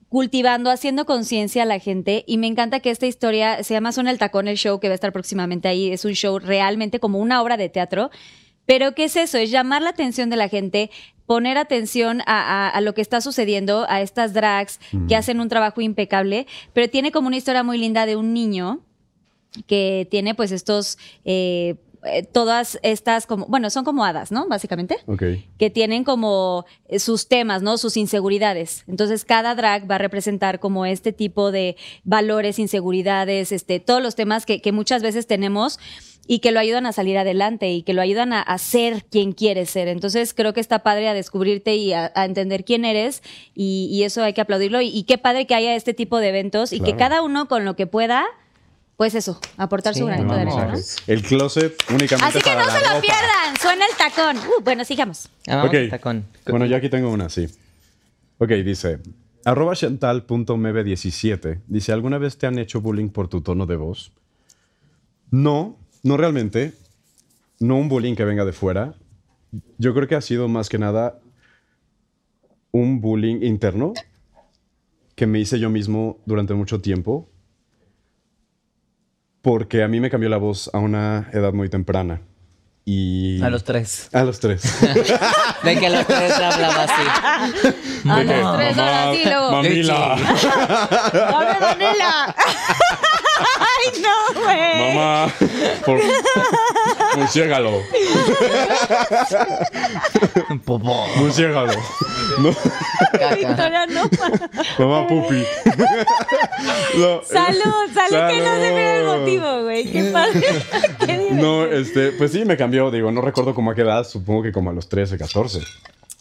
S3: cultivando, haciendo conciencia a la gente y me encanta que esta historia se llama Suena el Tacón, el show que va a estar próximamente ahí, es un show realmente como una obra de teatro, pero ¿qué es eso? Es llamar la atención de la gente, poner atención a, a- a lo que está sucediendo, a estas drags que hacen un trabajo impecable, pero tiene como una historia muy linda de un niño que tiene pues estos, eh, eh, todas estas como, bueno, son como hadas, ¿no? Básicamente
S4: Ok.
S3: que tienen como eh, sus temas, ¿no? Sus inseguridades. Entonces, cada drag va a representar como este tipo de valores, inseguridades, este, todos los temas que, que muchas veces tenemos y que lo ayudan a salir adelante y que lo ayudan a, a ser quien quieres ser. Entonces, creo que está padre a descubrirte y a, a entender quién eres y, y eso hay que aplaudirlo. Y, y qué padre que haya este tipo de eventos y que
S4: Claro.
S3: cada uno con lo que pueda, pues eso, aportar
S5: Sí,
S3: su granito de
S5: vamos.
S3: arena, ¿no?
S4: El closet únicamente
S3: Así que
S4: para
S3: no
S4: la
S3: se lo
S4: ropa.
S3: pierdan, suena el tacón. Uh, bueno, sigamos.
S5: Ah, vamos
S4: Ok.
S5: al tacón.
S4: Bueno, yo aquí tengo una, sí. Ok, dice, arroba chantal.meve17. Dice, ¿alguna vez te han hecho bullying por tu tono de voz? No, no realmente. No un bullying que venga de fuera. Yo creo que ha sido más que nada un bullying interno que me hice yo mismo durante mucho tiempo porque a mí me cambió la voz a una edad muy temprana. Y
S5: A los tres.
S4: A los tres.
S5: De que a los tres se hablaba así.
S3: A
S4: De que,
S3: las Ah, tres horas y luego.
S4: Mamila,
S3: ¡Dame vanilla! ¡Ay, no, güey!
S4: mamá, por, murciégalo,
S5: Popó.
S4: murciégalo, no,
S5: Caca.
S3: Victoria, no.
S4: mamá pupi. No,
S3: Salud, salud, que no se vea el
S4: Salud.
S3: motivo, güey. Qué padre. Qué
S4: No,
S3: divertido.
S4: este, pues sí, me cambió, digo, no recuerdo cómo a qué edad, supongo que como a los 13, 14.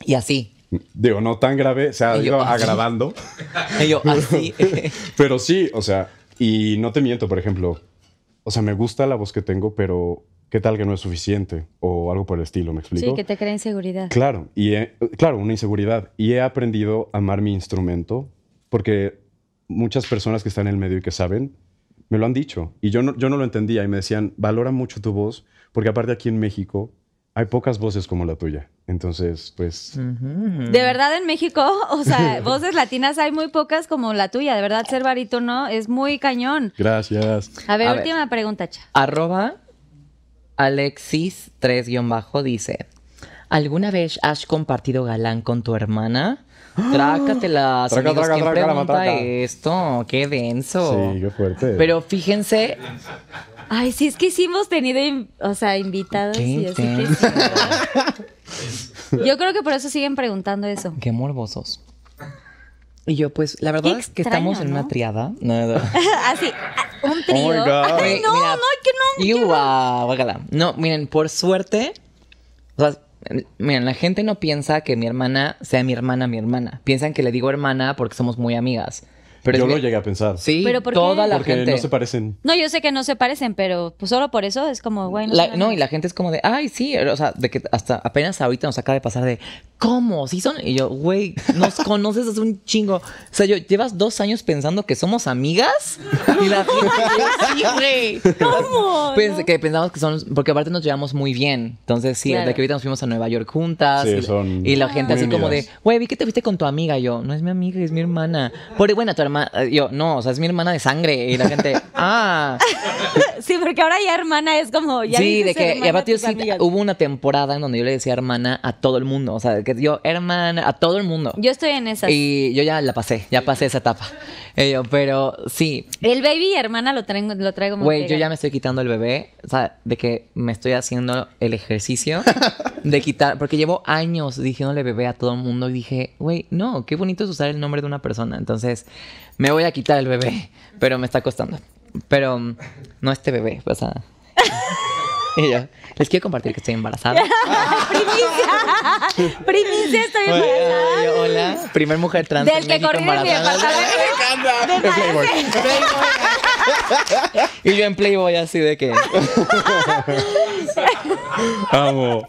S5: Y así.
S4: Digo, no tan grave, se ha
S5: Y yo,
S4: ido
S5: "Ay".
S4: agravando.
S5: Y yo, así.
S4: Pero sí, o sea, y no te miento, por ejemplo, o sea, me gusta la voz que tengo, pero ¿qué tal que no es suficiente? O algo por el estilo, ¿me explico?
S3: Sí, que te crea inseguridad.
S4: Claro, y he- claro, una inseguridad. Y he aprendido a amar mi instrumento porque muchas personas que están en el medio y que saben, me lo han dicho. Y yo no, yo no lo entendía y me decían, valora mucho tu voz porque aparte aquí en México hay pocas voces como la tuya. Entonces, pues...
S3: De verdad, en México, o sea, voces latinas hay muy pocas como la tuya. De verdad, ser barítono es muy cañón.
S4: Gracias.
S3: A ver,
S5: A ver.
S3: última pregunta, cha.
S5: Arroba Alexis 3 bajo dice. ¿Alguna vez has compartido galán con tu hermana? Trácatela,
S4: ¡Ah! Traca,
S5: amigos.
S4: traca, traca,
S5: ¿Quién
S4: la
S5: pregunta
S4: matraca.
S5: esto? Qué denso.
S4: Sí, qué fuerte.
S5: Pero fíjense,
S3: Ay, sí, es que sí hemos tenido, in- o sea, invitados
S5: Qué
S3: y así que
S5: intenso.
S3: sí. Yo creo que por eso siguen preguntando eso.
S5: qué morbosos. Y yo, pues, la verdad
S3: Qué
S5: es que
S3: extraño,
S5: estamos en
S3: ¿no?
S5: una triada. No, no.
S3: Así, ah, un trío.
S4: my God.
S3: Ay,
S5: Güey,
S3: no,
S5: Eh, mira,
S3: no, que no. que no.
S5: iua, guácala. No, miren, por suerte. O sea, miren, la gente no piensa que mi hermana sea mi hermana, mi hermana. Piensan que le digo hermana porque somos muy amigas. Pero
S4: yo
S5: es
S4: lo
S5: mi-
S4: llegué a pensar.
S5: Sí,
S3: ¿Pero por qué?
S5: toda la
S4: porque
S5: gente.
S4: no se parecen.
S3: No, yo sé que no se parecen, pero pues solo por eso es como, bueno.
S5: La- no, y la gente es como de, ay, sí, o sea, de que hasta apenas ahorita nos acaba de pasar de, ¿cómo? ¿Sí son? Y yo, güey, nos conoces hace un chingo. O sea, yo, llevas dos años pensando que somos amigas y la gente, sí, güey.
S3: ¿Cómo?
S5: Pues, que pensamos que son, porque aparte nos llevamos muy bien. Entonces, sí,
S3: Claro.
S5: de que ahorita nos fuimos a Nueva York juntas.
S4: Sí,
S5: y,
S4: son
S5: y la gente
S4: muy
S5: así como de,
S4: unidas.
S5: güey, vi que te fuiste con tu amiga. Y yo, no es mi amiga, es mi eh, hermana. Porque, bueno, tu hermana, yo, no, o sea, es mi hermana de sangre. Y la gente, ah.
S3: ¿no? Sí, porque ahora ya hermana es como. Ya
S5: sí, de
S3: dices
S5: que uh,
S3: hermana
S5: y aparte
S3: a
S5: yo
S3: tus
S5: sí,
S3: amigas.
S5: hubo una temporada en donde yo le decía hermana a todo el mundo, o sea, de que yo hermana a todo el mundo.
S3: Yo estoy en esas.
S5: y yo ya la pasé, ya pasé esa etapa. Eh, yo, pero sí,
S3: El baby y hermana lo traigo, lo traigo muy
S5: güey, yo
S3: pegado.
S5: ya me estoy quitando el bebé, o sea, de que me estoy haciendo el ejercicio de quitar, porque llevo años diciéndole bebé a todo el mundo y dije, güey, no, qué bonito es usar el nombre de una persona, entonces me voy a quitar el bebé, pero me está costando. Pero mm, no este bebé, o sea. Y yo, les quiero compartir que estoy embarazada.
S3: Ah, ¡Primicia! ¡Primicia! Estoy
S5: Hola,
S3: embarazada.
S5: yo, eh, hola. Primer mujer trans.
S3: Del
S5: en
S3: que
S5: México
S3: corrí de mi
S5: embarazada.
S3: departamento. De Playboy.
S5: Y yo en Playboy así de que.
S4: Amo.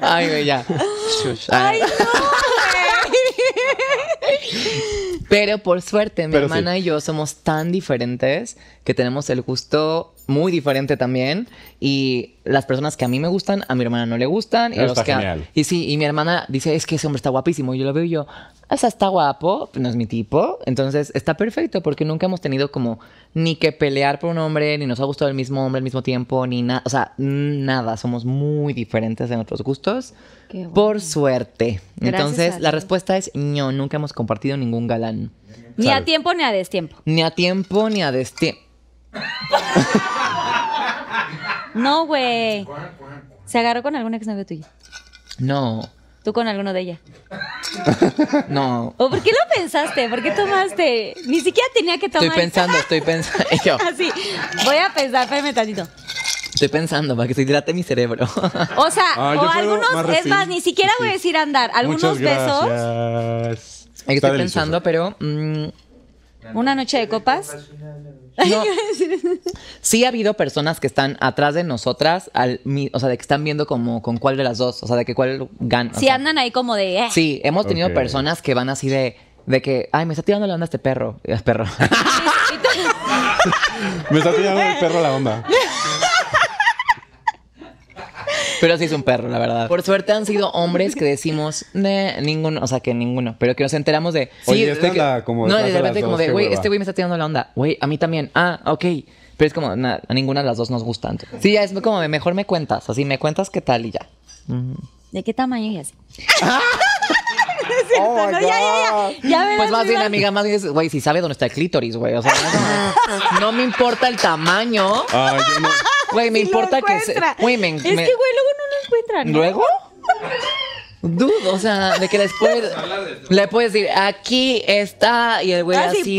S5: Ay, güey, ya. Shush. Ay. Pero por suerte, mi
S4: Pero sí.
S5: hermana y yo somos tan diferentes que tenemos el gusto muy diferente también. Y las personas que a mí me gustan, a mi hermana no le gustan. Y,
S4: Eso
S5: los
S4: está
S5: que a-
S4: genial.
S5: y sí, y mi hermana dice, es que ese hombre está guapísimo. Y yo lo veo y yo, o sea, está guapo, pero no es mi tipo. Entonces, está perfecto porque nunca hemos tenido como ni que pelear por un hombre, ni nos ha gustado el mismo hombre al mismo tiempo, ni nada. O sea, nada. Somos muy diferentes en nuestros gustos.
S3: Qué bueno.
S5: Por suerte.
S3: Gracias a
S5: Entonces, la
S3: Dios.
S5: respuesta es no, nunca hemos compartido ningún galán.
S3: Ni a
S4: Sabe.
S3: tiempo ni a destiempo.
S5: Ni a tiempo ni a destiempo.
S3: No, güey. Se agarró con alguna exnovio tuya.
S5: No,
S3: Tú con alguno de ella.
S5: no.
S3: ¿O por qué lo pensaste? ¿Por qué tomaste? Ni siquiera tenía que tomar.
S5: Estoy pensando, estoy pensando. Yo,
S3: Así. Voy a pensar, espérame tantito.
S5: estoy pensando para que se hidrate mi cerebro.
S3: O sea,
S4: Ah, yo
S3: o
S4: quiero
S3: algunos,
S4: más
S3: es
S4: refil.
S3: más, ni siquiera voy a decir andar. Algunos
S4: Muchas
S3: besos,
S4: gracias.
S5: Estoy
S4: Está delicioso.
S5: pensando, pero mm,
S3: una noche de copas.
S5: No. sí ha habido personas que están atrás de nosotras, al, mi- o sea, de que están viendo como con cuál de las dos, o sea, de que cuál gana. o
S3: Si
S5: sea.
S3: andan ahí como de. eh.
S5: Sí, hemos tenido
S4: Ok.
S5: personas que van así de, de que, ay, me está tirando la onda este perro. Eh, Perro.
S3: Y tú-
S4: Me está tirando el perro la onda.
S5: Pero sí es un perro, la verdad. Por suerte han sido hombres que decimos, "Ne, ninguno, o sea, que ninguno, pero que nos enteramos de. Sí,
S4: Oye, esta
S5: de que-
S4: anda como
S5: No,
S4: detrás
S5: de
S4: de las
S5: repente como
S4: dos,
S5: de,
S4: qué
S5: güey,
S4: hueva".
S5: este güey me está tirando la onda. Güey, a mí también. Ah, ok. Pero es como, "Na, a ninguna de las dos nos gusta. entonces. Sí, ya es como, de, mejor me cuentas, así me cuentas qué tal y ya.
S3: ¿De qué tamaño y así? Es cierto, no, ya, ya, ya. Ya verás,
S5: Pues más bien,
S3: verás.
S5: amiga, más bien, es, güey, si sabe dónde está el clítoris, güey. O sea, no, no me importa el tamaño.
S4: Ay, yo no.
S5: Güey, me
S3: Sí lo
S5: importa que. se-
S3: encuentra.
S5: Güey, me,
S3: Es que, güey,
S5: me-
S3: luego no lo encuentran. ¿no?
S5: ¿Luego? Dude, o sea, de que después le puedes decir, aquí está, y el güey
S3: Así,
S5: así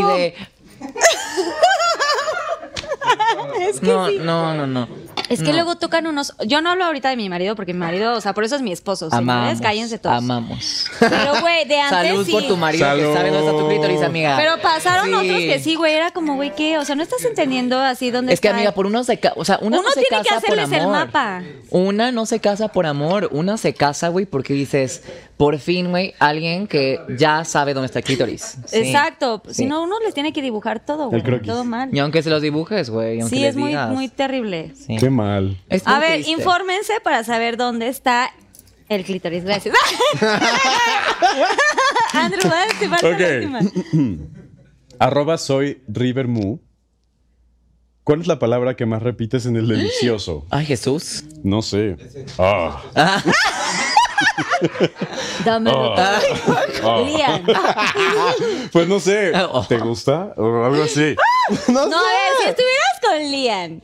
S3: Ah, pum.
S5: de. No, no, no, no.
S3: Es que
S5: No.
S3: luego tocan unos. Yo no hablo ahorita de mi marido porque mi marido, o sea, por eso es mi esposo. Señores,
S5: Amamos.
S3: cállense todos.
S5: Amamos.
S3: Pero, güey, de antes
S5: Salud
S3: sí.
S5: por tu marido que
S4: Salud.
S5: sabe dónde está tu clítoris, amiga.
S3: Pero pasaron
S5: Sí.
S3: otros que sí, güey. Era como, güey, ¿qué? O sea, no estás entendiendo así dónde
S5: Es que,
S3: está.
S5: amiga, por uno se casa. O sea, una
S3: Uno
S5: no se
S3: tiene que
S5: casa por
S3: hacerles el
S5: amor.
S3: mapa.
S5: Una no se casa por amor. Una se casa, güey, porque dices, por fin, güey, alguien que ya sabe dónde está el clítoris. Sí.
S3: Exacto. Si
S5: Sí.
S3: no, uno les tiene que dibujar todo,
S4: El
S3: güey.
S4: croquis.
S3: Todo mal.
S5: Y aunque se los dibujes, güey. aunque
S3: Sí,
S5: les
S3: es muy,
S5: digas.
S3: muy terrible.
S5: Sí.
S4: Qué mal.
S5: Es muy
S3: A ver,
S5: triste.
S3: infórmense para saber dónde está el clítoris. Gracias. Andrew, vas, te falta
S4: Ok.
S3: la última.
S4: Arroba soy River Moo. ¿Cuál es la palabra que más repites en el delicioso?
S5: Ay, Jesús.
S4: No sé. Ah. Oh.
S3: Dámelo
S4: Ah.
S3: todo. Lian.
S4: Pues no sé.
S5: Oh.
S4: ¿Te gusta? O algo así.
S3: No, a ver, si estuvieras con Lian.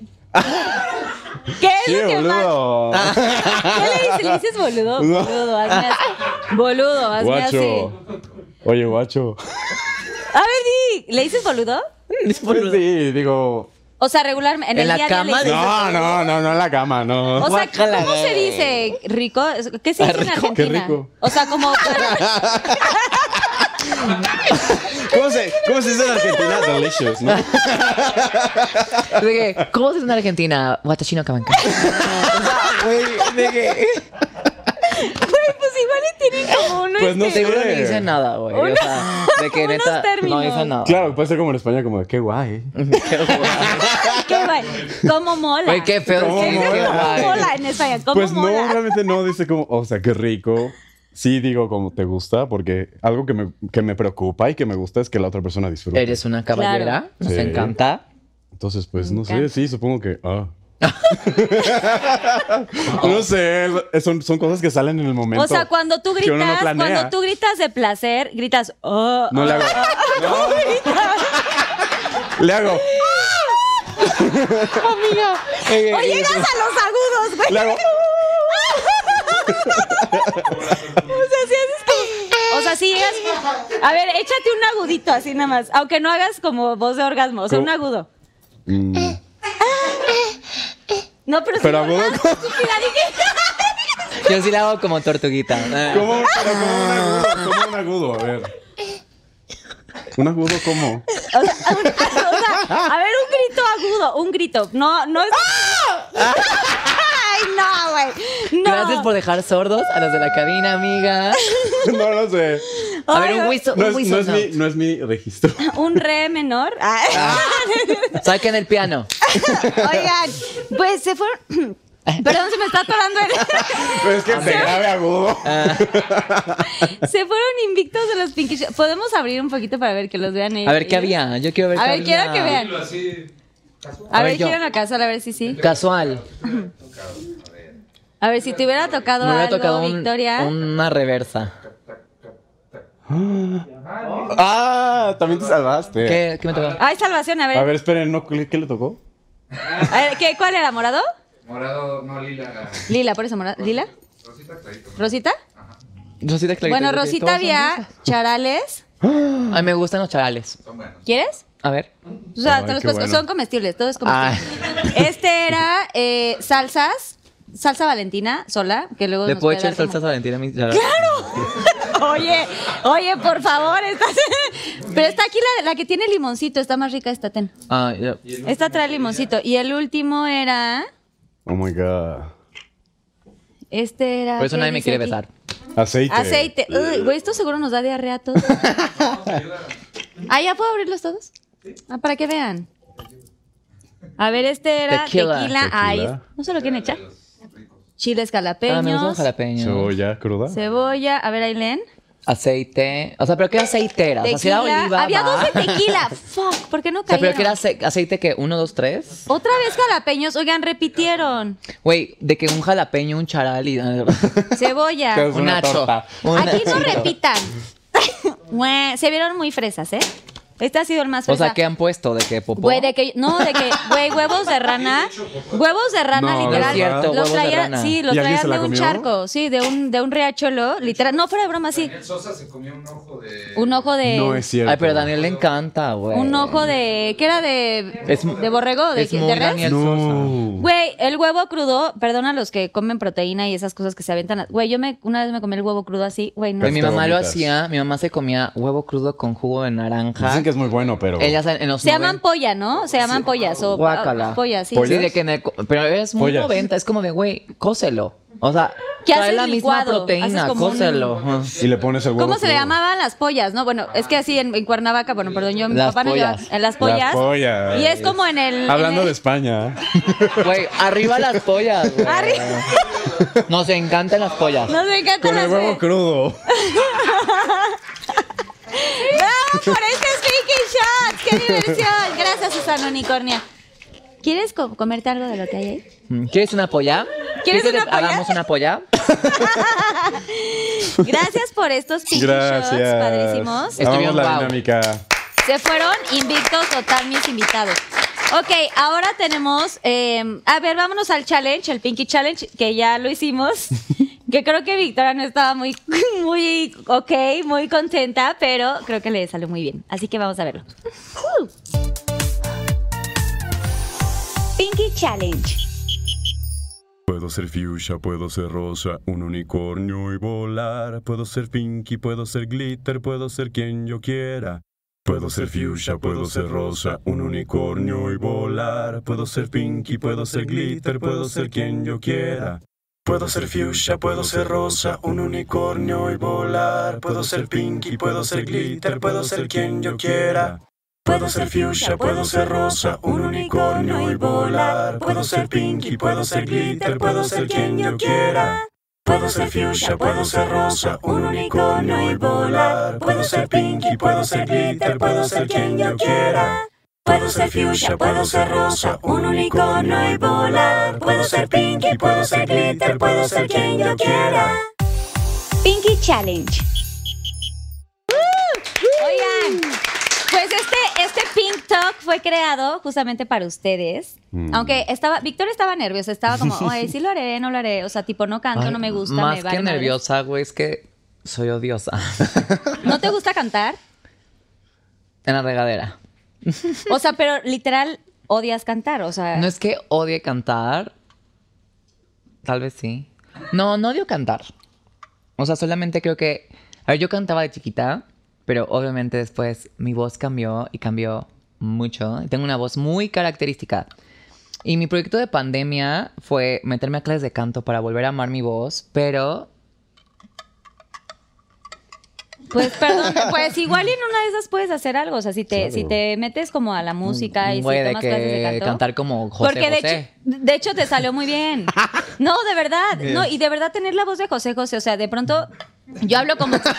S3: ¿Qué es
S4: Sí,
S3: lo que más?
S4: boludo.
S3: ¿Qué le dices? ¿Le dices boludo?
S4: No.
S3: Boludo, hazme así. Boludo, hazme
S4: Guacho.
S3: así.
S4: Oye, guacho.
S3: A ver, di, ¿le dices boludo?
S4: Sí, digo.
S3: O sea, regularmente. En,
S5: En
S3: el
S5: la
S3: día a día
S5: cama
S3: le
S5: de-
S3: dices-
S4: No, no, no, no en la cama, no.
S3: O sea,
S5: Guácala,
S3: ¿cómo se
S5: güey.
S3: dice rico? ¿Qué se dice en
S4: Ah, rico,
S3: Argentina?
S4: qué rico.
S3: O sea, como
S4: ¿Cómo se, cómo se dice en Argentina? Delicious, ¿no?
S5: De que, ¿Cómo se dice en Argentina? Guatachino cabanca.
S3: Güey, pues igual y tienen como uno
S4: Pues no
S3: este-
S4: sé.
S5: Seguro ni dicen nada, güey. O sea, de que
S3: Unos
S5: neta no
S3: términos.
S5: dicen nada.
S4: Claro, puede ser como en España, como de qué guay.
S3: Qué guay. ¿Cómo mola?
S5: Güey, qué feo.
S4: ¿Cómo
S5: decir,
S4: mola?
S5: qué guay.
S3: ¿Cómo mola en España? ¿Cómo
S4: Pues no,
S3: mola?
S4: realmente no dice como, o sea, qué rico. Sí digo como te gusta, porque algo que me, que me preocupa y que me gusta es que la otra persona disfrute.
S5: Eres una caballera. Nos
S4: Sí.
S5: encanta.
S4: Entonces, pues,
S3: Me
S4: no sé,
S3: encanta.
S4: sí, supongo que... ah. no sé, son, son cosas que salen en el momento.
S3: O sea, cuando tú
S4: que uno no
S3: gritas,
S4: planea.
S3: cuando tú gritas de placer, gritas, oh,
S4: No le hago... No. le hago...
S3: oh. o llegas a los agudos, güey.
S4: Le hago...
S3: O sea, si haces como- O sea, si llegas. A ver, échate un agudito así nada más. Aunque no hagas como voz de orgasmo, o sea,
S4: ¿Cómo?
S3: un agudo.
S4: Mm,
S3: No, pero, sí
S4: Pero
S3: un
S4: agudo,
S3: orgasmo, estúpida, dije.
S5: Yo sí la hago como tortuguita. Eh.
S4: ¿Cómo? Pero como un agudo, como un agudo, a ver. ¿Un agudo cómo?
S3: O sea, un- o sea, a ver, un grito agudo, un grito. No, no es. ¡Ay, no, güey! No.
S5: ¡Ah! Gracias por dejar sordos a los de la cabina, amiga.
S4: No lo sé.
S5: A
S3: Ay,
S5: ver, un
S3: ay.
S5: whistle.
S4: No
S5: un
S4: es, no
S5: whistle
S4: es mi,
S5: note.
S4: no es mi registro.
S3: Un re menor. Ah.
S5: Saquen el piano.
S3: Oigan, pues se fueron. Perdón, se me está atorando el.
S4: Pero es que se grave agudo.
S3: Ah. se fueron invictos de los Pinky Show. Podemos abrir un poquito para ver que los vean ellos.
S5: A ver qué había. Yo quiero ver
S3: A
S5: qué
S3: ver, quiero
S5: había.
S3: que vean. A
S5: A
S3: ver,
S5: ver, yo.
S3: quiero una casa, a ver si sí.
S5: Casual.
S3: A ver, si te hubiera tocado
S5: Me hubiera
S3: algo,
S5: tocado un-
S3: Victoria.
S5: una reversa.
S4: Ah, también te salvaste.
S5: ¿Qué, qué me tocó?
S3: Ay, salvación, a ver.
S4: A ver, esperen, ¿no? ¿Qué, qué le tocó?
S3: A ver, ¿qué, ¿Cuál era? ¿Morado?
S6: Morado, no lila.
S3: Lila, por eso morado. ¿Lila? Rosita. ¿Rosita?
S5: Rosita Clarita,
S3: Bueno,
S5: Clarita,
S3: Rosita
S5: Ah. todos
S3: había charales.
S5: son- Ay, me gustan los charales.
S3: ¿Quieres?
S5: A ver.
S3: O sea,
S4: Ay,
S3: te los
S4: qué
S3: puedes-
S4: bueno.
S3: son comestibles, todo es comestible.
S5: Ah.
S3: Este era eh, salsas, salsa valentina sola, que luego
S5: ¿Le
S3: nos
S5: puedo
S3: puede
S5: echar
S3: dar
S5: salsa
S3: como-
S5: valentina a mis charales?
S3: Oye, oye, por favor, estás... pero está aquí la, la que tiene limoncito, está más rica esta ten.
S5: Ah, ya.
S3: Esta trae limoncito. Y el último era.
S4: Oh my god.
S3: Este era.
S5: Por eso
S3: ¿qué
S5: nadie me
S3: dice
S5: quiere
S3: aquí?
S5: besar.
S4: Aceite.
S3: Aceite. Uy, güey, esto seguro nos da diarrea a todos. ah, ¿ya puedo abrirlos todos? Ah, para que vean. A ver, este era tequila.
S5: Tequila.
S3: Ay,
S4: Tequila.
S3: ¿no se lo quieren echar? Chiles
S5: Ah, me gustan
S3: jalapeños.
S5: los jalapeños.
S4: Cebolla cruda.
S3: Cebolla. A ver, Ailén.
S5: Aceite. O sea, pero ¿qué aceite era? O sea, si era
S3: Tequila.
S5: oliva.
S3: Había
S5: va.
S3: dos de tequila. Fuck, ¿por qué no
S5: O sea,
S3: cayeron?
S5: pero ¿qué era ace- aceite que uno, dos, tres.
S3: Otra vez jalapeños. Oigan, repitieron.
S5: Güey, de que un jalapeño, un charal y.
S3: Cebolla.
S4: Qué Es
S5: un
S4: una
S5: nacho.
S4: torta.
S5: Un
S3: Aquí no
S5: nachito.
S3: repitan. Güey, Se vieron muy fresas, ¿eh? Este ha sido el más
S5: O
S3: fresa.
S5: sea, ¿qué han puesto? ¿De que popó?
S3: Güey, de que, no, de que, güey, huevos de rana, huevos de rana,
S4: No,
S3: literal.
S4: es cierto,
S3: los
S5: huevos de
S3: traía-
S5: rana.
S3: Sí, los
S4: ¿Y alguien se
S3: traían
S4: la
S3: de un
S4: comió?
S3: charco, sí, de un, de un riachuelo, literal. No, fuera de broma, sí.
S6: Daniel Sosa se comió un ojo de.
S3: Un ojo de.
S4: No es cierto.
S5: Ay, pero a Daniel le encanta, güey.
S3: Un ojo de. ¿Qué era de.
S5: Es-
S3: de borrego? ¿De,
S5: es
S3: de
S5: muy
S3: res?
S5: Daniel Sosa.
S4: No.
S3: Güey, el huevo crudo, perdona a los que comen proteína y esas cosas que se aventan. Güey, yo me, una vez me comí el huevo crudo así, güey, no.
S5: Güey, mi mamá lo
S4: Castañitas.
S5: hacía, mi mamá se comía huevo crudo con jugo de naranja.
S4: Dicen que es muy bueno, pero.
S5: Ellas en en los
S3: Se llaman
S5: 90.
S3: pollas, ¿no? Se llaman pollas o
S5: Guácala.
S3: ah, pollas, sí.
S5: Sí, de que en el co- pero es muy
S4: Pollas.
S5: 90, es como de, güey, cóselo. O sea,
S3: ¿Qué
S5: trae
S3: haces
S5: la misma
S3: licuado?
S5: proteína,
S3: Haces como un-
S5: cóselo. Ajá.
S4: Y le pones el huevo.
S3: ¿Cómo se le
S4: crudo.
S3: llamaban las pollas, no? Bueno, es que así en, en Cuernavaca, bueno, perdón, yo mi
S5: Las
S3: papá no
S5: pollas.
S3: llevaba- en las pollas.
S4: Las pollas.
S3: Y es como en el.
S4: Hablando
S3: en
S4: de
S3: el-
S4: España.
S5: Güey, arriba las pollas, güey.
S3: Arriba.
S5: Nos encantan las pollas.
S3: Nos encantan
S4: Con
S3: las
S4: el huevo crudo.
S3: ¡Bravo por este Speaking Shot! ¡Qué diversión! Gracias, Susana Unicornia. ¿Quieres co- comerte algo de lo que hay ahí?
S5: Mm, ¿Quieres una polla?
S3: ¿Quieres
S5: que
S3: una
S5: te
S3: polla?
S5: Hagamos una polla.
S3: Gracias por estos Pinky Shots
S4: Gracias.
S3: padrísimos.
S5: Estuvieron
S4: Amamos la
S5: guau.
S4: dinámica.
S3: Se fueron invictos total mis invitados. Ok, ahora tenemos, eh, a ver, vámonos al challenge, el Pinky Challenge, que ya lo hicimos, que creo que Victoria no estaba muy, muy, ok, muy contenta, pero creo que le salió muy bien. Así que vamos a verlo. Pinky Challenge.
S7: Puedo ser fuchsia, puedo ser rosa, un unicornio y volar. Puedo ser pinky, puedo ser glitter, puedo ser quien yo quiera. Puedo ser fuchsia, puedo ser rosa, un unicornio y volar. Puedo ser pinky, puedo ser glitter, puedo ser quien yo quiera. Puedo ser fuchsia, puedo ser rosa, un unicornio y volar. Puedo ser pinky, puedo ser glitter, puedo ser quien yo quiera. Puedo ser fuchsia, puedo ser rosa, un unicornio y volar. Puedo ser pinky, puedo ser glitter, puedo ser quien yo quiera. Puedo ser fuchsia, puedo ser rosa, un unicornio y volar. Puedo ser pinky, puedo ser glitter, puedo ser quien yo quiera.
S8: Puedo ser fuchsia, puedo ser rosa, un unicornio y volar. Puedo ser pinky, puedo ser glitter, puedo ser quien yo quiera.
S3: Pinky Challenge. Oigan, pues este, este Pink Talk fue creado justamente para ustedes.
S5: Mm.
S3: Aunque estaba, Víctor estaba nervioso, estaba como, oye, sí lo haré, no lo haré. O sea, tipo, no canto,
S5: Ay,
S3: no me gusta,
S5: Más
S3: me
S5: que
S3: vale madre.
S5: nerviosa, güey, es que soy odiosa.
S3: ¿No te gusta cantar?
S5: en la regadera.
S3: O sea, pero literal odias cantar, o sea.
S5: No es que odie cantar. Tal vez sí. No, no odio cantar. O sea, solamente creo que. A ver, yo cantaba de chiquita, pero obviamente después mi voz cambió y cambió mucho. Tengo una voz muy característica. Y mi proyecto de pandemia fue meterme a clases de canto para volver a amar mi voz, pero
S3: Pues perdón, pues igual y en una de esas puedes hacer algo, o sea, si te, si te metes como a la música y si
S5: Mm, Güey, de
S3: tomas
S5: que
S3: clases de canto.
S5: cantar como José
S3: Porque de,
S5: José.
S3: hecho- de hecho te salió muy bien. No, de verdad, no, y de verdad tener la voz de José José, o sea, de pronto yo hablo como de-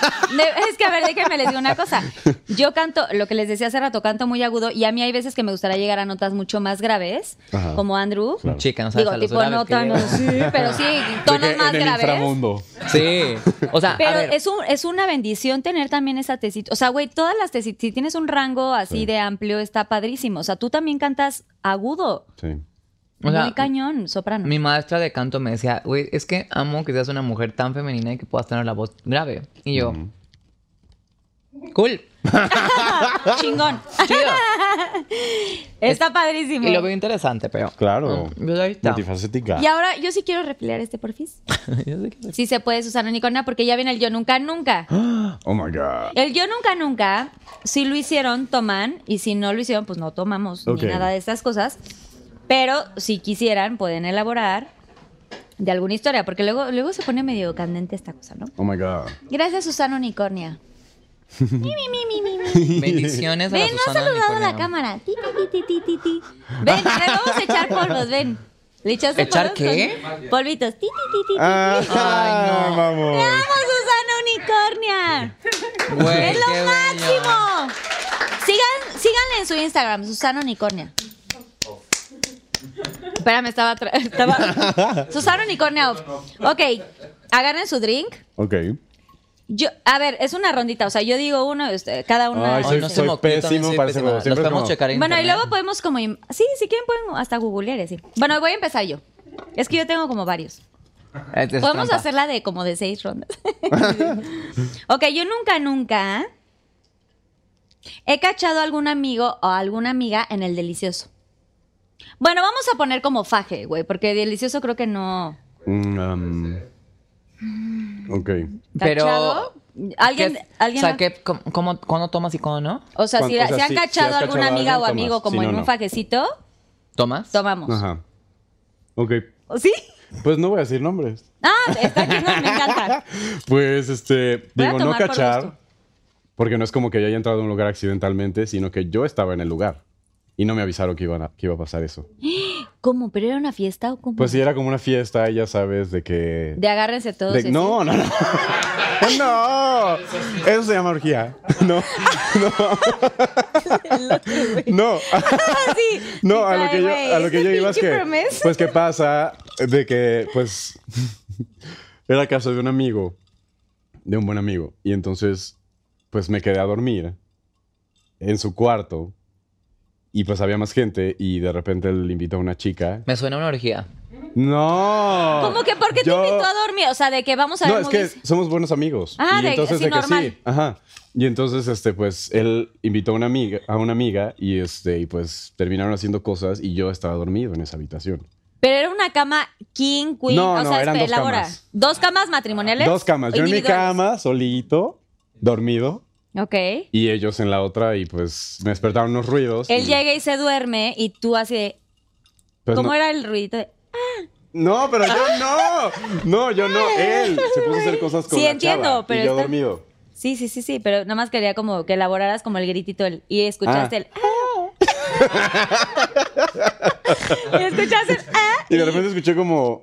S3: es que a ver, déjenme les digo una cosa. Yo canto, lo que les decía hace rato, canto muy agudo y a mí hay veces que me gustaría llegar a notas mucho más graves,
S4: Ajá.
S3: como Andrew.
S5: chica, no sabes
S3: Digo,
S5: a los
S3: tipo
S5: graves
S3: notas,
S5: que
S3: no,
S5: llego.
S3: sí, pero sí, tonos más graves.
S5: Sí. O sea, a
S3: Pero
S5: ver,
S3: es, un, es una bendición tener también esa tesita. O sea, güey, todas las tesitas, si tienes un rango así de amplio, está padrísimo. O sea, tú también cantas agudo,
S4: Sí.
S5: O sea,
S3: muy cañón, soprano.
S5: Mi maestra de canto me decía, güey, es que amo que seas una mujer tan femenina y que puedas tener la voz grave. Y yo, cool.
S3: Ah, Chingón.
S5: Chido.
S3: está padrísimo.
S5: Y lo veo interesante, pero.
S4: Claro.
S5: Mm, Pues ahí está.
S4: Multifacética.
S3: Y ahora yo sí quiero replear este porfis.
S5: Yo sé que-
S3: Sí se puede, Susana Unicornia, porque ya viene el yo nunca nunca.
S4: Oh my God.
S3: El yo nunca nunca, si lo hicieron, toman, y si no lo hicieron, pues no tomamos
S4: Ok.
S3: ni nada de estas cosas. Pero si quisieran, pueden elaborar de alguna historia, porque luego, luego se pone medio candente esta cosa, ¿no?
S4: Oh my God.
S3: Gracias, Susana Unicornia. Mi, mi, mi, mi, mi.
S5: Bendiciones a la
S3: Ven, no ha
S5: Susana
S3: saludado a la
S5: Unicornio.
S3: cámara. Ti, ti, ti, ti, ti, ti. Ven, le vamos a echar polvos, ven. Le echaste
S5: ¿Echar
S3: polvos
S5: qué?
S3: con Polvitos. Ti, ti, ti, ti, ti.
S4: Ah,
S5: no.
S4: vamos.
S3: ¡Vamos, Susana Unicornia!
S5: Güey,
S3: ¡Es lo
S5: qué bello.
S3: máximo! Sigan, síganle en su Instagram, Susana Unicornia. Espérame, estaba, tra- estaba- Susana Unicornia off. Ok, agarren su drink.
S4: Ok.
S3: Yo, a ver, es una rondita, o sea, yo digo uno, usted- cada uno.
S4: Ay,
S5: Ay,
S4: soy-
S5: no
S3: Sí.
S5: sé,
S4: soy
S5: moquito, no
S4: pésimo
S5: soy
S4: para ese
S5: pésima.
S4: juego.
S5: Los
S4: Siempre es
S5: podemos
S4: como-
S5: checar en
S3: Bueno, y
S5: internet.
S3: luego podemos como... im- Sí, si quieren pueden hasta googlear y así. Bueno, voy a empezar yo. Es que yo tengo como varios.
S5: Es- es
S3: Podemos
S5: trampa.
S3: hacerla de como de seis rondas. ok, yo nunca, nunca he cachado a algún amigo o a alguna amiga en el delicioso. Bueno, vamos a poner como faje, güey, porque delicioso creo que no.
S4: Mm, um, ok.
S5: Pero.
S3: ¿Cachado? ¿Alguien-
S5: ¿qué-
S3: alguien-
S5: O sea, ¿qué- cómo- cómo- ¿cuándo tomas y cuándo no?
S3: O sea, si,
S4: Cuan- o sea,
S3: si han
S4: si- si has
S3: cachado a
S4: cachado
S3: alguna
S4: a
S3: amiga o
S4: alguien,
S3: amigo
S4: tomas.
S3: como
S4: Si
S3: en
S4: no,
S3: un
S4: no.
S3: fajecito,
S5: ¿Tomas?
S3: tomamos.
S4: Ajá. Ok.
S3: ¿Sí?
S4: Pues no voy a decir nombres.
S3: Ah, está aquí, me encanta.
S4: Pues este,
S3: Voy a
S4: digo, no
S3: tomar por
S4: cachar,
S3: gusto.
S4: porque no es como que yo haya entrado a un lugar accidentalmente, sino que yo estaba en el lugar y no me avisaron que, iban a- que iba a pasar eso.
S3: ¿Cómo? ¿Pero era una fiesta o cómo?
S4: Pues sí, era como una fiesta, y ya sabes, de que...
S3: De agárrense todos.
S4: de-
S3: y así.
S4: no, no, no. no. Eso se llama orgía. No, no.
S3: sí.
S4: No, a lo
S3: Ay,
S4: que yo,
S3: güey,
S4: a lo que yo iba es
S3: pinche
S4: que.
S3: promesa.
S4: Pues que pasa de que, pues. era casa de un amigo, de un buen amigo. Y entonces, pues me quedé a dormir en su cuarto. Y pues había más gente. Y de repente le invitó a una chica.
S5: Me suena una orgía.
S4: ¡No!
S3: ¿Cómo que por qué
S4: Yo-
S3: te invitó a dormir? O sea, de que vamos a
S4: no,
S3: ver
S4: es que
S3: movies.
S4: somos buenos amigos.
S3: Ah,
S4: y
S3: de-
S4: entonces
S3: sí,
S4: de que
S3: normal.
S4: sí, ajá. Y entonces este pues él invitó a una amiga, a una amiga y este y pues terminaron haciendo cosas y yo estaba dormido en esa habitación.
S3: Pero era una cama king, queen.
S4: No,
S3: o
S4: no,
S3: sea,
S4: eran
S3: espera,
S4: dos
S3: elabora.
S4: camas.
S3: ¿Dos camas matrimoniales?
S4: Dos camas,
S3: ¿O
S4: yo en mi
S3: individuales?
S4: cama solito, dormido
S3: Ok.
S4: y ellos en la otra y pues me despertaron unos ruidos.
S3: Él
S4: y,
S3: llega y se duerme y tú así de...
S4: pues,
S3: ¿Cómo
S4: no,
S3: era el ruidito? de-
S4: No, pero yo no. No, yo no, él se puso a hacer cosas con
S3: Sí,
S4: la
S3: entiendo,
S4: chava,
S3: pero
S4: y yo
S3: está-
S4: dormido.
S3: Sí, sí, sí, sí. Pero nada más quería como que elaboraras como el gritito el- y
S4: Ah.
S3: escuchaste el... "Ah". y escuchaste el... "Ah",
S4: Y de repente escuché como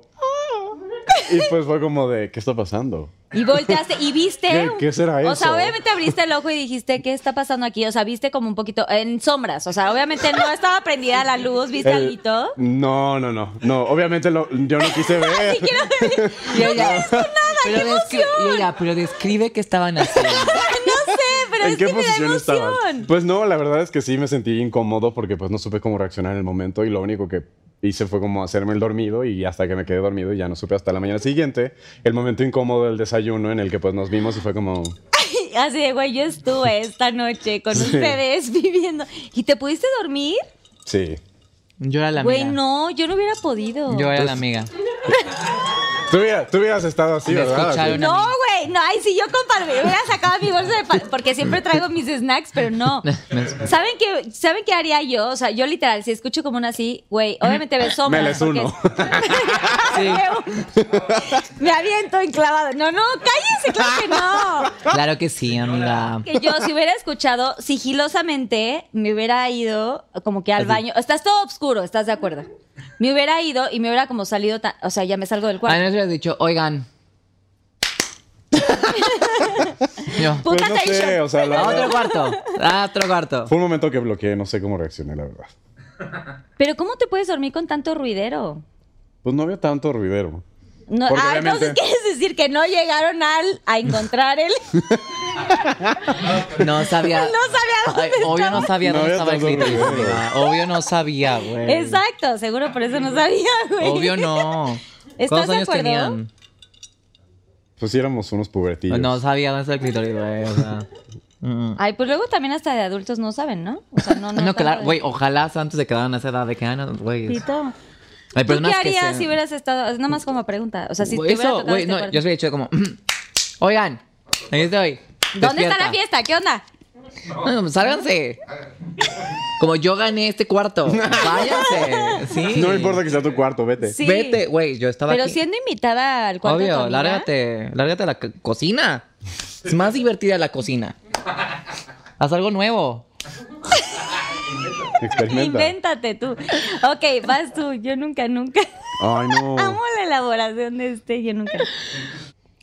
S4: Y pues fue como de, ¿qué está pasando?
S3: Y volteaste y viste.
S4: ¿Qué- qué será
S3: O sea,
S4: eso?
S3: obviamente abriste el ojo y dijiste, ¿qué está pasando aquí? O sea, viste como un poquito en sombras. O sea, obviamente no estaba prendida la luz, viste
S4: El-
S3: algo.
S4: No, no, no. No, obviamente lo- yo no quise ver.
S5: Y ella, pero descri- y ella, pero describe qué estaban haciendo.
S3: No sé, pero
S4: ¿En
S3: es
S4: qué
S3: que me da
S4: posición
S3: emoción.
S4: estabas? Pues no, la verdad es que sí me sentí incómodo porque pues no supe cómo reaccionar en el momento y lo único que hice fue como hacerme el dormido y hasta que me quedé dormido y ya no supe hasta la mañana siguiente el momento incómodo del desayuno en el que pues nos vimos y fue como
S3: Así de, güey, yo estuve esta noche con
S4: Sí.
S3: ustedes viviendo. ¿Y te pudiste dormir?
S4: sí.
S5: Yo era la amiga.
S3: Güey, no, yo no hubiera podido.
S5: Yo era la amiga.
S4: Tú hubiera- tú hubieras estado así,
S5: Me
S4: ¿verdad?
S5: escucharon.
S4: Así.
S3: No, güey, no, ay, si yo compartí, hubiera sacado mi bolsa de pa- porque siempre traigo mis snacks, pero no. ¿Saben qué, ¿Saben qué haría yo? O sea, yo literal, si escucho como una así, güey, obviamente ve sombras.
S4: Me les
S3: porque-
S4: uno.
S5: Sí.
S3: Me aviento enclavado. No, no, cállense, claro que no.
S5: Claro que sí, amiga.
S3: Que yo, si hubiera escuchado sigilosamente, me hubiera ido como que al baño. Estás todo oscuro, ¿estás de acuerdo? Me hubiera ido y me hubiera como salido, ta- o sea, ya me salgo del
S5: A mí
S3: cuarto.
S5: me hubieras dicho, oigan. Yo.
S4: Pues
S3: Puta
S4: no sé,
S3: atención.
S4: o sea, la
S5: A otro
S4: verdad,
S5: cuarto. A otro cuarto.
S4: fue un momento que bloqueé, no sé cómo reaccioné, la verdad.
S3: Pero ¿cómo te puedes dormir con tanto ruidero?
S4: Pues no había tanto ruidero.
S3: No,
S4: Porque
S3: ah,
S4: obviamente-
S3: entonces quieres decir que no llegaron al a encontrar el
S5: No sabía.
S3: No sabía dónde
S5: Ay, Obvio no
S3: estaba.
S5: sabía
S4: No
S5: dónde
S4: había
S5: estaba el
S4: tanto
S5: clítoris,
S4: ruido.
S5: amiga. Obvio no sabía, güey.
S3: Exacto, seguro por eso no sabía, güey.
S5: Obvio no.
S3: ¿Estás
S5: ¿Cuántos
S3: de
S5: años
S3: acuerdo?
S5: tenían?
S4: Pues sí éramos unos pubertillos.
S5: No sabía dónde estaba el clítoris, güey. O sea. Mm.
S3: Ay, pues luego también hasta de adultos no saben, ¿no? O sea, no, no.
S5: Ah, No,
S3: tanto
S5: claro,
S3: de-
S5: güey, ojalá antes de quedaran a esa edad de que, ah, no, güey. es-
S3: Tito.
S5: Hay
S3: ¿Tú qué
S5: personas que
S3: harías
S5: se-
S3: si hubieras estado? Nada más como pregunta. O sea, si te
S5: Güey,
S3: hubiera
S5: Eso,
S3: tocado
S5: güey,
S3: este
S5: no,
S3: cuarto.
S5: yo hubiera hecho como, "Mm, oigan, ahí estoy.
S3: ¿Dónde está
S5: despierta".
S3: la fiesta? ¿Qué onda?
S5: No, sálganse. Como yo gané este cuarto, váyanse. Sí.
S4: No me importa que sea tu cuarto, vete.
S3: Sí.
S5: Vete, güey, yo estaba
S3: Pero
S5: aquí.
S3: siendo invitada al cuarto de tu
S5: Obvio,
S3: amiga,
S5: lárgate, lárgate a la c- cocina. Es más divertida la cocina. Haz algo nuevo.
S4: Experimenta.
S3: Invéntate tú. Ok, vas tú. Yo nunca, nunca.
S4: Ay, Oh, no.
S3: Amo la elaboración de este. Yo nunca.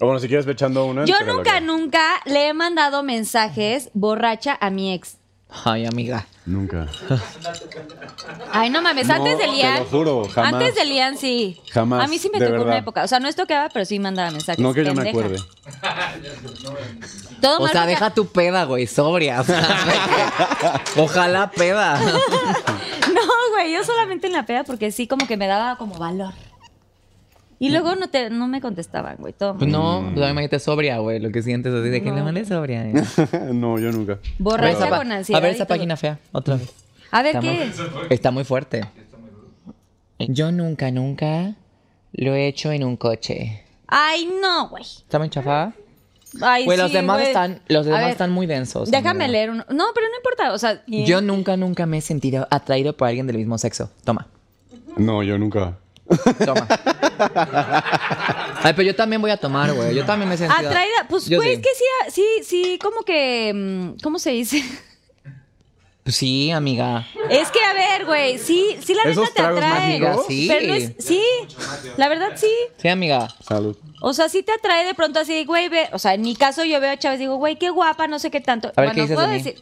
S4: O bueno, si quieres ve echando una.
S3: Yo
S4: pero lo
S3: nunca,
S4: que-
S3: nunca le he mandado mensajes borracha a mi ex.
S5: Ay, amiga.
S4: Nunca.
S3: Ay, no mames, antes
S4: No,
S3: de Lian.
S4: te lo juro, jamás.
S3: Antes de Lian, sí.
S4: Jamás,
S3: A mí sí me
S4: de
S3: tocó una
S4: verdad.
S3: época. O sea, no estoqueaba, pero sí mandaba mensajes.
S4: No que yo me
S3: pendeja.
S4: acuerde.
S3: Todo
S5: O
S3: mal
S5: sea,
S3: porque-
S5: deja tu peda, güey, sobria. o sea, Ojalá peda.
S3: No, güey, yo solamente en la peda porque sí, como que me daba como valor. Y luego no, te, no me contestaban, güey, todo mal.
S5: Pues No, me imagínate sobria, güey, lo que sientes así de que le mandé sobria. eh.
S4: no, yo nunca.
S3: Borracha
S5: Esa pa-
S3: con ansiedad.
S5: A ver
S3: y
S5: esa
S3: todo.
S5: página fea, otra vez.
S3: A ver
S5: Está
S3: qué.
S5: muy- Está muy fuerte. Yo nunca, nunca lo he hecho en un coche.
S3: Ay, no, güey.
S5: ¿Está muy chafada?
S3: Ay,
S5: Güey, los
S3: Eh, sí,
S5: demás
S3: güey.
S5: están, los
S3: A
S5: demás
S3: ver,
S5: están muy densos.
S3: Déjame
S5: amiga.
S3: leer uno. No, pero no importa. O sea,
S5: Yo nunca, nunca me he sentido atraído por alguien del mismo sexo. Toma,
S4: No, yo nunca.
S5: toma. Ay, pero yo también voy a tomar, güey. Yo también me he sentido.
S3: Atraída, pues,
S5: Yo
S3: güey,
S5: sí.
S3: es que sí, sí, sí, como que, mm, ¿cómo se dice?
S5: Pues sí, amiga.
S3: Es que, a ver, güey, sí, sí, la
S4: ¿Esos
S3: verdad te
S4: tragos
S3: atrae.
S5: mágicos? Sí.
S3: Pero no es, sí, la verdad sí.
S5: Sí, amiga.
S4: Salud.
S3: O sea, sí te atrae de pronto así, güey, ve, o sea, en mi caso yo veo a Chávez y digo, güey, qué guapa, no sé qué tanto.
S5: A ver, ¿qué dices de
S3: puedo
S5: mí?
S3: decir,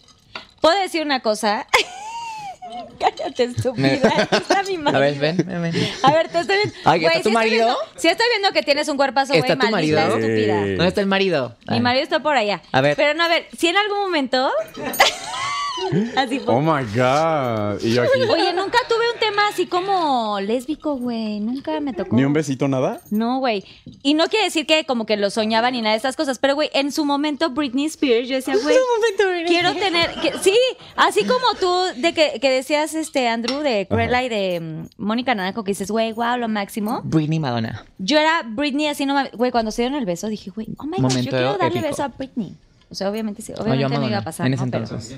S3: puedo decir una cosa. Cállate,
S5: Me-
S3: estúpida. Aquí Está mi marido.
S5: A ver, ven, ven, ven.
S3: A ver, te estoy viendo.
S5: Ay,
S3: Güey,
S5: ¿está tu
S3: sí estoy
S5: marido?
S3: viendo- sí estoy viendo que tienes un cuerpazo, güey,
S5: ¿Está tu
S3: maldita
S5: marido?
S3: estúpida.
S4: Sí.
S5: ¿Dónde está el marido?
S3: Mi
S5: Ay.
S3: marido está por allá.
S5: A ver.
S3: Pero no, a ver, si en algún momento. así fue.
S4: Oh my god. Y yo aquí.
S3: Oye, nunca tuve un tema así como lésbico, güey. Nunca me tocó.
S4: Ni un besito, nada.
S3: No, güey. Y no quiere decir que como que lo soñaba ni nada de estas cosas, pero güey, en su momento Britney Spears, yo decía, güey, quiero tener, que- sí, así como tú de que, que decías, este, Andrew, de Cruella y de mm, Mónica Naranjo, que dices, güey, wow, lo máximo.
S5: Britney Madonna.
S3: Yo era Britney así, no mames. güey, cuando se dieron el beso dije, güey, oh my gosh, yo
S5: Momento
S3: quiero darle
S5: épico.
S3: beso a Britney. O sea, obviamente sí,
S5: No, yo
S3: obviamente
S5: a
S3: no, iba
S5: Madonna.
S3: a pasar,
S5: en
S3: ¿no?
S5: ese
S3: Pero-
S5: entonces.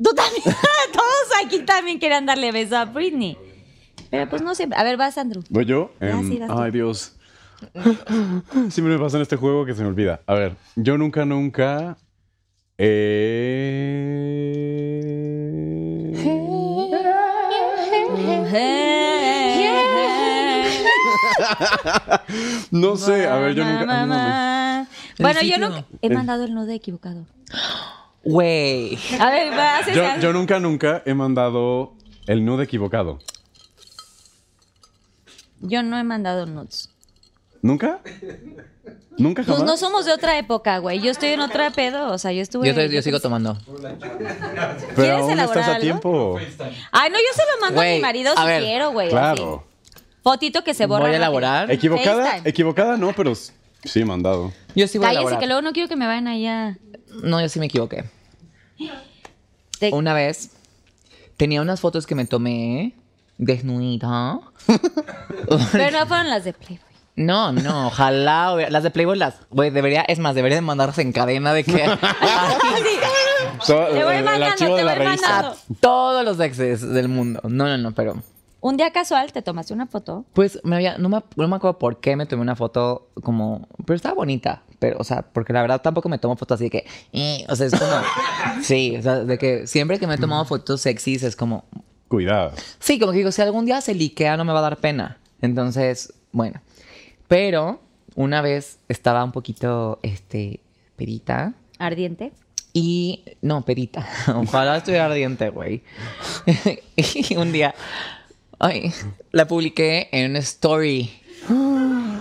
S3: Tú también, todos aquí también querían darle beso a Britney. Pero pues no siempre. A ver, vas, Andrew.
S4: ¿Voy yo?
S3: Ya,
S4: Em,
S3: sí, vas tú.
S4: ay, Dios. Siempre me pasa en este juego que se me olvida. A ver, yo nunca, nunca. Eh...
S3: Hey.
S4: No sé, a ver, yo
S3: Ma,
S4: nunca. a
S3: ma,
S4: mí no me-
S3: ma. Bueno, yo
S5: título.
S3: nunca he mandado el nude equivocado.
S5: Güey.
S3: A ver, va, haces
S4: Yo,
S3: algo.
S4: yo nunca, nunca he mandado el nude equivocado.
S3: Yo no he mandado nudes.
S4: ¿Nunca? ¿Nunca jamás?
S3: Pues no somos de otra época, güey. Yo estoy en otra pedo. O sea, yo estuve.
S5: Yo, te- yo sigo tomando.
S4: Pero
S3: ¿Quieres
S4: aún estás
S3: elaborar
S4: a
S3: algo?
S4: tiempo.
S3: Ay, no, yo se lo mando a
S5: Güey,
S3: mi marido
S5: a
S3: si
S5: ver,
S3: quiero, güey.
S4: Claro.
S3: así. Fotito que se borra.
S5: Voy a
S3: rápido.
S5: elaborar.
S4: Equivocada,
S3: FaceTime.
S4: equivocada no, pero s- sí mandado.
S5: Yo sí voy a
S3: Cállese,
S5: elaborar.
S3: que luego no quiero que me vayan allá.
S5: No, yo sí me equivoqué.
S3: Te-
S5: Una vez tenía unas fotos que me tomé desnudita.
S3: Pero no fueron las de Playboy.
S5: No, no, ojalá. hubiera- Las de Playboy las. Güey, debería. Es más, debería de mandarse en cadena de que. Ah.
S4: So,
S3: Te voy mandando, te voy
S5: a
S3: mandando.
S5: todos los exes del mundo. No, no, no, pero.
S3: Un día casual te tomaste una foto.
S5: Pues me había. No me, no me acuerdo por qué me tomé una foto como. Pero estaba bonita. Pero, o sea, porque la verdad tampoco me tomo fotos así de que. "Eh", o sea, es como. sí, o sea, de que siempre que me he tomado fotos sexys es como.
S4: Cuidado.
S5: Sí, como que digo, si algún día se liquea no me va a dar pena. Entonces, bueno. Pero una vez estaba un poquito, este, pedita.
S3: Ardiente.
S5: Y, no, pedita. Ojalá estuviera ardiente, güey. y un día, ay, la publiqué en una story.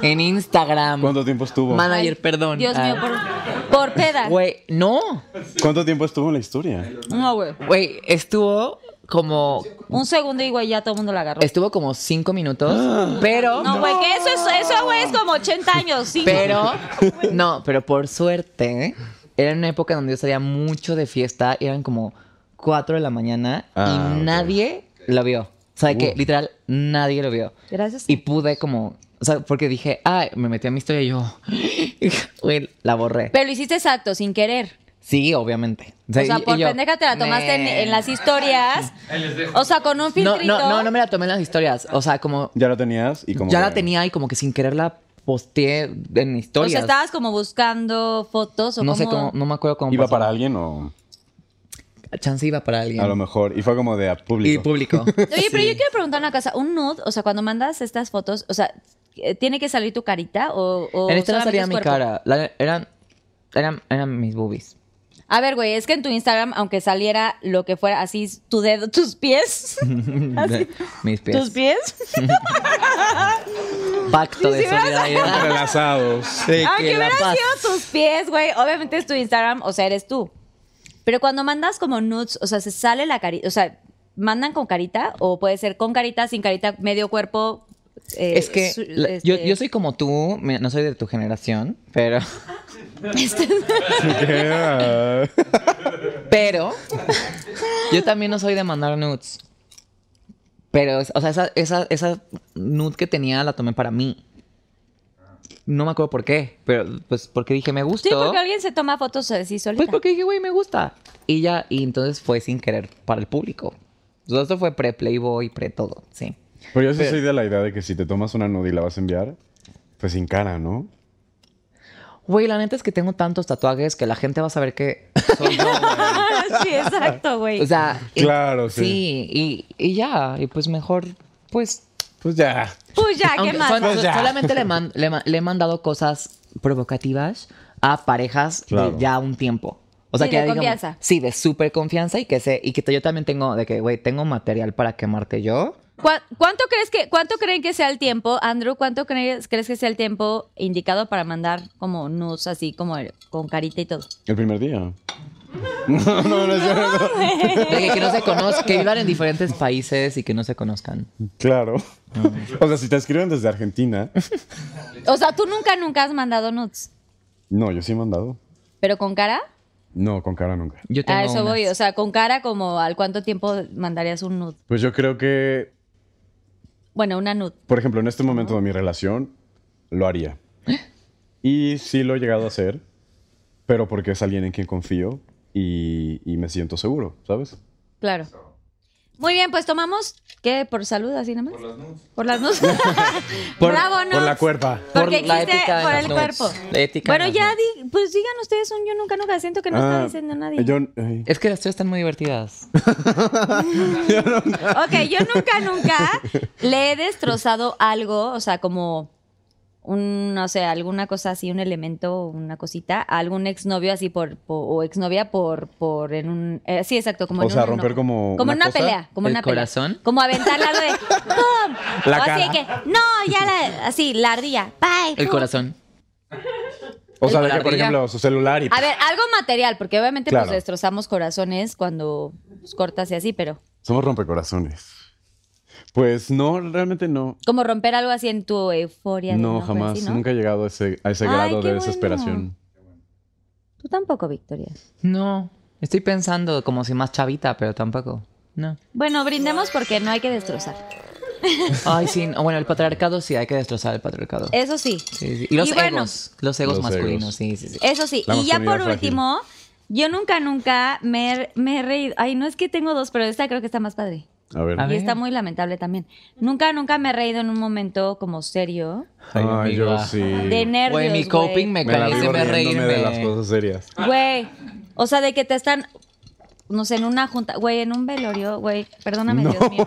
S5: En Instagram.
S4: ¿Cuánto tiempo estuvo?
S5: Manager,
S3: Ay,
S5: perdón.
S3: Dios
S5: Ah,
S3: mío, por, por peda.
S5: Güey, no.
S4: ¿Cuánto tiempo estuvo en la historia?
S3: No, güey.
S5: Güey, estuvo como...
S3: Un segundo y, güey, ya todo el mundo la agarró.
S5: Estuvo como cinco minutos. Pero...
S3: No, güey, que eso es, eso, güey, es como 80 años. Sí.
S5: Pero, no, pero por suerte, era una época donde yo salía mucho de fiesta, eran como 4 de la mañana
S4: Ah,
S5: y
S4: ok.
S5: nadie lo vio. O sea, que literal nadie lo vio.
S3: Gracias.
S5: Y pude como, o sea, porque dije, ay, me metí a mi historia y yo, güey, la borré.
S3: Pero lo hiciste exacto, sin querer.
S5: Sí, obviamente.
S3: O sea,
S5: y- y
S3: por
S5: yo,
S3: pendeja te la tomaste en,
S5: "Nee".
S3: en las historias.
S6: Ahí les dejo.
S3: O sea, con un
S5: No,
S3: filtrito.
S5: no, no, no me la tomé en las historias. O sea, como
S4: Ya la tenías y como
S5: ya la
S4: que-
S5: tenía y como que sin querer la posteé en
S3: O
S5: historias.
S3: sea, estabas como buscando fotos o
S5: no
S3: como...
S5: sé cómo, no me acuerdo cómo.
S4: ¿Iba
S5: pasó.
S4: para alguien o
S5: Chance iba para alguien.
S4: a lo mejor? Y fue como de a público.
S5: Y público.
S3: Oye, pero yo quiero preguntar una cosa. Un nude, o sea, cuando mandas estas fotos, o sea, eh, ¿tiene que salir tu carita o...? o
S5: en esta no
S3: solamente
S5: salía
S3: es
S5: mi
S3: cuerpo?
S5: cara. La- eran, eran, eran mis boobies.
S3: A ver, güey, es que en tu Instagram, aunque saliera lo que fuera, así tu dedo, tus pies, Así.
S5: mis pies.
S3: Ah, tus pies.
S5: Pacto de
S3: sí, Ah, ¿verdad?
S5: solidaridad.
S4: Entrelazados.
S5: De
S3: Aunque
S5: que la
S3: hubiera
S5: paz.
S3: sido tus pies, güey. Obviamente es tu Instagram, o sea, eres tú. Pero cuando mandas como nudes, o sea, se sale la carita, o sea, ¿mandan con carita? O puede ser con carita, sin carita, medio cuerpo. eh,
S5: Es que
S3: su-
S5: la- yo,
S3: este-
S5: yo soy como tú, mira, no soy de tu generación, pero.
S3: este,
S4: ¿Qué?
S5: Pero. yo también no soy de mandar nudes. Pero, o sea, esa, esa, esa nude que tenía la tomé para mí. No me acuerdo por qué, pero pues porque dije me gustó.
S3: Sí, porque alguien se toma fotos así solita.
S5: Pues porque dije, güey, me gusta. Y ya, y entonces fue sin querer para el público. Todo esto fue pre-Playboy, pre-todo, sí.
S4: Pero yo sí soy de la idea de que si te tomas una nude y la vas a enviar, pues sin cara, ¿no?
S5: Güey, la neta es que tengo tantos tatuajes que la gente va a saber que soy yo.
S3: sí, exacto, güey.
S5: O sea, y-
S4: Claro, sí.
S5: Sí, y, y ya, y pues mejor, pues.
S4: Pues ya.
S3: pues ya, ¿qué
S5: aunque
S3: más?
S5: sol-
S4: Pues ya.
S5: solamente le, man- le ma- le he mandado cosas provocativas a parejas
S4: Claro.
S5: de ya un tiempo. O sea,
S3: Sí,
S5: que
S3: de
S5: ya digamos-
S3: confianza.
S5: Sí, de súper confianza y que sé, y que te- yo también tengo, de que, güey, tengo material para quemarte yo.
S3: ¿Cuá- ¿Cuánto crees que, cuánto creen que sea el tiempo, Andrew? ¿Cuánto crees, crees que sea el tiempo indicado para mandar como nudes así, como eh, con carita y todo?
S4: El primer día. No, no, no es cierto.
S5: De que, que no se conozcan, que vivan en diferentes países y que no se conozcan.
S4: Claro. O sea, si te escriben desde Argentina.
S3: O sea, tú nunca, nunca has mandado nudes,
S4: No, yo sí he mandado.
S3: pero con cara.
S4: No, con cara nunca.
S5: Yo tengo
S3: A eso
S5: unas.
S3: voy, o sea, con cara como al cuánto tiempo mandarías un nude.
S4: Pues yo creo que,
S3: Bueno, una nude.
S4: por ejemplo, en este momento de mi relación, lo haría. Y sí lo he llegado a hacer, pero porque es alguien en quien confío y, y me siento seguro, ¿sabes?
S3: Claro. Muy bien, pues tomamos, ¿qué? ¿Por salud así nada más? Por las nudes.
S5: Por-
S3: Bravo, nudes.
S4: cuerpa.
S3: Porque
S5: Por la
S3: existe
S5: ética de
S3: por
S5: las
S3: el
S5: nudes.
S3: cuerpo.
S5: La ética de
S3: bueno,
S5: las
S3: ya, di- pues digan ustedes un yo nunca, nunca. Siento que no está diciendo nadie.
S4: Ah, Yo, ay,
S5: Es que las tuyas están muy divertidas.
S3: Ok, yo nunca, nunca le he destrozado algo, o sea, como un, no sé, alguna cosa así, un elemento, una cosita, a algún exnovio así por, por- o exnovia por, por en un, eh, sí, exacto, como
S4: O
S3: en
S4: sea,
S3: un-
S4: romper
S3: no,
S4: como
S3: como
S4: una
S3: en una
S4: cosa.
S3: pelea, como
S5: ¿El
S3: una pelea.
S5: corazón?
S3: como aventarle algo de, ¡pum!
S4: La
S3: O así
S4: cara.
S3: de que, no, ya la, así, la ardilla, bye,
S5: El
S3: pum".
S5: corazón.
S4: O sea, de que,
S5: la
S4: por
S5: ardilla.
S4: ejemplo, su celular y...
S3: A ver, algo material, porque obviamente
S4: Claro.
S3: pues destrozamos corazones cuando pues, cortas y así, pero
S4: Somos rompecorazones. Pues no, realmente no.
S3: como romper algo así en tu euforia. de
S4: No,
S3: enojo,
S4: jamás.
S3: así, ¿no?
S4: Nunca he llegado a ese, a ese
S3: Ay,
S4: grado
S3: qué
S4: de
S3: bueno.
S4: desesperación.
S3: Tú tampoco, Victoria.
S5: No. Estoy pensando como si más chavita, pero tampoco. No.
S3: Bueno, brindemos porque no hay que destrozar.
S5: Ay, sí. no, Bueno, el patriarcado sí, hay que destrozar el patriarcado.
S3: Eso sí.
S5: Sí, sí. Y los
S3: Eh, Y
S5: egos.
S3: bueno. Eh,
S5: los egos
S4: Los egos.
S5: masculinos, sí, sí, sí.
S3: Eso sí,
S4: La
S3: y ya
S4: masculinidad
S3: por
S4: frágil.
S3: último, yo nunca, nunca me, he- me he reído. Ay, no es que tengo dos, pero esta creo que está más padre.
S4: A ver.
S5: A
S3: Y
S5: ver.
S3: está muy lamentable también. Nunca, nunca me he reído en un momento como serio.
S4: Ay, yo
S5: amiga.
S4: sí.
S3: De nervios,
S5: Güey, mi coping
S4: Me
S3: güey.
S4: la vivo
S5: mecanismo de
S4: riéndome
S5: reírme.
S4: de las cosas serias.
S3: Güey, o sea, de que te están, no sé, en una junta, güey, en un velorio, güey, perdóname, Dios mío.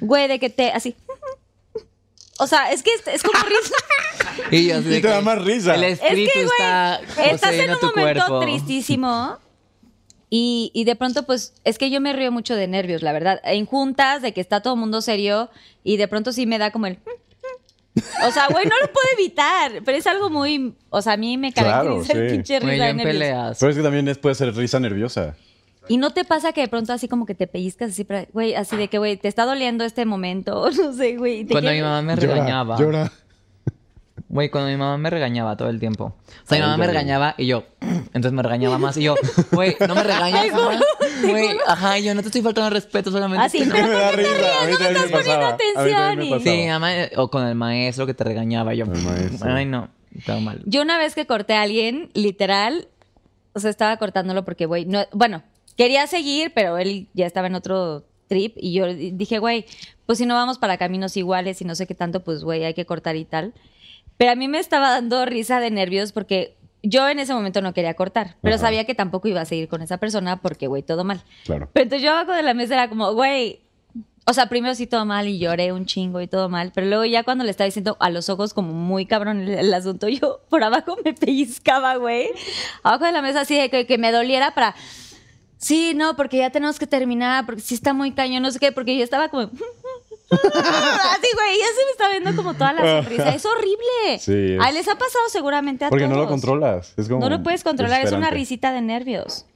S3: Güey, de que te, así. O sea, es que es, es como risa.
S5: Y, yo
S4: Y
S5: así de
S4: te
S5: que
S4: da más risa.
S5: El
S4: Es
S3: es que,
S5: espíritu
S3: güey,
S5: está
S3: estás en
S5: poseyendo
S3: un
S5: tu
S3: momento
S5: cuerpo.
S3: tristísimo. Y, y de pronto, pues, es que yo me río mucho de nervios, la verdad. En juntas, de que está todo el mundo serio, y de pronto sí me da como el. O sea, güey, no lo puedo evitar, pero es algo muy. O sea, a mí me
S4: Claro,
S3: caracteriza el
S4: sí.
S3: pinche
S5: Güey,
S3: risa
S5: yo
S3: de
S5: en
S3: nervios.
S5: peleas.
S4: Pero es que también es- puede ser risa nerviosa.
S3: ¿Y no te pasa que de pronto así como que te pellizcas así, para- güey, así de que, güey, te está doliendo este momento? No sé, güey. te
S5: Cuando mi
S3: quieres-
S5: mamá me regañaba.
S4: llora.
S5: Güey, cuando mi mamá me regañaba todo el tiempo. O sea, mi
S4: Ay,
S5: mamá
S4: ya,
S5: me
S4: ya.
S5: regañaba y yo, entonces me regañaba más y yo, güey, no me regañas.
S3: Te juro,
S5: mamá.
S3: te
S5: Güey,
S3: juro.
S5: ajá, yo no te estoy faltando al respeto solamente.
S3: Así,
S5: estoy-
S3: pero
S4: me
S3: ¿por
S4: da
S3: qué te
S4: risa, a mí
S3: ríes? No me
S4: también
S3: estás
S4: me
S3: poniendo
S4: pasaba, a mí también
S3: atención.
S4: me
S3: y-
S4: pasaba.
S5: Sí, mi mamá, eh, o con el maestro que te regañaba y yo,
S4: El maestro.
S5: ay no, estaba mal.
S3: Yo una vez que corté a alguien, literal, o sea, estaba cortándolo porque, güey, no, bueno, quería seguir, pero él ya estaba en otro trip y yo dije, güey, pues si no vamos para caminos iguales y no sé qué tanto, pues, güey, hay que cortar y tal. Pero a mí me estaba dando risa de nervios porque yo en ese momento no quería cortar, pero
S4: Ajá.
S3: sabía que tampoco iba a seguir con esa persona porque, güey, todo mal.
S4: Claro.
S3: Pero entonces yo abajo de la mesa era como, güey. O sea, primero sí todo mal y lloré un chingo y todo mal, pero luego ya cuando le estaba diciendo a los ojos como muy cabrón el, el asunto, yo por abajo me pellizcaba, güey. Abajo de la mesa así de que, que me doliera para... Sí, no, porque ya tenemos que terminar, porque sí está muy cañón, no sé qué, porque yo estaba como... así, güey, ya se me está viendo como toda la sonrisa. Es horrible.
S4: Sí, es-
S3: A él les ha pasado seguramente a
S4: Porque
S3: todos.
S4: no lo controlas. Es como
S3: No lo puedes controlar, es una
S4: desesperante.
S3: risita de nervios.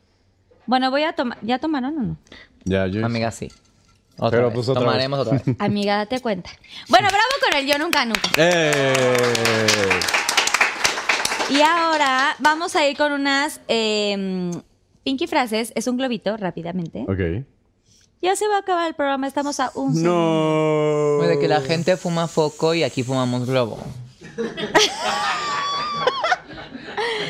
S3: Bueno, voy a tomar... ¿Ya tomaron o no?
S4: Ya, yo.
S5: Amiga, sí. Otra
S4: Pero
S5: vez.
S4: pues otra
S5: Tomaremos
S4: vez.
S5: otra vez.
S3: Amiga, date cuenta. Bueno, bravo con el yo nunca nunca.
S4: ¡Eh!
S3: Y ahora vamos a ir con unas eh, Pinky frases. Es un globito, rápidamente.
S4: Ok.
S3: Ya se va a acabar el programa, estamos a un segundo.
S4: No.
S5: Güey, de que la gente fuma foco y aquí fumamos globo.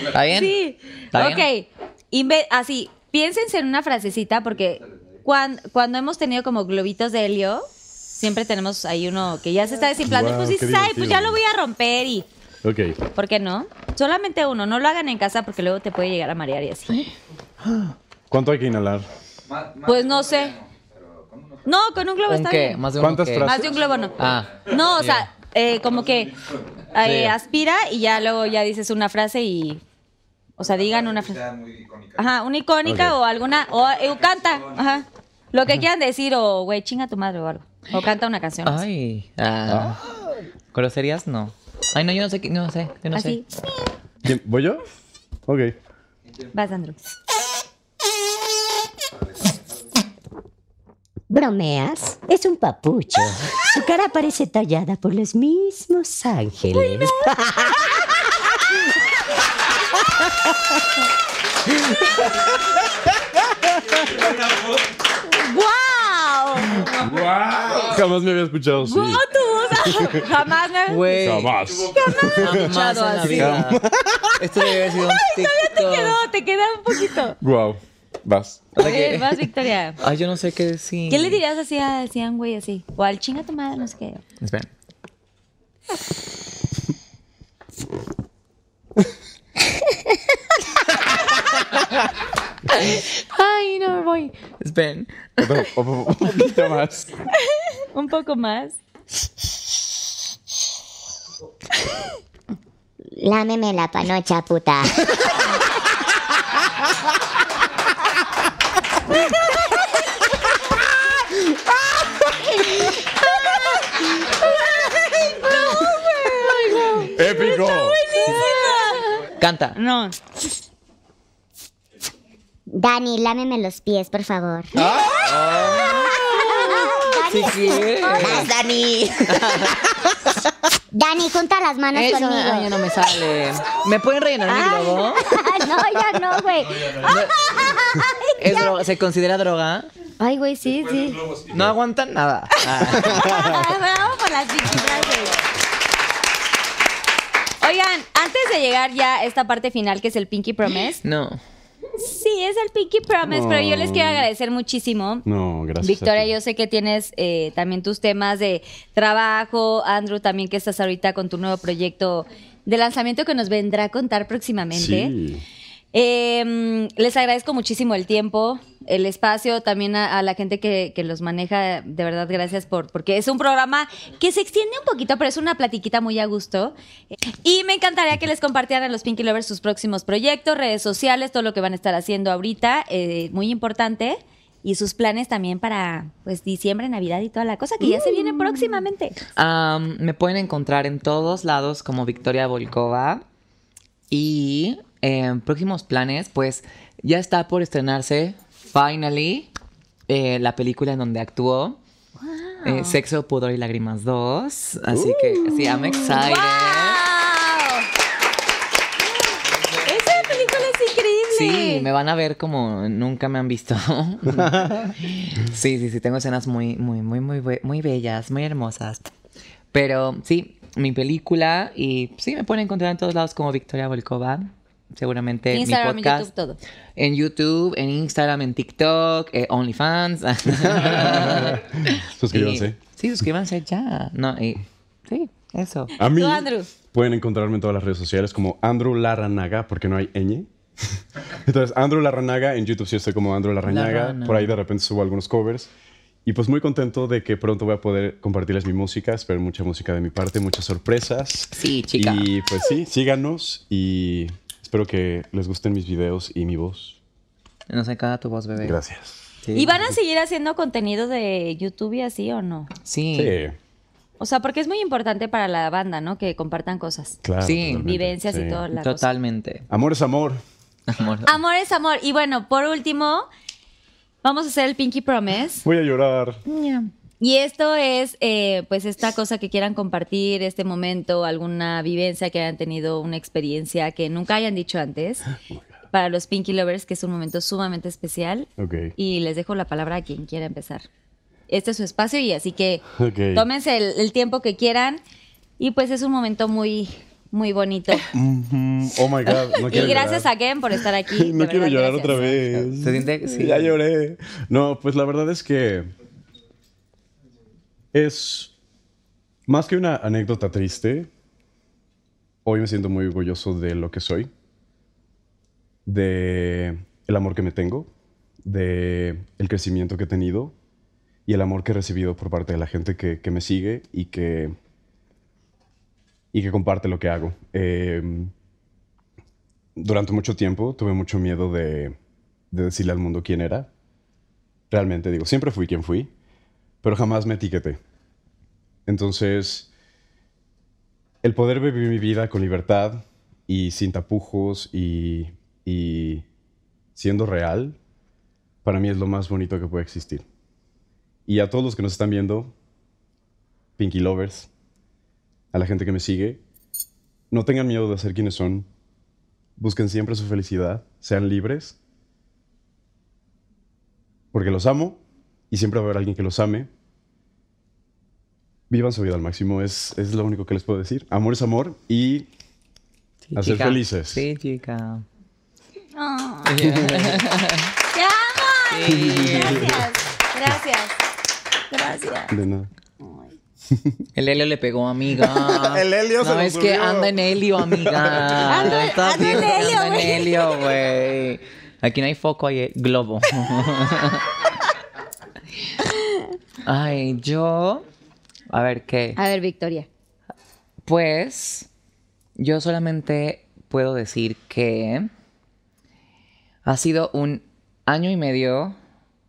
S5: ¿Está bien?
S3: Sí.
S5: ¿Está bien?
S3: Ok. Inve- así, piénsense en una frasecita porque cuan- cuando hemos tenido como globitos de helio, siempre tenemos ahí uno que ya se está desinflando. y
S4: Guau,
S3: pues dices,
S4: qué
S3: ay, pues ya
S4: divertido".
S3: lo voy a romper y...
S4: Ok.
S3: ¿Por qué no? Solamente uno, no lo hagan en casa porque luego te puede llegar a marear y así.
S4: ¿Cuánto hay que inhalar?
S3: Pues no sé. No, con un globo
S5: ¿Un
S3: está
S5: qué?
S3: bien.
S5: ¿Más de un
S4: ¿Cuántas
S5: qué?
S4: frases?
S3: Más de un globo no.
S5: Ah.
S3: No, o sea, eh, como que eh,
S5: Sí.
S3: aspira y ya luego ya dices una frase y. O sea, digan una frase. Ajá, una icónica
S4: Ok.
S3: o alguna. O eh, canta. Ajá. Lo que quieran decir o, güey, chinga tu madre o algo. O canta una canción. así.
S5: Ay. Ah. ¿Groserías? No. Ay, no, yo no sé. qué- No sé. Yo no
S3: Así.
S4: ¿Quién- ¿Voy yo? Ok.
S3: Vas, Andrew.
S9: ¿Bromeas? Es un papucho. Su cara parece tallada por los mismos ángeles.
S3: ¡Guau!
S4: Jamás me había escuchado. Sí.
S3: ¡Guau, tú! O sea, jamás
S5: sé.
S3: me.
S5: Güey.
S4: Jamás.
S5: Jamás en la
S3: así.
S5: vida. Esto debe haber sido un TikTok.
S3: No, te queda un poquito.
S4: Wow. Vas.
S5: O
S3: A
S5: sea que-
S3: ver, vas, Victoria.
S5: Ay, yo no sé qué decir.
S3: ¿Qué le dirías así a Cian, güey, así? O al chinga tu madre, no sé qué.
S5: Espera. Ay, no me voy. Esperen.
S4: Otro- otro- Un poquito más.
S3: Un poco más.
S10: Lámeme la panocha, puta.
S4: ¡Épico!
S5: Canta.
S3: No.
S10: Dani, lámeme los pies, por favor.
S5: Ah. Sí, sí.
S10: Más, Dani. Dani, junta las manos
S5: Eso
S10: conmigo.
S5: ay, no me sale. ¿Me pueden rellenar mi globo?
S10: Ah, no, ya no, güey.
S5: ¿Es droga? ¿Se considera droga?
S3: Ay, güey, sí, sí.
S5: No aguantan nada. Ah.
S3: Bravo por las chiquitas, güey. Oigan, antes de llegar ya a esta parte final que es el Pinky Promise.
S5: No.
S3: Sí, es el Pinky Promise, pero yo les quiero agradecer muchísimo.
S4: No, gracias. a
S3: Victoria,
S4: ti.
S3: yo sé que tienes eh, también tus temas de trabajo, Andrew, también que estás ahorita con tu nuevo proyecto de lanzamiento que nos vendrá a contar próximamente.
S4: Sí.
S3: Eh, les agradezco muchísimo el tiempo, el espacio, también a, a la gente que, que los maneja. De verdad, gracias por, porque es un programa que se extiende un poquito, pero es una platiquita muy a gusto. Y me encantaría que les compartieran a los Pinky Lovers sus próximos proyectos, redes sociales, todo lo que van a estar haciendo ahorita, eh, muy importante. Y sus planes también para pues diciembre, Navidad y toda la cosa que ya se viene próximamente.
S5: Am, me pueden encontrar en todos lados como Victoria Volkova. Y eh, próximos planes, pues ya está por estrenarse, finally, eh, la película en donde actuó. eh, Sexo, Pudor y Lágrimas 2. Así que sí, I'm excited.
S3: Esa película es increíble.
S5: Sí, me van a ver como nunca me han visto. sí, sí, sí, tengo escenas muy, muy, muy, muy, be- muy bellas, muy hermosas. Pero sí, mi película y sí, me pueden encontrar en todos lados como Victoria Volkova. Seguramente
S3: Instagram,
S5: mi
S3: en
S5: podcast.
S3: YouTube, todo.
S5: En YouTube, en Instagram, en TikTok, eh, OnlyFans.
S4: Suscríbanse.
S5: Y- sí, suscríbanse ya. No, y- sí, eso.
S4: A mí
S3: Tú, Andrew.
S4: pueden encontrarme en todas las redes sociales como Andrew Larranaga, porque no hay ñ. Entonces, Andrew Larranaga, en YouTube sí estoy como Andrew Larranaga.
S5: Larrana.
S4: Por ahí de repente subo algunos covers. Y pues muy contento de que pronto voy a poder compartirles mi música. Espero mucha música de mi parte, muchas sorpresas.
S5: Sí, chica.
S4: Y pues sí, síganos y espero que les gusten mis videos y mi voz.
S5: Nos encanta tu voz, bebé.
S4: Gracias.
S5: Sí.
S3: ¿Y van a seguir haciendo contenido de YouTube y así o no?
S5: Sí.
S4: Sí,
S3: O sea, porque es muy importante para la banda, ¿no? Que compartan cosas,
S4: claro.
S5: Sí.
S4: totalmente.
S3: vivencias
S4: Sí.
S3: y todo. La cosa.
S5: Totalmente.
S4: Amor es amor.
S5: Amor.
S3: Amor es amor. Y bueno, por último, vamos a hacer el Pinky Promise.
S4: Voy a llorar.
S3: Y esto es, eh, pues, esta cosa que quieran compartir, este momento, alguna vivencia que hayan tenido, una experiencia que nunca hayan dicho antes. Para los Pinky Lovers, que es un momento sumamente especial.
S4: Ok.
S3: Y les dejo la palabra a quien quiera empezar. Este es su espacio y así que
S4: Ok.
S3: tómense el, el tiempo que quieran. Y pues es un momento muy, muy bonito.
S4: Mhm. Oh my God. No
S3: y
S4: quiero
S3: gracias
S4: llorar.
S3: a Ken por estar aquí. de
S4: No quiero
S3: verdad,
S4: llorar
S3: gracias.
S4: otra vez.
S5: Se siente- sí.
S4: Ya lloré. No, pues la verdad es que es más que una anécdota triste. Hoy me siento muy orgulloso de lo que soy, de el amor que me tengo, de el crecimiento que he tenido y el amor que he recibido por parte de la gente que, que me sigue y que y que comparte lo que hago. Em, durante mucho tiempo tuve mucho miedo de, de decirle al mundo quién era. Realmente digo, siempre fui quien fui, pero jamás me etiqueté. Entonces, el poder vivir mi vida con libertad y sin tapujos y, y siendo real, para mí es lo más bonito que puede existir. Y a todos los que nos están viendo, Pinky Lovers, a la gente que me sigue, no tengan miedo de ser quienes son, busquen siempre su felicidad, sean libres, porque los amo y siempre va a haber alguien que los ame. Vivan su vida al máximo, es, es lo único que les puedo decir. Amor es amor y
S5: Sí,
S4: a ser
S5: chica.
S4: felices.
S5: Sí, chica.
S3: Ah, ¡Te amo! Gracias, gracias, gracias.
S4: de nada.
S5: El Helio le pegó, amiga.
S4: El Helio se
S5: No,
S4: lo
S5: es que
S4: subió.
S5: anda en Helio, amiga.
S3: Ando-
S5: Estás
S3: ando en
S5: viendo que
S3: helio,
S5: anda
S3: güey.
S5: en Helio, güey. Aquí no hay foco, hay eh, globo. Ay, yo. A ver qué.
S3: A ver, Victoria.
S5: Pues. Yo solamente puedo decir que ha sido un año y medio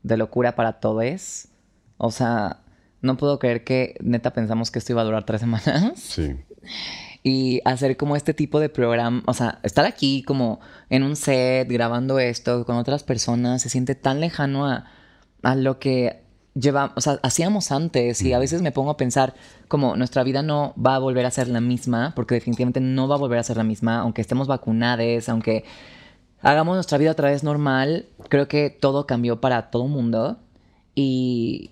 S5: de locura para todos. O sea, no puedo creer que neta pensamos que esto iba a durar tres semanas.
S4: Sí.
S5: Y hacer como este tipo de programa, o sea, estar aquí como en un set grabando esto con otras personas se siente tan lejano a, a lo que llevamos, o sea, hacíamos antes y a veces me pongo a pensar como nuestra vida no va a volver a ser la misma, porque definitivamente no va a volver a ser la misma, aunque estemos vacunados, aunque hagamos nuestra vida otra vez normal, creo que todo cambió para todo mundo y,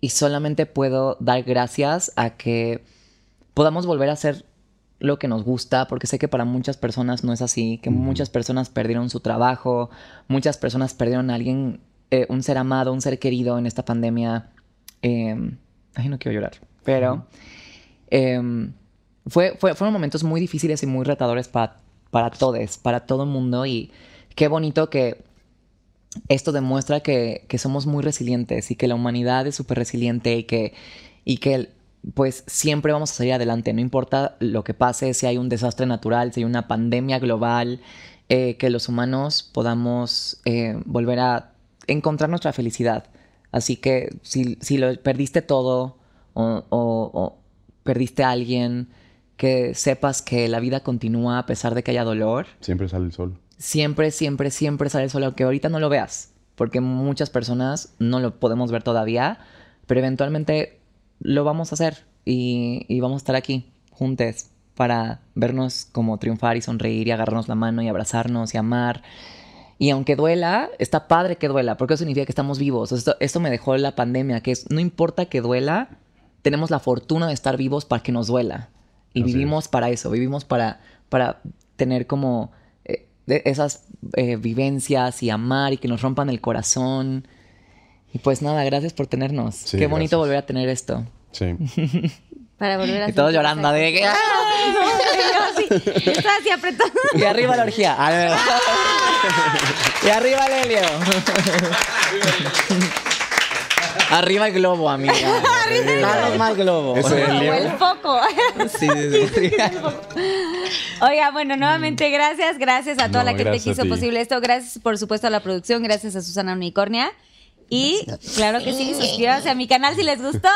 S5: y solamente puedo dar gracias a que podamos volver a hacer lo que nos gusta, porque sé que para muchas personas no es así, que muchas personas perdieron su trabajo, muchas personas perdieron a alguien, eh, un ser amado, un ser querido en esta pandemia. Eh, ay, no quiero llorar, pero em, fue, fue- fueron momentos muy difíciles y muy retadores para, para todos, para todo el mundo, y qué bonito que esto demuestra que, que somos muy resilientes y que la humanidad es súper resiliente y que, y que pues siempre vamos a salir adelante, no importa lo que pase, si hay un desastre natural, si hay una pandemia global, eh, que los humanos podamos eh, volver a encontrar nuestra felicidad. Así que si, si lo perdiste todo o, o- o perdiste a alguien, que sepas que la vida continúa a pesar de que haya dolor
S4: Siempre sale el sol.
S5: siempre, siempre, siempre sale el sol, aunque ahorita no lo veas, porque muchas personas no lo podemos ver todavía, pero eventualmente lo vamos a hacer y, y vamos a estar aquí juntos para vernos como triunfar y sonreír y agarrarnos la mano y abrazarnos y amar. Y aunque duela, está padre que duela, porque eso significa que estamos vivos. Esto, esto me dejó la pandemia, que es, no importa que duela, tenemos la fortuna de estar vivos para que nos duela. Y
S11: Así
S5: vivimos para eso, vivimos para, para tener como eh, de- esas eh, vivencias y amar y que nos rompan el corazón. Y pues nada, gracias por tenernos.
S4: Sí,
S5: Qué bonito volver a tener esto.
S4: Sí.
S3: Para volver a
S5: y todos
S3: sentir
S5: llorando
S3: esa-
S5: de que... ¡ah!
S3: Yo así, estaba así apretando.
S5: Y arriba la orgía. A ver. y arriba el helio. arriba el globo, amiga. Danos más globo.
S3: Eso es O el foco.
S5: Sí, sí, sí.
S3: Oiga, bueno, nuevamente gracias, gracias a toda
S5: Mm. No,
S3: la gente que
S5: gracias a
S3: hizo
S5: ti.
S3: posible esto, gracias por supuesto a la producción, gracias a Susana Unicornia. Y claro que sí, suscríbanse a mi canal si les gustó,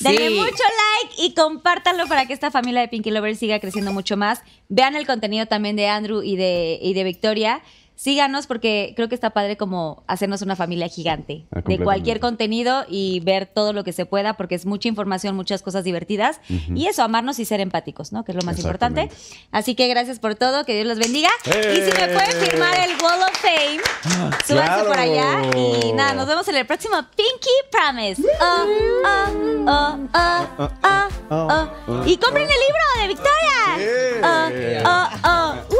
S3: denle
S12: Sí.
S3: mucho like y compártanlo para que esta familia de Pinky Lovers siga creciendo mucho más. Vean el contenido también de Andrew y de, y de Victoria. Síganos porque creo que está padre como hacernos una familia gigante
S12: Ah,
S3: de
S12: completamente.
S3: cualquier contenido y ver todo lo que se pueda porque es mucha información, muchas cosas divertidas
S12: Ujú.
S3: y eso, amarnos y ser empáticos, ¿no? Que es lo más importante.
S12: Exactamente.
S3: Así que gracias por todo, que Dios los bendiga.
S12: ¡Eh! Ah,
S3: Y si me pueden firmar el Wall of Fame, súbanse
S12: ¡Claro!
S3: por allá. Y nada, nos vemos en el próximo Pinky Promise. Oh, oh, oh, oh, oh, oh. Y compren el libro de Victoria. Oh, oh, oh.